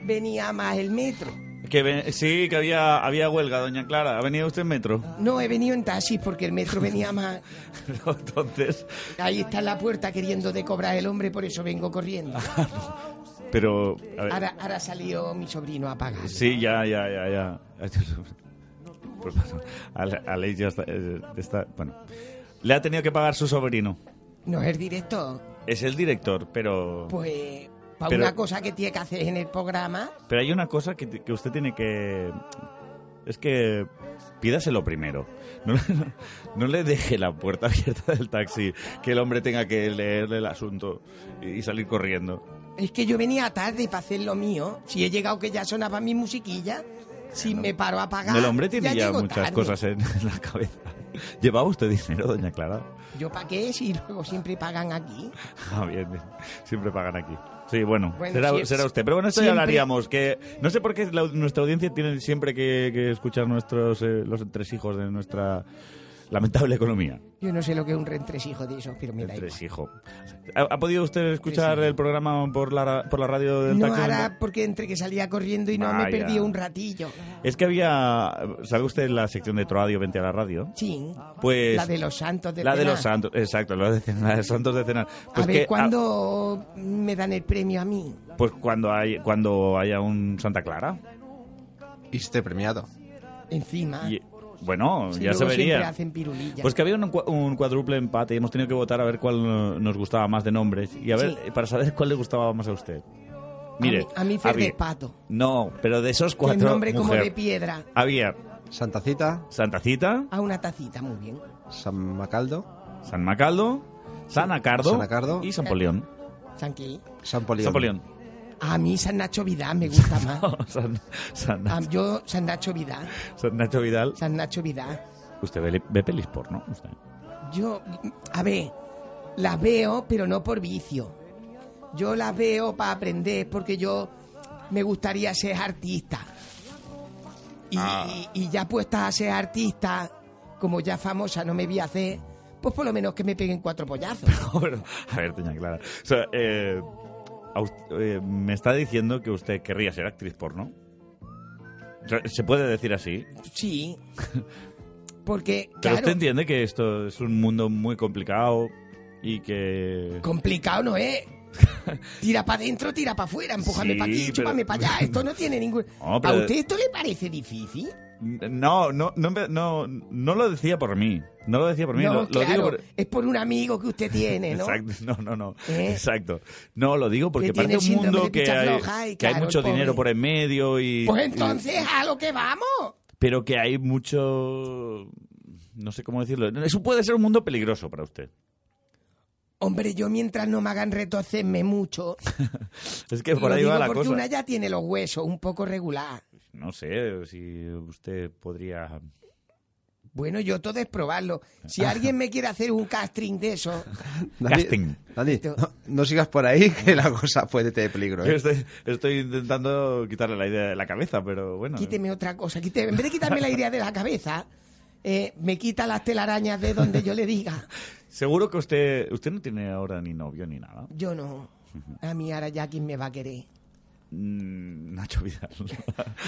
Speaker 7: venía más el metro.
Speaker 1: Que ve- sí, que había, había huelga, Doña Clara. ¿Ha venido usted en metro?
Speaker 2: Ah.
Speaker 7: No, he venido en taxi porque el metro venía más.
Speaker 1: Pero entonces...
Speaker 7: Ahí está en la puerta queriendo de cobrar el hombre, por eso vengo corriendo.
Speaker 1: Pero... a ver,
Speaker 7: Ahora, ahora salió mi sobrino a pagar.
Speaker 1: Sí, ya, ya, ya, ya. Pues, bueno, a la- a Leis ya está, eh, está- Bueno. Le ha tenido que pagar su sobrino.
Speaker 7: No es el director.
Speaker 1: Es el director, pero...
Speaker 7: Pues, para
Speaker 1: Pero-
Speaker 7: una cosa que tiene que hacer en el programa,
Speaker 1: Pero hay una cosa que, que usted tiene que, es que pídaselo primero. No, le- no le deje la puerta abierta del taxi, que el hombre tenga que leer el asunto y salir corriendo.
Speaker 7: Es que yo venía tarde para hacer lo mío. Si he llegado que ya sonaba mi musiquilla, si me paro a pagar.
Speaker 1: El hombre tiene ya,
Speaker 7: llego
Speaker 1: muchas
Speaker 7: tarde.
Speaker 1: cosas en la cabeza. ¿Llevaba usted dinero, doña Clara?
Speaker 7: Yo pa' qué si luego siempre pagan aquí.
Speaker 1: Ah, bien, bien. Siempre pagan aquí. Sí, bueno,
Speaker 7: Bueno,
Speaker 1: será,
Speaker 7: si es-
Speaker 1: será usted. Pero bueno, esto
Speaker 7: siempre-
Speaker 1: ya hablaríamos. Que, no sé por qué la- nuestra audiencia tiene siempre que, que escuchar nuestros eh, los entresijos de nuestra lamentable economía.
Speaker 7: Yo no sé lo que es un rentresijo de esos, pero mira.
Speaker 1: Entresijo. ¿Ha, ha podido usted escuchar el programa por la, ra- por la radio del
Speaker 7: No
Speaker 1: taxi?
Speaker 7: hará porque entre que salía corriendo y no me
Speaker 1: Vaya.
Speaker 7: perdí un ratillo.
Speaker 1: Es que había... ¿Sabe usted la sección de Troadio 20 a la radio?
Speaker 7: Sí.
Speaker 1: Pues...
Speaker 7: la de los santos de
Speaker 1: la de
Speaker 7: Cena.
Speaker 1: los santos, exacto, la de, la de santos de cenar.
Speaker 7: a
Speaker 1: Pues
Speaker 7: ver
Speaker 1: que-
Speaker 7: cuándo me dan el premio a mí.
Speaker 1: ah, pues cuando, hay, cuando haya un Santa Clara.
Speaker 3: Y esté premiado.
Speaker 7: Encima.
Speaker 1: Y- bueno,
Speaker 7: Si
Speaker 1: ya se
Speaker 7: Ah. luego siempre
Speaker 1: vería.
Speaker 7: hacen pirulillas.
Speaker 1: Pues que había un, cua- un cuádruple empate y hemos tenido que votar a ver cuál eh, nos gustaba más de nombres y a ver
Speaker 7: Sí.
Speaker 1: para saber cuál le gustaba más a usted. Mire,
Speaker 7: a mí Fer de
Speaker 1: había-
Speaker 7: Pato.
Speaker 1: No, pero de esos
Speaker 7: Que
Speaker 1: cuatro.
Speaker 7: nombre como
Speaker 1: mujer,
Speaker 7: de piedra.
Speaker 1: Había
Speaker 3: Santa Cita,
Speaker 1: Santa Cita,
Speaker 7: A una tacita, muy bien.
Speaker 3: San Macaldo,
Speaker 1: San Macaldo, San Acardo,
Speaker 3: San Acardo.
Speaker 1: y San Polión.
Speaker 7: ¿San qué?
Speaker 3: San Polión.
Speaker 1: San Polión.
Speaker 7: A mí San Nacho Vidal me gusta más.
Speaker 1: San, San-
Speaker 7: A- yo, San Nacho Vidal.
Speaker 1: San Nacho Vidal.
Speaker 7: San Nacho Vidal.
Speaker 1: Usted ve, ve pelis porno. usted.
Speaker 7: Yo, a ver, las veo, pero no por vicio. Yo las veo para aprender, porque yo me gustaría ser artista. Y,
Speaker 1: Ah.
Speaker 7: y- y ya puesta a ser artista, como ya famosa no me voy a hacer, pues por lo menos que me peguen cuatro pollazos.
Speaker 1: Bueno, a ver, doña Clara. O sea, eh, a us- eh, me está diciendo que usted querría ser actriz porno. O sea, ¿Se puede decir así?
Speaker 7: Sí. Porque,
Speaker 1: Pero
Speaker 7: claro,
Speaker 1: usted entiende que esto es un mundo muy complicado y que...
Speaker 7: complicado no es. Tira para adentro, tira para afuera, empújame
Speaker 1: Sí,
Speaker 7: para aquí,
Speaker 1: pero-
Speaker 7: chúpame para allá. Esto no tiene ningún...
Speaker 1: No,
Speaker 7: ¿A
Speaker 1: pero-
Speaker 7: usted esto le parece difícil?
Speaker 1: No, no, no, me- no, no lo decía por mí. No lo decía por mí.
Speaker 7: no,
Speaker 1: lo, lo
Speaker 7: claro,
Speaker 1: digo por...
Speaker 7: es por un amigo que usted tiene, ¿no?
Speaker 1: Exacto, no, no, no.
Speaker 7: ¿Eh?
Speaker 1: Exacto. No, lo digo porque
Speaker 7: Que tiene
Speaker 1: parece un
Speaker 7: síndrome
Speaker 1: mundo
Speaker 7: de
Speaker 1: que hay,
Speaker 7: picharroja y
Speaker 1: que hay
Speaker 7: claro,
Speaker 1: mucho
Speaker 7: el pobre.
Speaker 1: dinero por en medio y...
Speaker 7: Pues entonces, ¿a lo que vamos?
Speaker 1: pero que hay mucho... No sé cómo decirlo. Eso puede ser un mundo peligroso para usted.
Speaker 7: Hombre, yo mientras no me hagan retocerme mucho,
Speaker 1: Es que por
Speaker 7: lo
Speaker 1: ahí
Speaker 7: digo
Speaker 1: va la
Speaker 7: porque
Speaker 1: cosa.
Speaker 7: una ya tiene los huesos un poco regular.
Speaker 1: No sé si usted podría...
Speaker 7: Bueno, yo todo es probarlo. Si alguien me quiere hacer un casting de eso,
Speaker 3: Dani,
Speaker 1: Casting.
Speaker 3: Dani, no, no sigas por ahí, que la cosa puede tener peligro. ¿eh?
Speaker 1: Estoy, estoy intentando quitarle la idea de la cabeza, pero bueno.
Speaker 7: quíteme otra cosa. quíteme- en vez de quitarme la idea de la cabeza, eh, me quita las telarañas de donde yo le diga.
Speaker 1: Seguro que usted usted no tiene ahora ni novio ni nada.
Speaker 7: Yo no. A mí ahora ya quién me va a querer.
Speaker 1: Mm, Nacho Vidal.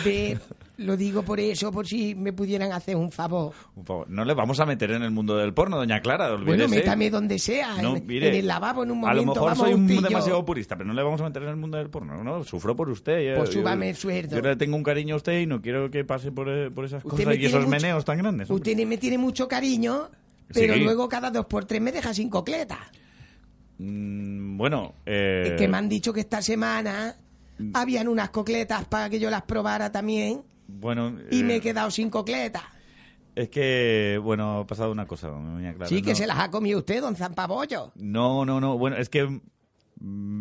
Speaker 7: Ve, lo digo por eso, por si me pudieran hacer un favor.
Speaker 1: Por favor, no le vamos a meter en el mundo del porno, doña Clara.
Speaker 7: Bueno,
Speaker 1: olvídese.
Speaker 7: métame donde sea,
Speaker 1: No,
Speaker 7: en,
Speaker 1: mire,
Speaker 7: en el lavabo en un
Speaker 1: a
Speaker 7: momento.
Speaker 1: lo mejor
Speaker 7: vamos
Speaker 1: soy un
Speaker 7: usted y yo.
Speaker 1: demasiado purista, pero no le vamos a meter en el mundo del porno. No, sufro por usted. eh,
Speaker 7: Pues
Speaker 1: yo-
Speaker 7: súbame el sueldo.
Speaker 1: Yo le tengo un cariño a usted y no quiero que pase por, eh, por esas
Speaker 7: Usted
Speaker 1: cosas
Speaker 7: me
Speaker 1: y
Speaker 7: tiene
Speaker 1: esos
Speaker 7: mucho-
Speaker 1: meneos tan grandes. hombre.
Speaker 7: Usted me tiene mucho cariño, pero
Speaker 1: Sí.
Speaker 7: luego cada dos por tres me deja sin cocleta.
Speaker 1: Mm, bueno, eh,
Speaker 7: Es que me han dicho que esta semana habían unas cocletas para que yo las probara también
Speaker 1: bueno,
Speaker 7: y
Speaker 1: eh,
Speaker 7: me he quedado sin cocleta.
Speaker 1: es que, bueno, ha pasado una cosa, doña Clara.
Speaker 7: sí, que
Speaker 1: no.
Speaker 7: se las ha comido usted, don Zampabollo.
Speaker 1: No, no, no. Bueno, es que mm,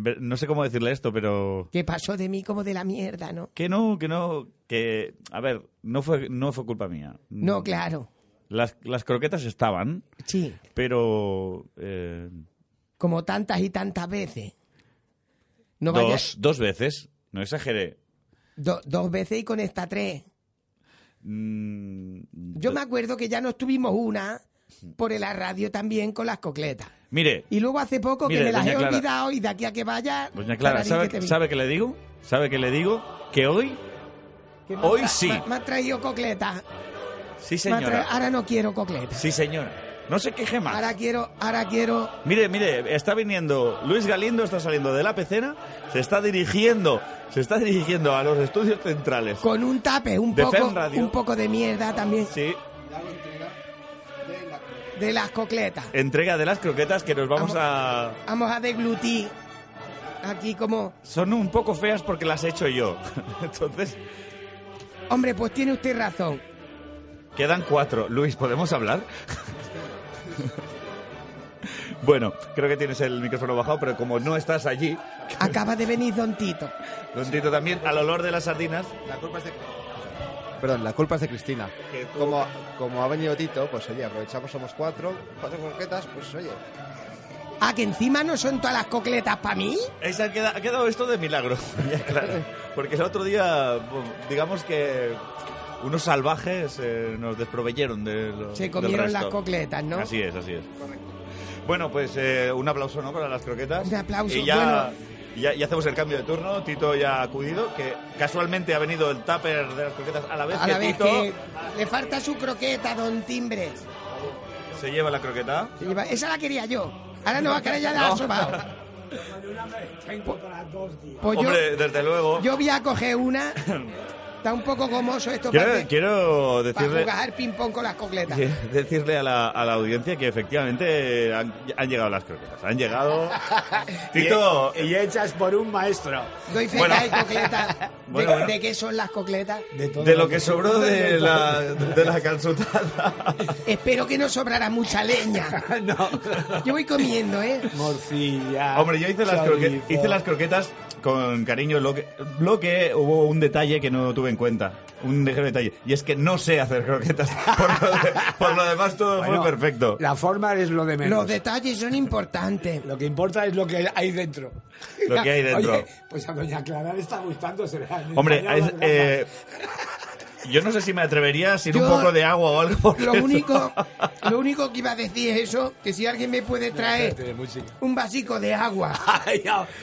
Speaker 1: ve- no sé cómo decirle esto, pero
Speaker 7: Que pasó de mí como de la mierda, ¿no?
Speaker 1: que no, que no, que a ver, no fue no fue culpa mía.
Speaker 7: No, claro.
Speaker 1: Las, las croquetas estaban,
Speaker 7: Sí,
Speaker 1: pero eh,
Speaker 7: como tantas y tantas veces. No
Speaker 1: dos
Speaker 7: vaya-
Speaker 1: dos veces, no exageré.
Speaker 7: do- dos veces y con esta tres.
Speaker 1: Mm,
Speaker 7: Yo me acuerdo que ya nos tuvimos una por la radio también con las cocletas.
Speaker 1: Mire,
Speaker 7: Y luego hace poco
Speaker 1: Mire,
Speaker 7: que me las
Speaker 1: doña
Speaker 7: he
Speaker 1: Clara.
Speaker 7: olvidado y de aquí a que vaya...
Speaker 1: doña
Speaker 7: Clarín,
Speaker 1: Clara,
Speaker 7: que
Speaker 1: ¿sabe,
Speaker 7: te vi.
Speaker 1: ¿sabe qué le digo? ¿Sabe qué le digo? Que hoy,
Speaker 7: Que me ha
Speaker 1: hoy
Speaker 7: tra-
Speaker 1: sí,
Speaker 7: Me, me ha traído cocleta.
Speaker 1: sí
Speaker 7: Me ha tra-
Speaker 1: señora,
Speaker 7: Ahora no quiero cocleta.
Speaker 1: sí señora. No se queje más.
Speaker 7: ah. Ahora quiero, ahora quiero...
Speaker 1: Mire, mire, está viniendo Luis Galindo, está saliendo de la pecera, se está dirigiendo, se está dirigiendo a los estudios centrales.
Speaker 7: Con un tape, un
Speaker 1: De
Speaker 7: poco,
Speaker 1: Fem Radio.
Speaker 7: un poco de mierda también
Speaker 1: Sí,
Speaker 7: de las cocletas.
Speaker 1: entrega de las croquetas que nos vamos a...
Speaker 7: Vamos a deglutir aquí como...
Speaker 1: Son un poco feas porque las he hecho yo. Entonces,
Speaker 7: Hombre, pues tiene usted razón.
Speaker 1: Quedan cuatro. Luis, ¿podemos hablar? bueno, creo que tienes el micrófono bajado, pero como no estás allí,
Speaker 7: Acaba de venir Don Tito.
Speaker 1: Don Tito también, al olor de las sardinas.
Speaker 3: La culpa es de... Perdón, la culpa es de Cristina. Como, como ha venido Tito, pues oye, aprovechamos, somos cuatro, cuatro croquetas, pues oye.
Speaker 7: Ah, que encima no son todas las cocletas para mí.
Speaker 1: Esa ha queda- ha quedado esto de milagro, ya claro. Porque el otro día, bueno, digamos que unos salvajes eh, nos desproveyeron de lo-
Speaker 7: Se
Speaker 1: del
Speaker 7: comieron las
Speaker 1: resto.
Speaker 7: cocletas, ¿no?
Speaker 1: Así es, así es. Bueno, pues eh, un aplauso, ¿no? Para las croquetas.
Speaker 7: Un aplauso,
Speaker 1: Y ya,
Speaker 7: bueno.
Speaker 1: ya, ya hacemos el cambio de turno. Tito ya ha acudido, que casualmente ha venido el tupper de las croquetas a la vez
Speaker 7: A
Speaker 1: que
Speaker 7: la vez
Speaker 1: Tito
Speaker 7: que le falta su croqueta, Don Timbre.
Speaker 1: se lleva la croqueta.
Speaker 7: Se lleva- Esa la quería yo. Ahora no va a querer ya la ha
Speaker 1: No.
Speaker 7: sobado. Pues yo,
Speaker 1: Hombre, desde luego.
Speaker 7: yo voy a coger una. Está un poco gomoso esto
Speaker 1: Quiero,
Speaker 7: para,
Speaker 1: quiero
Speaker 7: para
Speaker 1: decirle...
Speaker 7: jugar ping-pong con las cocletas.
Speaker 1: Quiero decirle a la, a la audiencia que efectivamente han, han llegado las croquetas. Han llegado. Tito. eh,
Speaker 17: Y hechas por un maestro.
Speaker 7: Doy fe
Speaker 1: Bueno.
Speaker 7: que hay cocletas. ¿De,
Speaker 1: Bueno, bueno.
Speaker 7: de qué son las cocletas?
Speaker 1: De lo que sobró de la, de la calzutada.
Speaker 7: Espero que no sobrará mucha leña. Yo voy comiendo, ¿eh?
Speaker 17: Morcilla.
Speaker 1: Hombre, yo hice las, croque-
Speaker 17: chorizo.
Speaker 1: hice las croquetas con cariño. Lo que, lo que hubo un detalle que no tuve en cuenta. Un ligero detalle. Y es que no sé hacer croquetas. Por lo, de- por lo demás, todo
Speaker 17: Bueno,
Speaker 1: fue perfecto.
Speaker 17: La forma es lo de menos.
Speaker 7: Los detalles son importantes.
Speaker 17: Lo que importa es lo que hay dentro.
Speaker 1: Lo que hay dentro.
Speaker 17: Oye, pues a doña Clara le está gustando. Se le han
Speaker 1: Hombre,
Speaker 17: estallado las
Speaker 1: es-
Speaker 17: gafas.
Speaker 1: eh, yo no sé si me atrevería sin un
Speaker 7: Yo-
Speaker 1: poco de agua o algo.
Speaker 7: Lo
Speaker 1: porque eso-
Speaker 7: único, lo único que iba a decir es eso, que si alguien me puede traer
Speaker 17: Espérate, música.
Speaker 7: un vasico de agua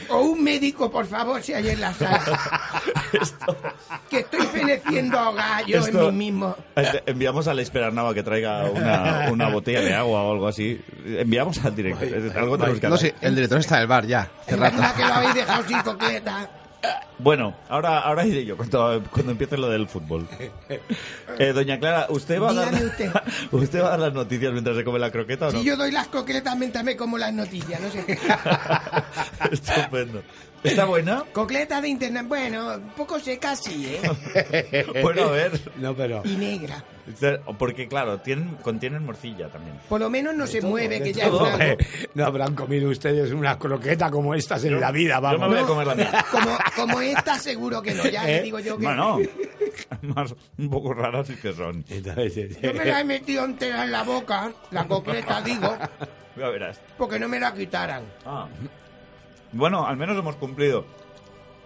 Speaker 7: o un médico, por favor, si hay en la sala. Que estoy feneciendo a gallo
Speaker 1: Esto-
Speaker 7: en mí mismo.
Speaker 1: Eh, Enviamos al Esperanava que traiga una, una botella de agua o algo así. Enviamos al director. Es- Algo tenemos que
Speaker 3: No
Speaker 1: hacer.
Speaker 3: sé, el director está en el bar ya, hace
Speaker 7: Es
Speaker 3: rato.
Speaker 7: verdad que lo habéis dejado sin cocleta.
Speaker 1: Bueno, ahora, ahora iré yo cuando, cuando empiece lo del fútbol. Eh, doña Clara, ¿usted va, a dar,
Speaker 7: Dígame usted.
Speaker 1: ¿usted va a dar las noticias mientras se come la croqueta o no?
Speaker 7: Si yo doy las cocletas mientras me como las noticias, no sé.
Speaker 1: Estupendo. ¿Está buena?
Speaker 7: Cocletas de internet, bueno, un poco seca sí, ¿eh?
Speaker 1: Bueno, a ver.
Speaker 17: No, pero.
Speaker 7: Y negra.
Speaker 1: Porque, claro, tienen, contienen morcilla también.
Speaker 7: Por lo menos no se mueve, que ya es
Speaker 1: todo,
Speaker 7: algo.
Speaker 1: eh.
Speaker 17: No habrán comido ustedes una croqueta como estas en la vida, vamos.
Speaker 1: Yo me voy a comer la mía.
Speaker 7: Como, como esta seguro que no, ya le
Speaker 1: ¿Eh?
Speaker 7: digo yo que...
Speaker 1: Bueno, más un poco raras sí que son.
Speaker 7: Yo me la he metido entera en la boca, la cocleta digo,
Speaker 1: Ya verás. Ah.
Speaker 7: porque no me la quitaran.
Speaker 1: Bueno, al menos hemos cumplido.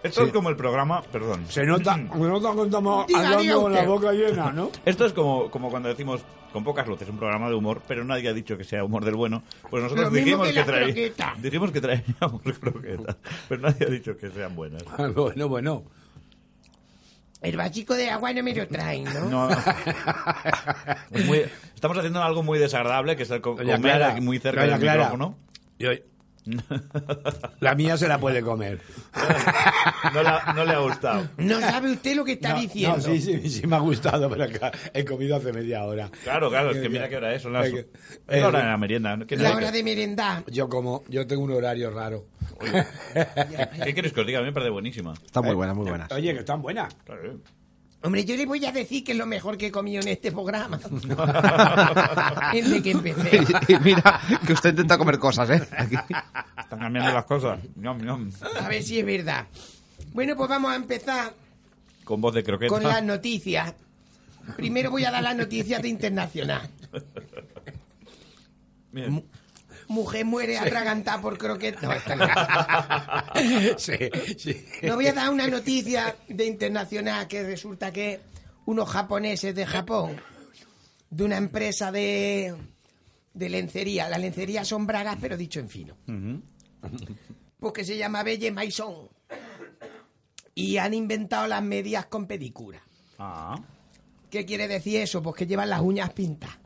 Speaker 1: Esto
Speaker 17: Sí.
Speaker 1: es como el programa, perdón.
Speaker 17: Se nota,
Speaker 1: Mm.
Speaker 17: se nota que estamos
Speaker 7: Diga, diga
Speaker 17: hablando con la
Speaker 7: usted.
Speaker 17: boca llena, ¿no?
Speaker 1: Esto es como, como cuando decimos con pocas luces un programa de humor, pero nadie ha dicho que sea humor del bueno. Pues
Speaker 7: Lo
Speaker 1: nosotros
Speaker 7: mismo
Speaker 1: dijimos
Speaker 7: que
Speaker 1: que,
Speaker 7: las
Speaker 1: traí-
Speaker 7: croquetas.
Speaker 1: dijimos que traíamos croquetas, pero nadie ha dicho que sean buenas.
Speaker 3: Ah,
Speaker 17: bueno, bueno.
Speaker 7: El vasico de agua no me lo traen, ¿no?
Speaker 1: No. Es muy- estamos haciendo algo muy desagradable, que es el co-
Speaker 17: Doña
Speaker 1: comer
Speaker 17: Clara,
Speaker 1: aquí muy cerca
Speaker 17: doña
Speaker 1: del
Speaker 17: Clara.
Speaker 1: micrófono.
Speaker 17: La mía se la puede comer.
Speaker 1: No, la- no le ha gustado.
Speaker 7: No sabe usted lo que está
Speaker 17: No,
Speaker 7: diciendo.
Speaker 17: no, sí, sí, sí me ha gustado, pero acá he comido hace media hora.
Speaker 1: Claro, claro, es que mira qué hora es. Son las...
Speaker 17: Eh,
Speaker 1: es la hora de la merienda. ¿no? ¿Qué,
Speaker 7: La hora de merendar.
Speaker 17: Yo como, yo tengo un horario raro.
Speaker 1: ¿Qué queréis que os diga? A mí me parece buenísima.
Speaker 3: Está muy buena, muy buena.
Speaker 17: Oye, que están buenas.
Speaker 1: Claro.
Speaker 7: Hombre, yo le voy a decir que es lo mejor que he comido en este programa. Desde que empecé.
Speaker 3: Y, y mira que usted intenta comer cosas, ¿eh? Aquí.
Speaker 1: Están cambiando las cosas. Ñom, ñom.
Speaker 7: A ver si es verdad. Bueno, pues vamos a empezar
Speaker 1: Con voz de croqueta.
Speaker 7: con las noticias. Primero voy a dar las noticias de internacional.
Speaker 1: Bien.
Speaker 7: Mujer muere atragantada por croquetas. No, esta no.
Speaker 17: Sí, sí.
Speaker 7: No voy a dar una noticia de internacional que resulta que unos japoneses de Japón, de una empresa de, de lencería, las lencerías son bragas, pero dicho en fino, pues que se llama Belle Maison, y han inventado las medias con pedicura.
Speaker 1: Ah.
Speaker 7: ¿Qué quiere decir eso? Pues que llevan las uñas pintadas.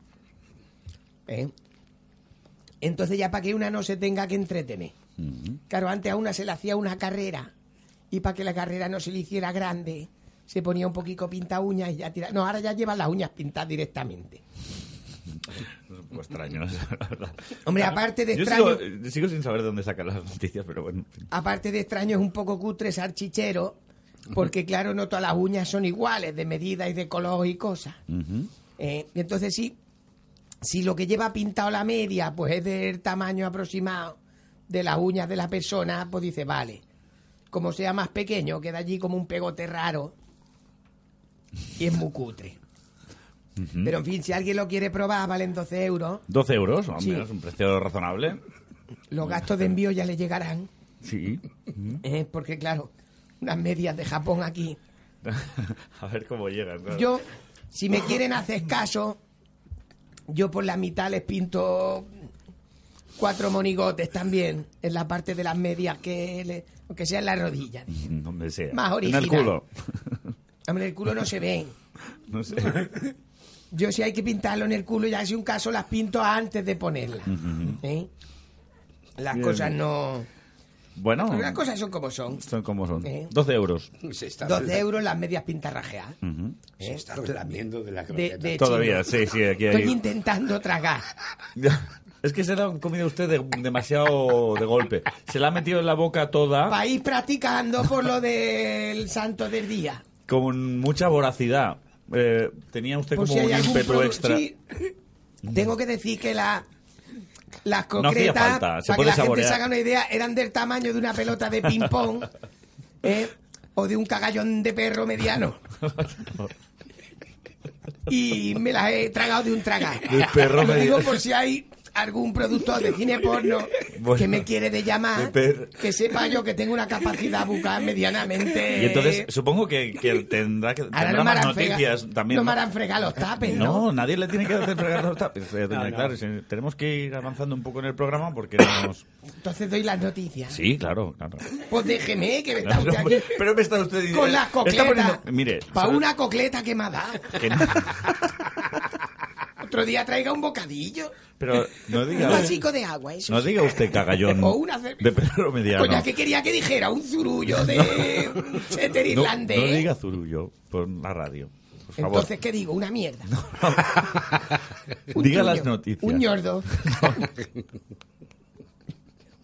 Speaker 7: ¿Eh? Entonces ya para que una no se tenga que entretener. Claro, antes a una se le hacía una carrera y para que la carrera no se le hiciera grande, se ponía un poquito pinta uñas y ya tira. No, ahora ya llevan las uñas pintadas directamente.
Speaker 1: Pues extraño, la verdad.
Speaker 7: Hombre, aparte de
Speaker 1: Yo
Speaker 7: extraño,
Speaker 1: sigo, eh, sigo sin saber de dónde sacan las noticias, pero bueno. en fin.
Speaker 7: aparte de extraño es un poco cutre sarchichero, porque claro, no todas las uñas son iguales de medida y de color y cosas. Eh, y entonces sí, si lo que lleva pintado la media pues es del tamaño aproximado de las uñas de la persona, pues dice, vale. Como sea más pequeño, queda allí como un pegote raro y es muy cutre.
Speaker 1: Ujú.
Speaker 7: Pero en fin, si alguien lo quiere probar, valen 12 euros.
Speaker 1: 12 euros, hombre,
Speaker 7: Sí.
Speaker 1: es un precio razonable.
Speaker 7: Los gastos de envío ya le llegarán,
Speaker 1: Sí.
Speaker 7: eh, porque claro, unas medias de Japón aquí.
Speaker 1: A ver cómo llegan. claro.
Speaker 7: Yo, si me quieren hacer caso, yo por la mitad les pinto cuatro monigotes también en la parte de las medias que le, aunque sea en la rodilla.
Speaker 1: Donde sea.
Speaker 7: Más
Speaker 1: En
Speaker 7: original.
Speaker 1: el culo.
Speaker 7: Hombre, el culo no se ve.
Speaker 1: No sé.
Speaker 7: Yo si hay que pintarlo en el culo, ya si un caso las pinto antes de ponerlas. ¿eh? Las
Speaker 1: Bien.
Speaker 7: cosas no.
Speaker 1: Bueno,
Speaker 7: Las cosas son como son.
Speaker 1: son como son.
Speaker 7: Eh.
Speaker 1: 12 euros.
Speaker 18: Se está
Speaker 7: 12 euros las medias pintarrajeadas.
Speaker 1: Ujú.
Speaker 18: Se
Speaker 7: ¿eh?
Speaker 18: está relamiendo de la
Speaker 7: De-
Speaker 18: croqueta.
Speaker 7: de
Speaker 1: Todavía, sí, sí, aquí hay-
Speaker 7: Estoy intentando tragar.
Speaker 1: Es que se la ha comido usted de- demasiado de golpe. Se la ha metido en la boca toda
Speaker 7: Para ir practicando por lo del santo del día.
Speaker 1: con mucha voracidad. Eh, tenía usted
Speaker 7: Por
Speaker 1: como
Speaker 7: si hay
Speaker 1: un
Speaker 7: algún
Speaker 1: ímpetu
Speaker 7: produ-
Speaker 1: extra.
Speaker 7: Sí. Tengo que decir que la, las
Speaker 1: No hacía
Speaker 7: concretas,
Speaker 1: falta,
Speaker 7: para
Speaker 1: se
Speaker 7: que
Speaker 1: puede
Speaker 7: la gente
Speaker 1: saborear.
Speaker 7: se haga una idea, eran del tamaño de una pelota de ping-pong ¿eh? o de un cagallón de perro mediano. Y me las he tragado de un tragar.
Speaker 1: De perro
Speaker 7: Lo digo
Speaker 1: mediano.
Speaker 7: por si hay algún productor de cine porno
Speaker 1: Bueno.
Speaker 7: que me quiere de llamar,
Speaker 1: De per-
Speaker 7: que sepa yo que tengo una capacidad bucal medianamente...
Speaker 1: Y entonces supongo que, que tendrá que
Speaker 7: Eh, Ahora
Speaker 1: tendrá
Speaker 7: no me
Speaker 1: más
Speaker 7: harán frega-
Speaker 1: noticias también.
Speaker 7: No
Speaker 1: ¿no?
Speaker 7: me harán fregar los tapes, ¿no?
Speaker 1: No, nadie le tiene que hacer fregar los tapes. eh, doña
Speaker 7: No, no.
Speaker 1: Clara. Sí, Tenemos que ir avanzando un poco en el programa porque nos...
Speaker 7: Entonces doy las noticias.
Speaker 1: Sí, claro, claro.
Speaker 7: Pues déjeme que me está usted aquí.
Speaker 1: Pero me está usted
Speaker 7: Con las
Speaker 1: Está
Speaker 7: cocletas.
Speaker 1: poniendo- Mire,
Speaker 7: Para
Speaker 1: ¿sabe?
Speaker 7: una cocleta que me ha dado.
Speaker 1: Que no-
Speaker 7: Otro día traiga un bocadillo.
Speaker 1: pero no diga,
Speaker 7: un vasico de agua, eso.
Speaker 1: no
Speaker 7: sí.
Speaker 1: diga usted cagallón
Speaker 7: O una cerveza.
Speaker 1: de perro mediano.
Speaker 7: Coño, ¿qué quería que dijera? Un zurullo de un cheddar
Speaker 1: no,
Speaker 7: irlandés. ¿eh?
Speaker 1: no diga zurullo por la radio, por favor.
Speaker 7: Entonces, ¿qué digo? Una mierda. Un truño,
Speaker 1: diga las noticias.
Speaker 7: Un ñordo.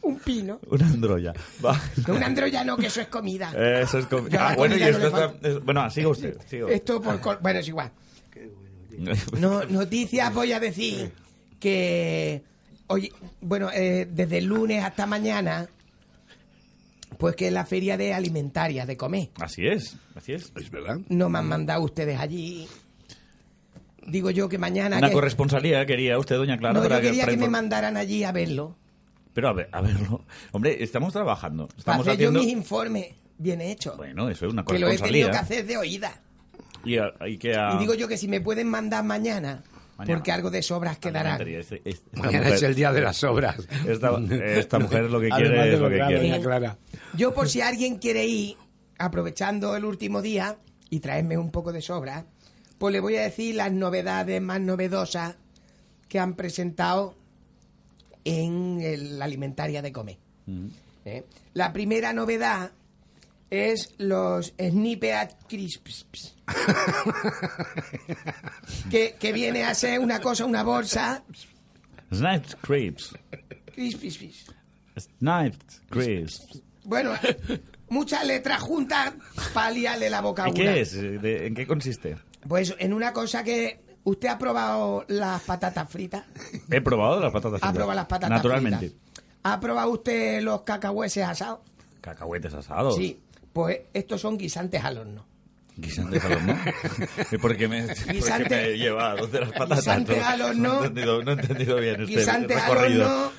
Speaker 7: un pino.
Speaker 1: Una androya. Va.
Speaker 7: No, un androyano, que eso es comida.
Speaker 1: Eso es com-
Speaker 7: Yo a la
Speaker 1: Ah, bueno, y
Speaker 7: comida no
Speaker 1: esto
Speaker 7: le
Speaker 1: está...
Speaker 7: falta-
Speaker 1: es- Bueno, ah, siga usted. siga usted.
Speaker 7: Esto por... col- Bueno, es igual. No, noticias voy a decir que hoy, bueno, eh, desde el lunes hasta mañana, pues que es la feria de alimentarias de comer.
Speaker 1: Así es, así es. Es verdad.
Speaker 7: No me han mandado ustedes allí. Digo yo que mañana.
Speaker 1: Una
Speaker 7: que-
Speaker 1: corresponsalía quería usted, doña Clara.
Speaker 7: no, yo
Speaker 1: para que-
Speaker 7: quería
Speaker 1: para
Speaker 7: que me
Speaker 1: inform-
Speaker 7: mandaran allí a verlo.
Speaker 1: Pero a ver, a verlo. Hombre, estamos trabajando.
Speaker 7: Para
Speaker 1: Estamos
Speaker 7: hacer
Speaker 1: haciendo.
Speaker 7: yo mis informes bien hechos.
Speaker 1: Bueno, pues eso es una
Speaker 7: que lo he tenido que
Speaker 1: corresponsalía.
Speaker 7: hacer de oída.
Speaker 1: Y, a- y que a...
Speaker 7: Y digo yo que si me pueden mandar mañana,
Speaker 1: Ah. Mañana.
Speaker 7: porque algo de sobras quedará.
Speaker 1: este- Esta
Speaker 17: Mañana es el día de las obras.
Speaker 1: Esta, esta mujer lo que
Speaker 17: Además
Speaker 1: quiere
Speaker 17: de
Speaker 1: es lo que
Speaker 17: lograr,
Speaker 1: quiere.
Speaker 17: doña Clara.
Speaker 7: Yo por si alguien quiere ir, aprovechando el último día y traerme un poco de sobra, pues le voy a decir las novedades más novedosas que han presentado en el- la alimentaria de comer.
Speaker 1: Mm.
Speaker 7: ¿eh? La primera novedad es los Snippet Crisps. que, que viene a ser una cosa, una bolsa.
Speaker 1: Sniped crepes.
Speaker 7: Crisps, crisps.
Speaker 1: Sniped crepes.
Speaker 7: Bueno, muchas letras juntas para liarle la boca a
Speaker 1: ¿Y
Speaker 7: una.
Speaker 1: qué es? ¿De- ¿En qué consiste?
Speaker 7: Pues en una cosa que usted ha probado las patatas fritas,
Speaker 1: He probado las patatas
Speaker 7: Ha
Speaker 1: fritas.
Speaker 7: probado las patatas
Speaker 1: Naturalmente.
Speaker 7: ha probado usted los cacahueses asados.
Speaker 1: Cacahuetes asados.
Speaker 7: Sí, pues estos son guisantes al horno.
Speaker 1: Guisantes al horno. ¿Y por qué me, por qué
Speaker 7: Guisante-
Speaker 1: me lleva a donde las patatas?
Speaker 7: Guisante
Speaker 1: No-
Speaker 7: al horno.
Speaker 1: No he entendido, no he entendido bien este
Speaker 7: Guisantes al
Speaker 1: recorrido.
Speaker 7: horno,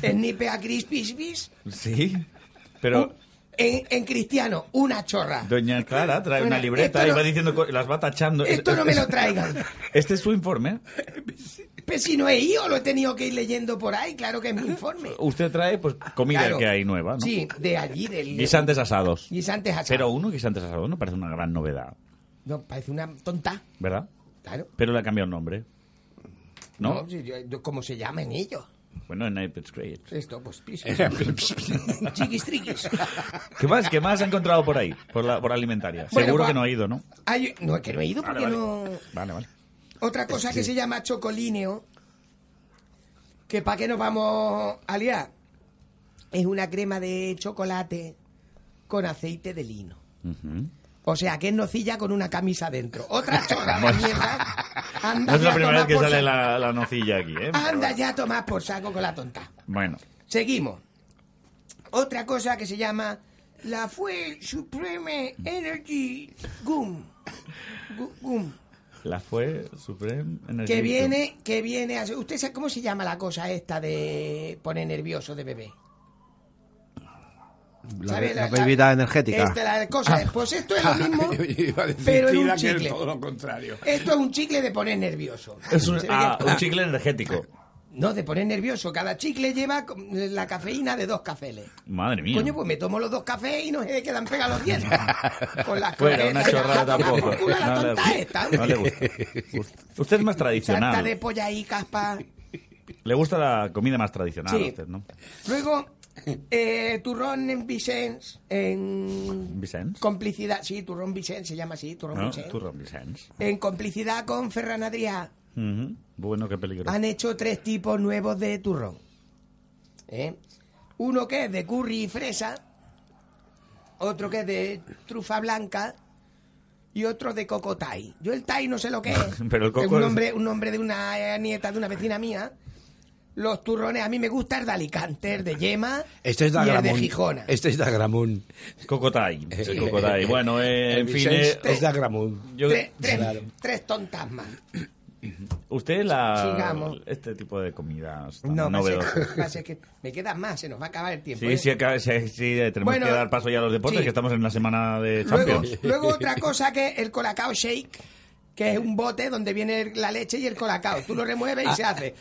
Speaker 7: snipe a crispis bis,
Speaker 1: Sí, pero
Speaker 7: Oh. en, en cristiano, una chorra.
Speaker 1: doña Clara trae
Speaker 7: Bueno,
Speaker 1: una libreta
Speaker 7: esto
Speaker 1: y
Speaker 7: no-
Speaker 1: va diciendo, co- las va tachando. Es-
Speaker 7: Esto no
Speaker 1: es-
Speaker 7: me lo
Speaker 1: es-
Speaker 7: traigan.
Speaker 1: Este es su informe.
Speaker 7: Pero si no he ido, lo he tenido que ir leyendo por ahí, claro que es mi informe.
Speaker 1: Usted trae pues comida
Speaker 7: Claro.
Speaker 1: que hay nueva, ¿no?
Speaker 7: Sí, de allí, del...
Speaker 1: Guisantes asados.
Speaker 7: Guisantes asados.
Speaker 1: Pero uno guisantes asados no parece una gran novedad,
Speaker 7: No, parece una tonta,
Speaker 1: ¿verdad?
Speaker 7: claro.
Speaker 1: Pero le ha cambiado el nombre. ¿No?
Speaker 7: No, si yo- yo- ¿Cómo se llaman ellos?
Speaker 1: Bueno, en Apex Crepes.
Speaker 7: Esto, pues, pis.
Speaker 1: Era pips.
Speaker 7: Chiquis triquis.
Speaker 1: ¿Qué más? ¿Qué más ha encontrado por ahí? Por la por alimentaria.
Speaker 7: Bueno, pues,
Speaker 1: Seguro
Speaker 7: gua-
Speaker 1: que no ha ido, ¿no?
Speaker 7: Hay- no, es que no he ido
Speaker 1: Vale,
Speaker 7: porque
Speaker 1: vale.
Speaker 7: no...
Speaker 1: Vale, vale.
Speaker 7: Otra cosa que
Speaker 1: Sí.
Speaker 7: se llama chocolíneo, que para qué nos vamos a liar, es una crema de chocolate con aceite de lino. O sea, que es nocilla con una camisa dentro. Otra chorra de
Speaker 1: Bueno.
Speaker 7: mierda. Anda
Speaker 1: No es
Speaker 7: ya
Speaker 1: la
Speaker 7: a
Speaker 1: primera vez
Speaker 7: tomar
Speaker 1: que
Speaker 7: por
Speaker 1: sale
Speaker 7: saco.
Speaker 1: la, la nocilla aquí, ¿eh?
Speaker 7: Anda ya a tomar por saco con la tonta.
Speaker 1: Bueno.
Speaker 7: Seguimos. Otra cosa que se llama la Fuel Supreme Energy Gum. Gu- Gum.
Speaker 1: La fue Supreme Energy.
Speaker 7: Que viene, que viene a ser- ¿Usted sabe cómo se llama la cosa esta de poner nervioso de bebé?
Speaker 3: La,
Speaker 7: ¿Sabe?
Speaker 3: be- la bebida energética. Ah.
Speaker 7: Esta, la cosa. Pues esto es lo mismo,
Speaker 17: Iba a decir,
Speaker 7: pero en
Speaker 17: Tila,
Speaker 7: un
Speaker 17: que es
Speaker 7: chicle.
Speaker 17: todo lo contrario.
Speaker 7: Esto es un chicle de poner nervioso.
Speaker 1: Es un,
Speaker 7: Se ve
Speaker 1: ah,
Speaker 7: que-
Speaker 1: un chicle energético.
Speaker 7: No, de poner nervioso. Cada chicle lleva co- la cafeína de dos cafeles.
Speaker 1: Madre mía.
Speaker 7: Coño, pues me tomo los dos cafés y no se me quedan pegados los dientes. Con las
Speaker 1: Fuera,
Speaker 7: croquetas
Speaker 1: una
Speaker 7: y la
Speaker 1: chorrada
Speaker 7: japa,
Speaker 1: tampoco.
Speaker 7: por culo, la
Speaker 1: No le,
Speaker 7: tonta esta.
Speaker 1: no le gusta.
Speaker 7: eh,
Speaker 1: Usted es más
Speaker 7: Sarta de
Speaker 1: tradicional.
Speaker 7: polla y caspa.
Speaker 1: Le gusta la comida más tradicional a
Speaker 7: Sí.
Speaker 1: usted, ¿no?
Speaker 7: Luego, eh, turrón en Vicens. En
Speaker 1: Vicens.
Speaker 7: complicidad. Sí, turrón Vicens se llama así, turrón
Speaker 1: ¿No?
Speaker 7: Vicens.
Speaker 1: Turrón Vicens.
Speaker 7: En complicidad con Ferran Adrià.
Speaker 1: Ujú. Bueno, qué peligro.
Speaker 7: Han hecho tres tipos nuevos de turrón. ¿Eh? Uno que es de curry y fresa, otro que es de trufa blanca y otro de cocotay. Yo el tai no sé lo que es.
Speaker 1: Pero el coco
Speaker 7: es un
Speaker 1: es-
Speaker 7: nombre, un nombre de una eh, nieta de una vecina mía. Los turrones a mí me gusta el de Alicante, el de yema
Speaker 17: Este es de
Speaker 7: y el de
Speaker 17: Agramón.
Speaker 7: Gijona.
Speaker 17: Este es de Agramón.
Speaker 1: Cocotay. El Cocotay. Bueno, eh, en fin. eh,
Speaker 17: Es de Agramón.
Speaker 1: yo-
Speaker 7: Tres, tres-
Speaker 1: Claro.
Speaker 7: tres tontas más.
Speaker 1: Usted la.
Speaker 7: Sigamos.
Speaker 1: Este tipo de comidas tan
Speaker 7: No, va a ser-
Speaker 1: novedosas.
Speaker 7: va a ser que me quedan más, se nos va a acabar el tiempo.
Speaker 1: Sí,
Speaker 7: ¿eh?
Speaker 1: sí, acá- sí, sí, eh, tenemos
Speaker 7: Bueno,
Speaker 1: que dar paso ya a los deportes,
Speaker 7: sí.
Speaker 1: que estamos en la semana de
Speaker 7: Luego,
Speaker 1: Champions.
Speaker 7: luego otra cosa que es el colacao shake, que es un bote donde viene el- la leche y el colacao. Tú lo remueves y se hace.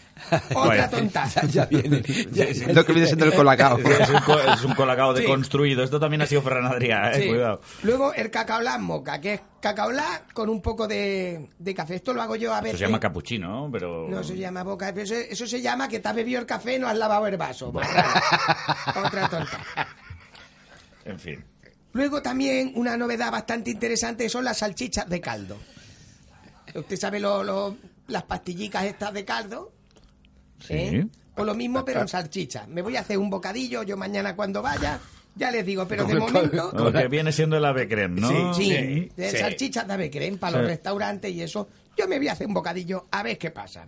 Speaker 7: Otra
Speaker 1: Bueno.
Speaker 7: tonta.
Speaker 17: Ya viene.
Speaker 3: Es lo que viene siendo el colacao.
Speaker 1: Sí, es, un, co- es un colacao
Speaker 7: Sí.
Speaker 1: deconstruido. Esto también ha sido Ferran Adrià, eh,
Speaker 7: Sí.
Speaker 1: cuidado.
Speaker 7: Luego el cacaolá moca, que es cacaolá con un poco de, de café. Esto lo hago yo a
Speaker 1: Eso
Speaker 7: veces.
Speaker 1: se llama capuchino, pero...
Speaker 7: No se llama boca, pero eso, eso se llama que te has bebido el café y no has lavado el vaso. marrano. Otra tonta.
Speaker 1: En fin.
Speaker 7: Luego también una novedad bastante interesante son las salchichas de caldo. Usted sabe lo- lo- las pastillicas estas de caldo. ¿eh? O lo mismo, pero en salchicha. Me voy a hacer un bocadillo, yo mañana cuando vaya, ya les digo, pero de
Speaker 1: Con-
Speaker 7: momento...
Speaker 1: Lo que viene siendo el ave creme, ¿no?
Speaker 7: Sí, de salchichas de ave creme para los
Speaker 1: Ah. Sí.
Speaker 7: restaurantes y eso. Yo me voy a hacer un bocadillo a ver qué pasa.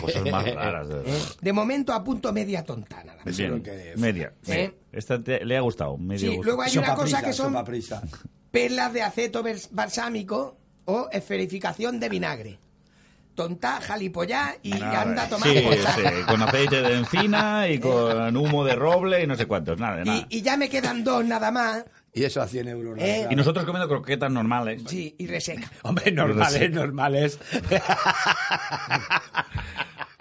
Speaker 1: Cosas más raras.
Speaker 7: Eh.
Speaker 1: de verdad.
Speaker 7: De momento apunto media tonta nada más.
Speaker 1: Bien, media.
Speaker 7: Sí.
Speaker 1: media. Esta te- le ha gustado. medio
Speaker 7: Sí,
Speaker 1: gusto.
Speaker 7: luego hay una cosa que son
Speaker 17: prisa.
Speaker 7: perlas de aceto bers- balsámico o esferificación de vinagre. Tontá, jalipollá y
Speaker 1: Nada,
Speaker 7: anda a tomar
Speaker 1: sí,
Speaker 7: por
Speaker 1: sí,
Speaker 7: saco.
Speaker 1: con aceite de encina y con humo de roble y no sé cuántos, nada, de nada.
Speaker 7: Y, y ya me quedan dos nada más.
Speaker 17: Y eso a 100 euros. la
Speaker 7: ¿Eh?
Speaker 17: verdad.
Speaker 1: Y nosotros comiendo croquetas normales.
Speaker 7: Sí, y reseca.
Speaker 17: Hombre, normales, normales.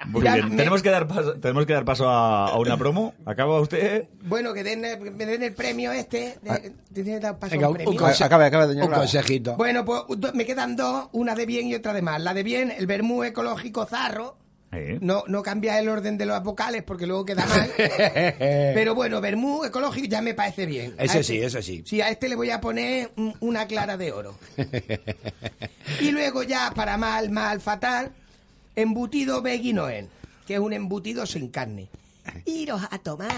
Speaker 1: Muy
Speaker 7: Ya
Speaker 1: bien.
Speaker 7: me-
Speaker 1: Tenemos, que dar paso, tenemos que dar paso a, a una promo. ¿Acaba usted?
Speaker 7: Bueno, que den, eh, me den el premio este. de- tiene que dar paso
Speaker 17: Venga,
Speaker 7: un
Speaker 17: un,
Speaker 7: premio.
Speaker 17: un conse-
Speaker 3: Acabe, acabe, doña
Speaker 17: un
Speaker 3: Clara.
Speaker 17: consejito.
Speaker 7: Bueno, pues do- me quedan dos, una de bien y otra de mal. La de bien, el vermú ecológico zarro.
Speaker 1: Eh,
Speaker 7: No, no cambia el orden de las vocales porque luego queda mal. Pero bueno, vermú ecológico ya me parece bien. A
Speaker 17: Eso
Speaker 7: este-
Speaker 17: sí, ¿eh? eso sí.
Speaker 7: Sí, a este le voy a poner un- una clara de oro. Y luego ya, para mal, mal, fatal, embutido beguinoen, que es un embutido sin carne. Iros a tomar.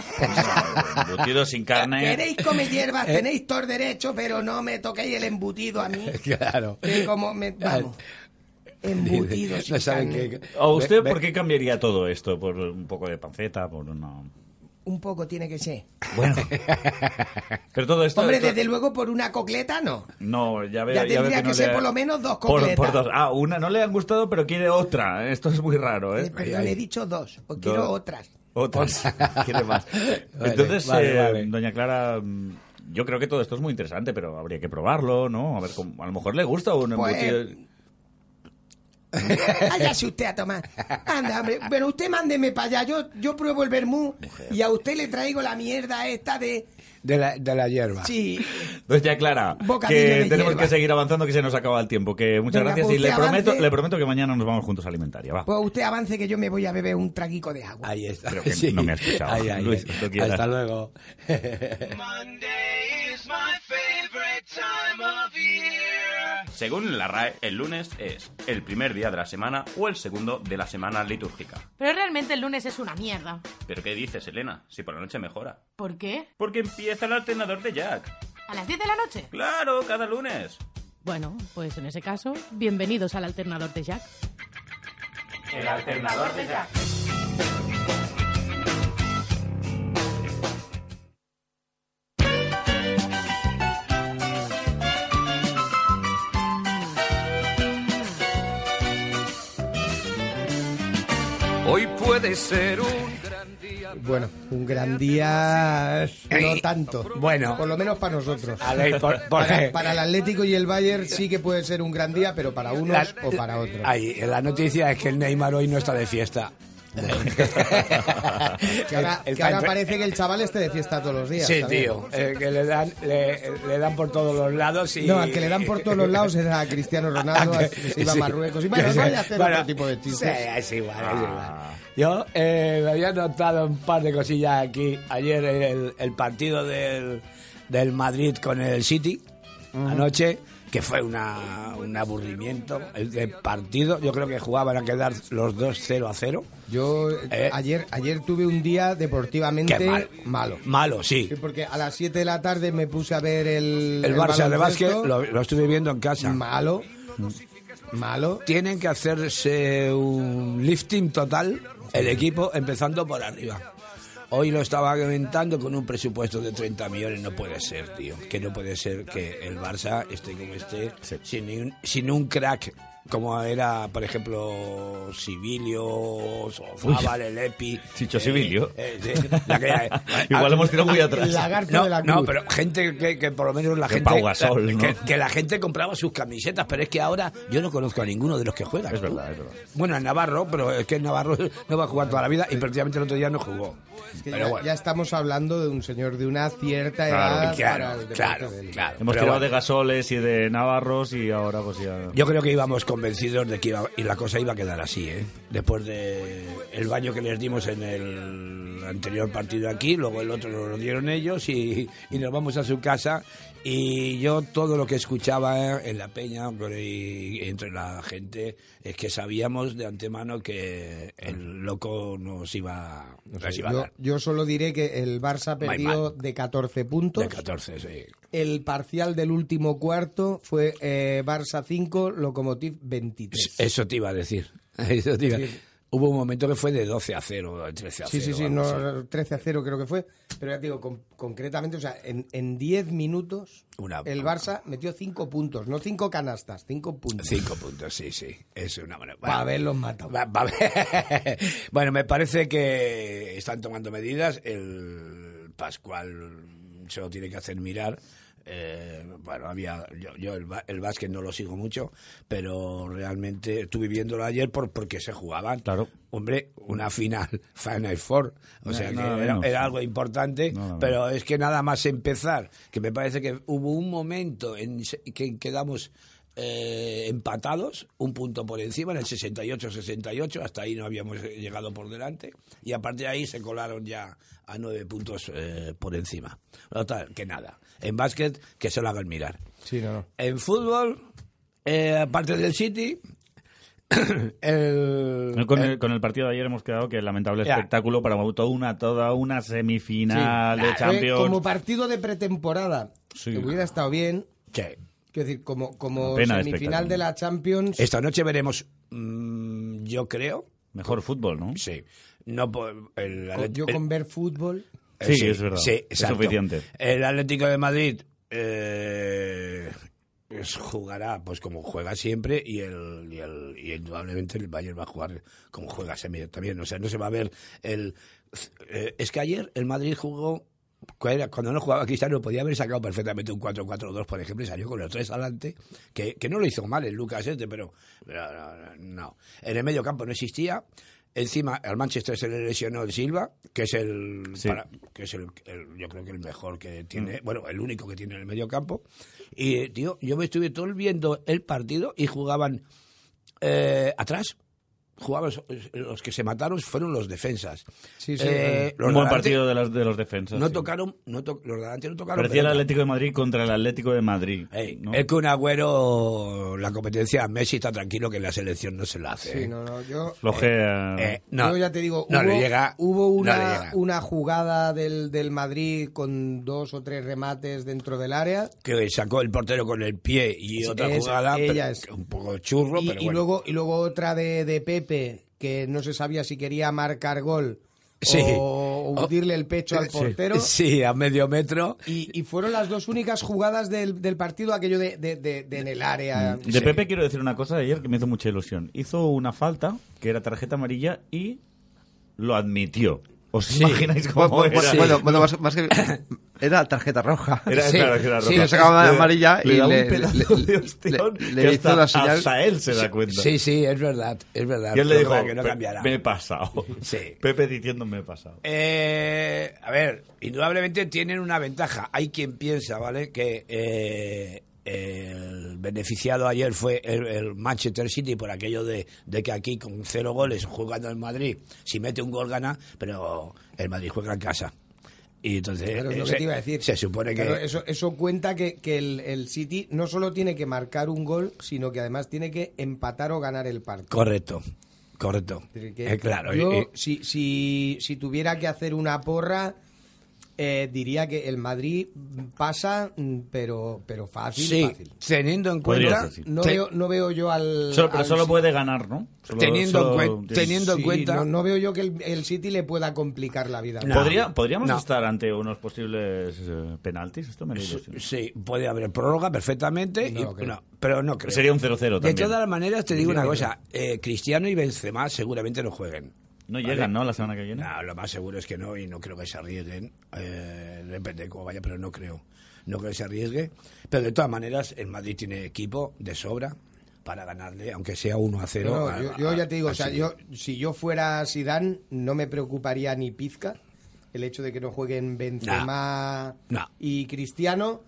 Speaker 1: Embutido sin carne.
Speaker 7: Queréis comer hierbas,
Speaker 17: Eh.
Speaker 7: tenéis tor derecho, pero no me toquéis el embutido a mí.
Speaker 17: Claro.
Speaker 7: Que como me... Vamos. Embutido
Speaker 17: No
Speaker 7: sin
Speaker 17: saben
Speaker 7: carne.
Speaker 17: qué.
Speaker 1: ¿O usted
Speaker 17: Ve-
Speaker 1: por qué cambiaría todo esto? ¿Por un poco de panceta? ¿Por una...?
Speaker 7: Un poco tiene que ser.
Speaker 1: Bueno. Pero todo esto...
Speaker 7: Hombre,
Speaker 1: esto-
Speaker 7: desde luego por una cocleta no.
Speaker 1: No, ya veo,
Speaker 7: Ya
Speaker 1: veo
Speaker 7: tendría
Speaker 1: no
Speaker 7: que
Speaker 1: le
Speaker 7: ser
Speaker 1: ha-
Speaker 7: por lo menos dos
Speaker 1: Por-
Speaker 7: completas.
Speaker 1: por dos. Ah, una no le han gustado, pero quiere otra. Esto es muy raro, ¿eh?
Speaker 7: Eh, Perdón, he dicho dos. O quiero otras.
Speaker 1: Otras. Pues, Quiere más.
Speaker 17: Vale,
Speaker 1: Entonces,
Speaker 17: vale,
Speaker 1: eh,
Speaker 17: vale.
Speaker 1: doña Clara, mm, yo creo que todo esto es muy interesante, pero habría que probarlo, ¿no? A ver, cómo- a lo mejor le gusta un
Speaker 7: Pues,
Speaker 1: embutido.
Speaker 7: Váyase usted a tomar. Anda, hombre. Pero usted mándeme para allá. Yo, yo pruebo el vermú y a usted le traigo la mierda esta de.
Speaker 17: De la, de la hierba.
Speaker 7: Sí.
Speaker 1: Doña Clara,
Speaker 7: Bocadillo
Speaker 1: que
Speaker 7: de
Speaker 1: tenemos
Speaker 7: hierba.
Speaker 1: que seguir avanzando, que se nos acaba el tiempo. Que muchas
Speaker 7: Venga,
Speaker 1: gracias
Speaker 7: pues
Speaker 1: y le
Speaker 7: usted
Speaker 1: prometo,
Speaker 7: avance.
Speaker 1: le prometo que mañana nos vamos juntos a alimentaria. Va.
Speaker 7: Pues usted avance que yo me voy a beber un traguico de agua.
Speaker 17: Ahí está.
Speaker 1: Creo que
Speaker 17: Sí.
Speaker 1: no me ha escuchado.
Speaker 17: Ahí, ahí,
Speaker 1: Luis,
Speaker 17: ahí.
Speaker 1: lo quieras.
Speaker 17: Hasta luego.
Speaker 18: Según la RAE, el lunes es el primer día de la semana o el segundo de la semana litúrgica.
Speaker 19: Pero realmente el lunes es una mierda.
Speaker 18: ¿Pero qué dices, Elena? Si por la noche mejora.
Speaker 19: ¿Por qué?
Speaker 18: Porque empieza el alternador de Jack.
Speaker 19: ¿A las 10 de la noche?
Speaker 18: Claro, cada lunes.
Speaker 19: Bueno, pues en ese caso, bienvenidos al alternador de Jack.
Speaker 18: El alternador de Jack.
Speaker 20: Hoy puede ser un
Speaker 2: Bueno, un gran día no
Speaker 17: Ey.
Speaker 2: tanto.
Speaker 17: Bueno.
Speaker 2: Por lo menos para nosotros.
Speaker 17: A ver, por- por-
Speaker 2: para, para el Atlético y el Bayern sí que puede ser un gran día, pero para unos
Speaker 17: La-
Speaker 2: o para otros.
Speaker 17: Ahí, la noticia es que el Neymar hoy no está de fiesta.
Speaker 2: Que ahora,
Speaker 17: El- el
Speaker 2: que ahora
Speaker 17: pan-
Speaker 2: parece que el chaval esté de fiesta todos los días.
Speaker 17: Sí,
Speaker 2: también.
Speaker 17: tío, eh, que le dan, le, le dan por todos los lados y...
Speaker 2: No, al que le dan por todos los lados era a Cristiano Ronaldo,
Speaker 17: Ah,
Speaker 2: a-
Speaker 17: que-
Speaker 2: se iba a
Speaker 17: sí.
Speaker 2: Marruecos. Y bueno,
Speaker 17: Que sí.
Speaker 2: vaya a hacer
Speaker 17: Bueno,
Speaker 2: otro tipo de chistes. Ah.
Speaker 17: sí, es igual, es igual. Yo eh, me había notado un par de cosillas aquí. Ayer el, el partido del, del Madrid con el City, anoche, que fue una, un aburrimiento. El, el partido, yo creo que jugaban a quedar los dos 0 a 0.
Speaker 2: Yo ayer, ayer tuve un día deportivamente
Speaker 17: Eh. Qué mal.
Speaker 2: malo.
Speaker 17: Malo, sí.
Speaker 2: Sí, porque a las 7 de la tarde me puse a ver el,
Speaker 17: El Barça de básquet
Speaker 2: baloncesto.
Speaker 17: lo, lo estuve viendo en casa.
Speaker 2: Malo. Malo.
Speaker 17: Tienen que hacerse un lifting total el equipo empezando por arriba. Hoy lo estaba comentando con un presupuesto de 30 millones. No puede ser, tío. Que no puede ser que el Barça esté como esté sin, ni un, sin un crack como era, por ejemplo, Sibilio, Zabal, el Epi.
Speaker 1: Chicho Sibilio.
Speaker 17: eh, sí, la que-
Speaker 1: Igual hemos tirado muy atrás.
Speaker 2: El lagarto
Speaker 17: no,
Speaker 2: de la
Speaker 17: no,
Speaker 2: cruz.
Speaker 17: pero gente que, que por lo menos la
Speaker 1: Que
Speaker 17: gente
Speaker 1: Pau Gasol,
Speaker 17: que,
Speaker 1: ¿no?
Speaker 17: que la gente compraba sus camisetas, pero es que ahora yo no conozco a ninguno de los que juegan. Es verdad, es verdad. Bueno, a Navarro, pero es que Navarro no va a jugar toda la vida y prácticamente el otro día no jugó.
Speaker 2: Es que
Speaker 17: Pero
Speaker 2: ya,
Speaker 17: bueno.
Speaker 2: ya estamos hablando de un señor de una cierta edad. para el
Speaker 17: claro,
Speaker 2: deporte
Speaker 17: claro,
Speaker 2: de élite.
Speaker 17: claro.
Speaker 1: Hemos
Speaker 17: Pero
Speaker 1: tirado
Speaker 17: bueno,
Speaker 1: de gasoles y de navarros y ahora pues ya...
Speaker 17: yo creo que íbamos convencidos de que iba, y la cosa iba a quedar así, ¿eh? Después de el baño que les dimos en el anterior partido aquí, luego el otro lo dieron ellos y, y nos vamos a su casa. Y yo todo lo que escuchaba en la peña por ahí, entre la gente es que sabíamos de antemano que el loco nos iba, nos iba a
Speaker 2: Yo,
Speaker 17: dar.
Speaker 2: yo solo diré que el Barça
Speaker 17: Muy
Speaker 2: perdió de 14 puntos.
Speaker 17: De 14, sí.
Speaker 2: El parcial del último cuarto fue eh, Barça 5, Lokomotiv 23.
Speaker 17: Eso te iba a decir. Eso te iba- Hubo un momento que fue de 12 a 0, 13 a 0.
Speaker 2: Sí, sí, sí,
Speaker 17: algo así.
Speaker 2: no, 13 a 0 creo que fue. Pero ya te digo, con- concretamente, o sea, en, en 10 minutos
Speaker 17: Una-
Speaker 2: el Barça metió 5 puntos, no 5 canastas, 5 puntos.
Speaker 17: Cinco puntos, sí, sí. Es una buena.
Speaker 2: Va a haberlos matado.
Speaker 17: Va- va a haber- bueno, me parece que están tomando medidas. El Pascual se lo tiene que hacer mirar. Eh, bueno, había yo, yo el, ba- el básquet no lo sigo mucho, pero realmente estuve viéndolo ayer por, porque se
Speaker 1: Ah,
Speaker 17: jugaban. Claro. Hombre, una final, Final Four. O
Speaker 1: Na-
Speaker 17: sea, que
Speaker 1: nada
Speaker 17: era,
Speaker 1: menos.
Speaker 17: era algo importante,
Speaker 1: Nada
Speaker 17: pero es que nada más empezar, que me parece que hubo un momento en se- que quedamos eh, empatados, un punto por encima, en el 68-68, hasta ahí no habíamos eh, llegado por delante, y aparte de ahí se colaron ya a nueve puntos eh, por encima. Total, que nada. En básquet, que se lo hagan mirar.
Speaker 2: Sí, no, no.
Speaker 17: En fútbol, eh, aparte del City, el,
Speaker 1: No, Con el, con el partido de ayer hemos quedado que lamentable
Speaker 17: eh, Ya.
Speaker 1: espectáculo para toda una, toda una semifinal
Speaker 2: Sí.
Speaker 1: de
Speaker 17: eh,
Speaker 2: Fue
Speaker 1: Champions.
Speaker 2: Como partido de pretemporada.
Speaker 1: Sí.
Speaker 2: Hubiera estado bien.
Speaker 17: Sí.
Speaker 2: Quiero decir, como, como
Speaker 1: Una pena de
Speaker 2: semifinal de la Champions.
Speaker 17: Esta noche veremos, mm, yo creo.
Speaker 1: Mejor fútbol, ¿no?
Speaker 17: Sí. No, por- el
Speaker 2: con-
Speaker 17: Atlet-
Speaker 2: yo
Speaker 17: el-
Speaker 2: con ver fútbol.
Speaker 17: eh,
Speaker 1: Sí, es verdad. Es
Speaker 17: exacto.
Speaker 1: suficiente.
Speaker 17: El Atlético de Madrid eh, pues jugará pues como juega siempre y el, y el- y indudablemente el Bayern va a jugar como juega siempre también. O sea, no se va a ver el. eh, es que ayer el Madrid jugó. cuando- Cuando no jugaba Cristiano podía haber sacado perfectamente un 4-4-2, por ejemplo, y salió con los tres adelante, que, que no lo hizo mal el Lucas este, pero, pero no, no, no. En el medio campo no existía. Encima al Manchester se le lesionó el Silva, que es el, para- que es el, el- yo creo que el mejor que tiene,
Speaker 1: Mm.
Speaker 17: bueno, el único que tiene en el medio campo. Y eh, tío, yo me estuve todo el viendo el partido y jugaban eh, atrás, jugaban so- los que se mataron fueron los defensas.
Speaker 1: Sí, sí,
Speaker 17: Eh, los
Speaker 1: un buen
Speaker 17: de adelante
Speaker 1: partido de los, de los defensas.
Speaker 17: No
Speaker 1: sí.
Speaker 17: tocaron, no to- los de adelante no tocaron.
Speaker 1: Parecía el
Speaker 17: pelota.
Speaker 1: Atlético de Madrid contra el Atlético de Madrid.
Speaker 17: Ey,
Speaker 1: ¿no?
Speaker 17: Es que un agüero, la competencia, Messi está tranquilo que en la selección no se la hace.
Speaker 2: Sí,
Speaker 17: ¿eh?
Speaker 2: no, no, yo-
Speaker 1: Flojea.
Speaker 17: Eh, no.
Speaker 2: Yo ya te digo,
Speaker 17: No
Speaker 2: hubo,
Speaker 17: le llega,
Speaker 2: hubo
Speaker 17: no
Speaker 2: una,
Speaker 17: le llega.
Speaker 2: una jugada del, del Madrid con dos o tres remates dentro del área.
Speaker 17: que sacó el portero con el pie y
Speaker 2: Sí,
Speaker 17: otra
Speaker 2: es-
Speaker 17: jugada
Speaker 2: ella
Speaker 17: pero
Speaker 2: es.
Speaker 17: que un poco churro
Speaker 2: y,
Speaker 17: pero
Speaker 2: y
Speaker 17: bueno.
Speaker 2: luego, y luego otra de, de Pepe, que no se sabía si quería marcar gol
Speaker 17: Sí. Oh.
Speaker 2: o hundirle el pecho al
Speaker 17: Sí.
Speaker 2: portero.
Speaker 17: sí, a medio metro
Speaker 2: Y, y fueron las dos únicas jugadas del, del partido, aquello de, de- de- de en el área.
Speaker 17: Em,
Speaker 1: De Pepe quiero decir una cosa de ayer que me hizo mucha ilusión. Hizo una falta, que era tarjeta amarilla, y lo admitió. ¿Os imagináis cómo
Speaker 3: bueno,
Speaker 1: era?
Speaker 3: bueno, bueno, más, más que era tarjeta roja.
Speaker 1: Era, claro, que era roja.
Speaker 3: Le sacaba
Speaker 1: Le-
Speaker 3: amarilla
Speaker 1: le
Speaker 3: y
Speaker 1: da un
Speaker 3: le,
Speaker 1: pedazo
Speaker 3: le-
Speaker 1: de
Speaker 3: le-
Speaker 1: hostión
Speaker 3: le
Speaker 1: que
Speaker 3: hizo
Speaker 1: hasta-
Speaker 3: la señal.
Speaker 1: hasta él se da cuenta.
Speaker 17: sí sí es verdad es verdad
Speaker 1: Y él le
Speaker 17: Es
Speaker 1: dijo,
Speaker 17: verdad que no
Speaker 1: "Pe-
Speaker 17: cambiará
Speaker 1: me he pasado. Pepe diciendo me he pasado.
Speaker 17: Eh, a ver, indudablemente tienen una ventaja. Hay quien piensa, ¿vale? Que eh, el beneficiado ayer fue el, el Manchester City por aquello de, de que aquí con cero goles jugando en Madrid, si mete un gol gana, pero el Madrid juega en casa. Y entonces
Speaker 2: Claro, es lo
Speaker 17: eh,
Speaker 2: que
Speaker 17: se,
Speaker 2: te iba a decir.
Speaker 17: se supone que
Speaker 2: Claro, eso, eso cuenta que, que el, el City no solo tiene que marcar un gol, sino que además tiene que empatar o ganar el partido.
Speaker 17: correcto, correcto.
Speaker 2: Es decir, que
Speaker 17: Eh, claro,
Speaker 2: yo,
Speaker 17: y- y-
Speaker 2: si, si, si tuviera que hacer una porra, eh, diría que el Madrid pasa, mm, pero, pero fácil,
Speaker 17: sí,
Speaker 2: fácil.
Speaker 17: teniendo en
Speaker 1: Podría
Speaker 17: cuenta,
Speaker 1: ser, sí.
Speaker 2: No,
Speaker 17: te-
Speaker 2: veo, no veo yo al...
Speaker 1: Solo- pero
Speaker 2: al
Speaker 1: solo
Speaker 2: City.
Speaker 1: puede ganar, ¿no? Solo-
Speaker 17: Teniendo en cuen-
Speaker 1: tiene-
Speaker 17: teniendo en
Speaker 2: Sí,
Speaker 17: cuenta-
Speaker 2: No, no veo yo que el, el City le pueda complicar la vida.
Speaker 1: ¿Podría- podríamos
Speaker 17: No.
Speaker 1: estar ante unos posibles eh, penaltis. Esto me da ilusión.
Speaker 17: Sí, puede haber prórroga perfectamente, y-
Speaker 1: lo creo.
Speaker 17: no, pero no creo.
Speaker 1: Sería un 0-0
Speaker 17: De
Speaker 1: también.
Speaker 17: todas maneras, te digo
Speaker 1: Yo
Speaker 17: una
Speaker 1: creo.
Speaker 17: cosa, eh, Cristiano y Benzema seguramente no jueguen.
Speaker 1: No llegan, ¿no? La semana que viene.
Speaker 17: No, lo más seguro es que no y no creo que se arriesguen. Eh, depende de cómo vaya, pero no creo. No creo que se arriesgue. Pero de todas maneras, el Madrid tiene equipo de sobra para ganarle, aunque sea 1 a 0.
Speaker 2: No,
Speaker 17: a-
Speaker 2: yo, yo ya te digo,
Speaker 17: a-
Speaker 2: o sea,
Speaker 17: a-
Speaker 2: yo, si yo fuera Sidán, no me preocuparía ni pizca el hecho de que no jueguen Benzema
Speaker 17: No.
Speaker 2: y Cristiano,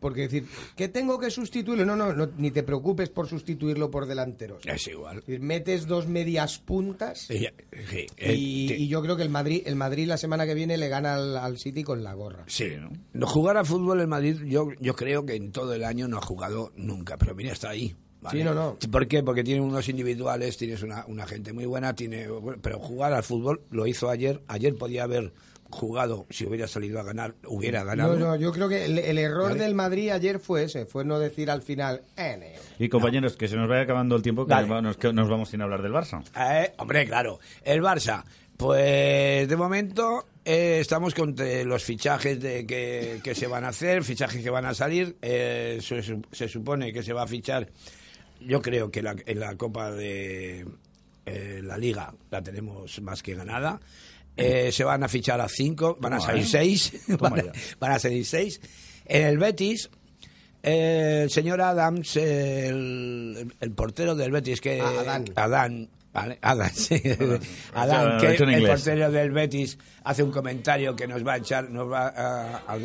Speaker 2: porque decir, que tengo que sustituirlo? No, no, no, ni te preocupes por sustituirlo por delanteros.
Speaker 17: Es igual.
Speaker 2: Es decir, metes dos medias puntas
Speaker 17: Y-
Speaker 2: y,
Speaker 17: sí, eh, te-
Speaker 2: y yo creo que el Madrid, el Madrid la semana que viene le gana al, al City con la gorra.
Speaker 17: Sí, no jugar a fútbol en Madrid, yo, yo creo que en todo el año no ha jugado nunca, pero mira, está ahí. ¿vale?
Speaker 2: Sí, no, no.
Speaker 17: ¿Por qué? Porque tiene unos individuales, tienes una, una gente muy buena, tiene, pero jugar al fútbol lo hizo ayer. Ayer podía haber jugado, si hubiera salido a ganar, hubiera ganado.
Speaker 2: No, no, yo creo que el, el error
Speaker 17: Vale.
Speaker 2: del Madrid ayer fue ese, fue no decir al final, "Eh, "Ene".
Speaker 1: Y compañeros, que se nos vaya acabando el tiempo, que
Speaker 17: Vale.
Speaker 1: va- nos, que nos vamos sin hablar del Barça.
Speaker 17: Eh, hombre, claro. El Barça, pues de momento eh, estamos con eh, los fichajes de que, que se van a hacer, fichajes que van a salir. Eh, se, su- se supone que se va a fichar, yo creo que la- en la Copa de eh, la Liga la tenemos más que ganada. Eh, se van a fichar a cinco, van a
Speaker 1: Toma,
Speaker 17: salir
Speaker 1: eh.
Speaker 17: seis,
Speaker 1: Toma
Speaker 17: van a,
Speaker 1: ya.
Speaker 17: van a salir seis. En el Betis, eh, el señor Adams, el, el portero del Betis, que
Speaker 2: Ah, Adán.
Speaker 17: Adán, vale, Adán, sí.
Speaker 1: Lo
Speaker 17: Adán,
Speaker 1: he
Speaker 17: que
Speaker 1: hecho en
Speaker 17: el
Speaker 1: inglés.
Speaker 17: portero del Betis hace un comentario que nos va a echar, nos va a, a- a-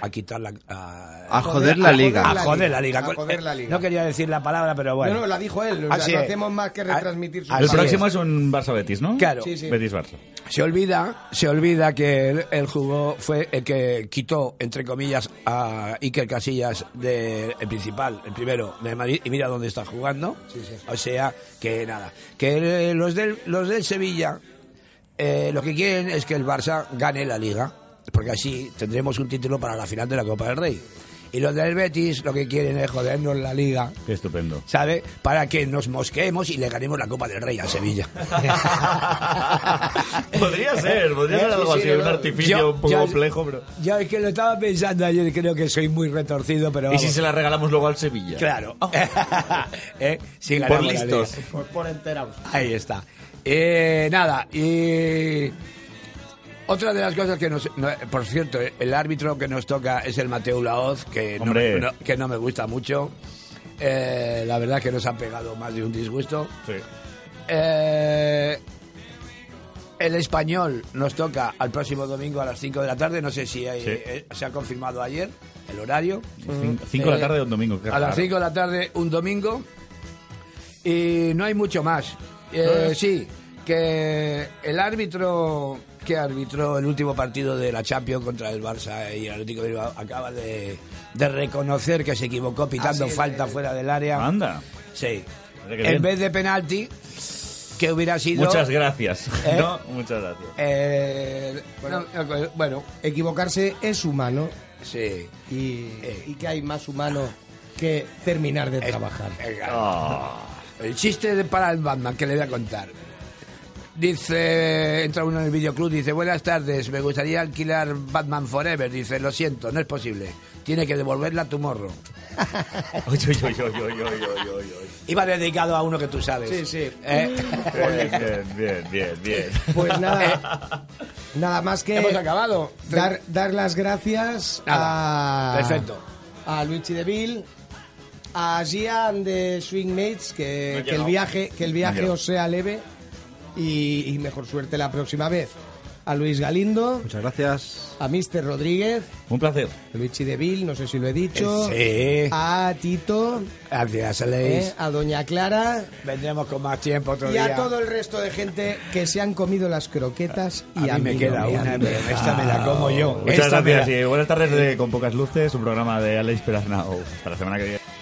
Speaker 17: a quitar la. A,
Speaker 3: A joder la liga.
Speaker 17: A joder la liga.
Speaker 2: A joder la liga.
Speaker 17: No quería decir la palabra, pero bueno.
Speaker 2: No, no, la dijo él, o sea,
Speaker 17: Así
Speaker 2: no
Speaker 17: es.
Speaker 2: hacemos más que retransmitir su
Speaker 17: Ah,
Speaker 1: el
Speaker 17: Así
Speaker 1: próximo
Speaker 17: es.
Speaker 1: es, un Barça-Betis, ¿no?
Speaker 17: Claro. Sí, sí.
Speaker 1: Betis-Barça.
Speaker 17: Se olvida, se olvida que él, él jugó, fue el que quitó, entre comillas, a Iker Casillas del principal, el primero de Madrid, y mira dónde está jugando. O sea, que nada. Que eh, los del, los del Sevilla eh, lo que quieren es que el Barça gane la liga, porque así tendremos un título para la final de la Copa del Rey. Y los del Betis lo que quieren es jodernos la liga.
Speaker 1: Qué estupendo.
Speaker 17: ¿Sabe? Para que nos mosqueemos y le ganemos la Copa del Rey a Sevilla.
Speaker 1: podría ser, podría ser
Speaker 17: Sí,
Speaker 1: algo
Speaker 17: sí,
Speaker 1: así,
Speaker 17: no,
Speaker 1: un
Speaker 17: no.
Speaker 1: artificio
Speaker 17: Yo-
Speaker 1: un poco
Speaker 17: yo-
Speaker 1: complejo, pero...
Speaker 17: Yo es que lo estaba pensando ayer, creo que soy muy retorcido, pero
Speaker 1: ¿Y
Speaker 17: vamos.
Speaker 1: si se la regalamos luego al Sevilla?
Speaker 17: Claro.
Speaker 18: Oh.
Speaker 17: Eh, si
Speaker 1: Por
Speaker 17: ganamos la
Speaker 1: listos.
Speaker 17: liga.
Speaker 2: Por, por enterados.
Speaker 17: Ahí está. Eh, nada, y... Otra de las cosas que nos... no, eh, por cierto, eh, el árbitro que nos toca es el Mateo Laoz, que, no,
Speaker 1: Hombre.
Speaker 17: me- no- que no me gusta mucho. Eh, la verdad que nos ha pegado más de un disgusto.
Speaker 1: Sí.
Speaker 17: Eh, el español nos toca al próximo domingo a las 5 de la tarde. No sé si hay-
Speaker 1: Sí.
Speaker 17: eh, se ha confirmado ayer el horario.
Speaker 1: Cin- Cinco de
Speaker 17: Eh,
Speaker 1: la tarde de un domingo. qué
Speaker 17: a las
Speaker 1: raro.
Speaker 17: 5 de la tarde un domingo. Y no hay mucho más. Eh, sí, que el árbitro que arbitró el último partido de la Champions contra el Barça y el Atlético de Bilbao acaba de, de reconocer que se equivocó pitando
Speaker 18: Ah, sí,
Speaker 17: falta
Speaker 18: el-
Speaker 17: fuera del área.
Speaker 1: Anda.
Speaker 17: Sí.
Speaker 1: Mira qué
Speaker 17: En
Speaker 1: Ah. bien.
Speaker 17: vez de penalti, que hubiera sido...
Speaker 1: Muchas gracias.
Speaker 17: Eh,
Speaker 1: No, muchas gracias.
Speaker 17: eh,
Speaker 2: Bueno,
Speaker 17: no, no, bueno,
Speaker 2: Equivocarse es humano.
Speaker 17: Sí. Eh.
Speaker 2: Y, y que hay más humano que terminar de trabajar.
Speaker 1: Oh.
Speaker 17: El chiste de para el Batman que le voy a contar. Dice, entra uno en el videoclub, dice, buenas tardes, me gustaría alquilar Batman Forever. Dice, lo siento, no es posible. Tiene que devolverla a tu morro.
Speaker 1: Oy, oy, oy, oy, oy, oy, oy, oy, oy.
Speaker 17: Iba dedicado a uno que tú sabes.
Speaker 2: Sí, Mm. sí.
Speaker 17: Eh,
Speaker 1: Bien, bien, bien, bien.
Speaker 2: Pues nada, nada más que
Speaker 17: Hemos acabado.
Speaker 2: dar, dar las gracias a,
Speaker 17: Perfecto.
Speaker 2: a Luigi Deville, a Gian de Swingmates, que,
Speaker 17: No he
Speaker 2: que el
Speaker 17: llegado.
Speaker 2: viaje, que el
Speaker 17: No he
Speaker 2: viaje
Speaker 17: llegado.
Speaker 2: os sea leve y, y mejor suerte la próxima vez. A Luis Galindo.
Speaker 3: Muchas gracias.
Speaker 2: A Mister Rodríguez.
Speaker 1: Un placer.
Speaker 2: Luigi Deville, no sé si lo he dicho.
Speaker 17: Eh, Sí.
Speaker 2: A Tito.
Speaker 17: Gracias, Leis.
Speaker 2: eh, a Doña Clara.
Speaker 17: Vendremos con más tiempo otro
Speaker 2: Y
Speaker 17: día.
Speaker 2: a todo el resto de gente que se han comido las croquetas
Speaker 17: A
Speaker 2: y
Speaker 17: mí
Speaker 2: a,
Speaker 17: me
Speaker 2: mí
Speaker 17: queda
Speaker 2: no
Speaker 17: una,
Speaker 2: han
Speaker 17: pero esta me la como yo.
Speaker 1: Muchas
Speaker 17: Esta me
Speaker 1: gracias
Speaker 17: la-
Speaker 1: y buenas tardes de Con Pocas Luces, un programa de Alex Peraznao. Hasta la semana que viene.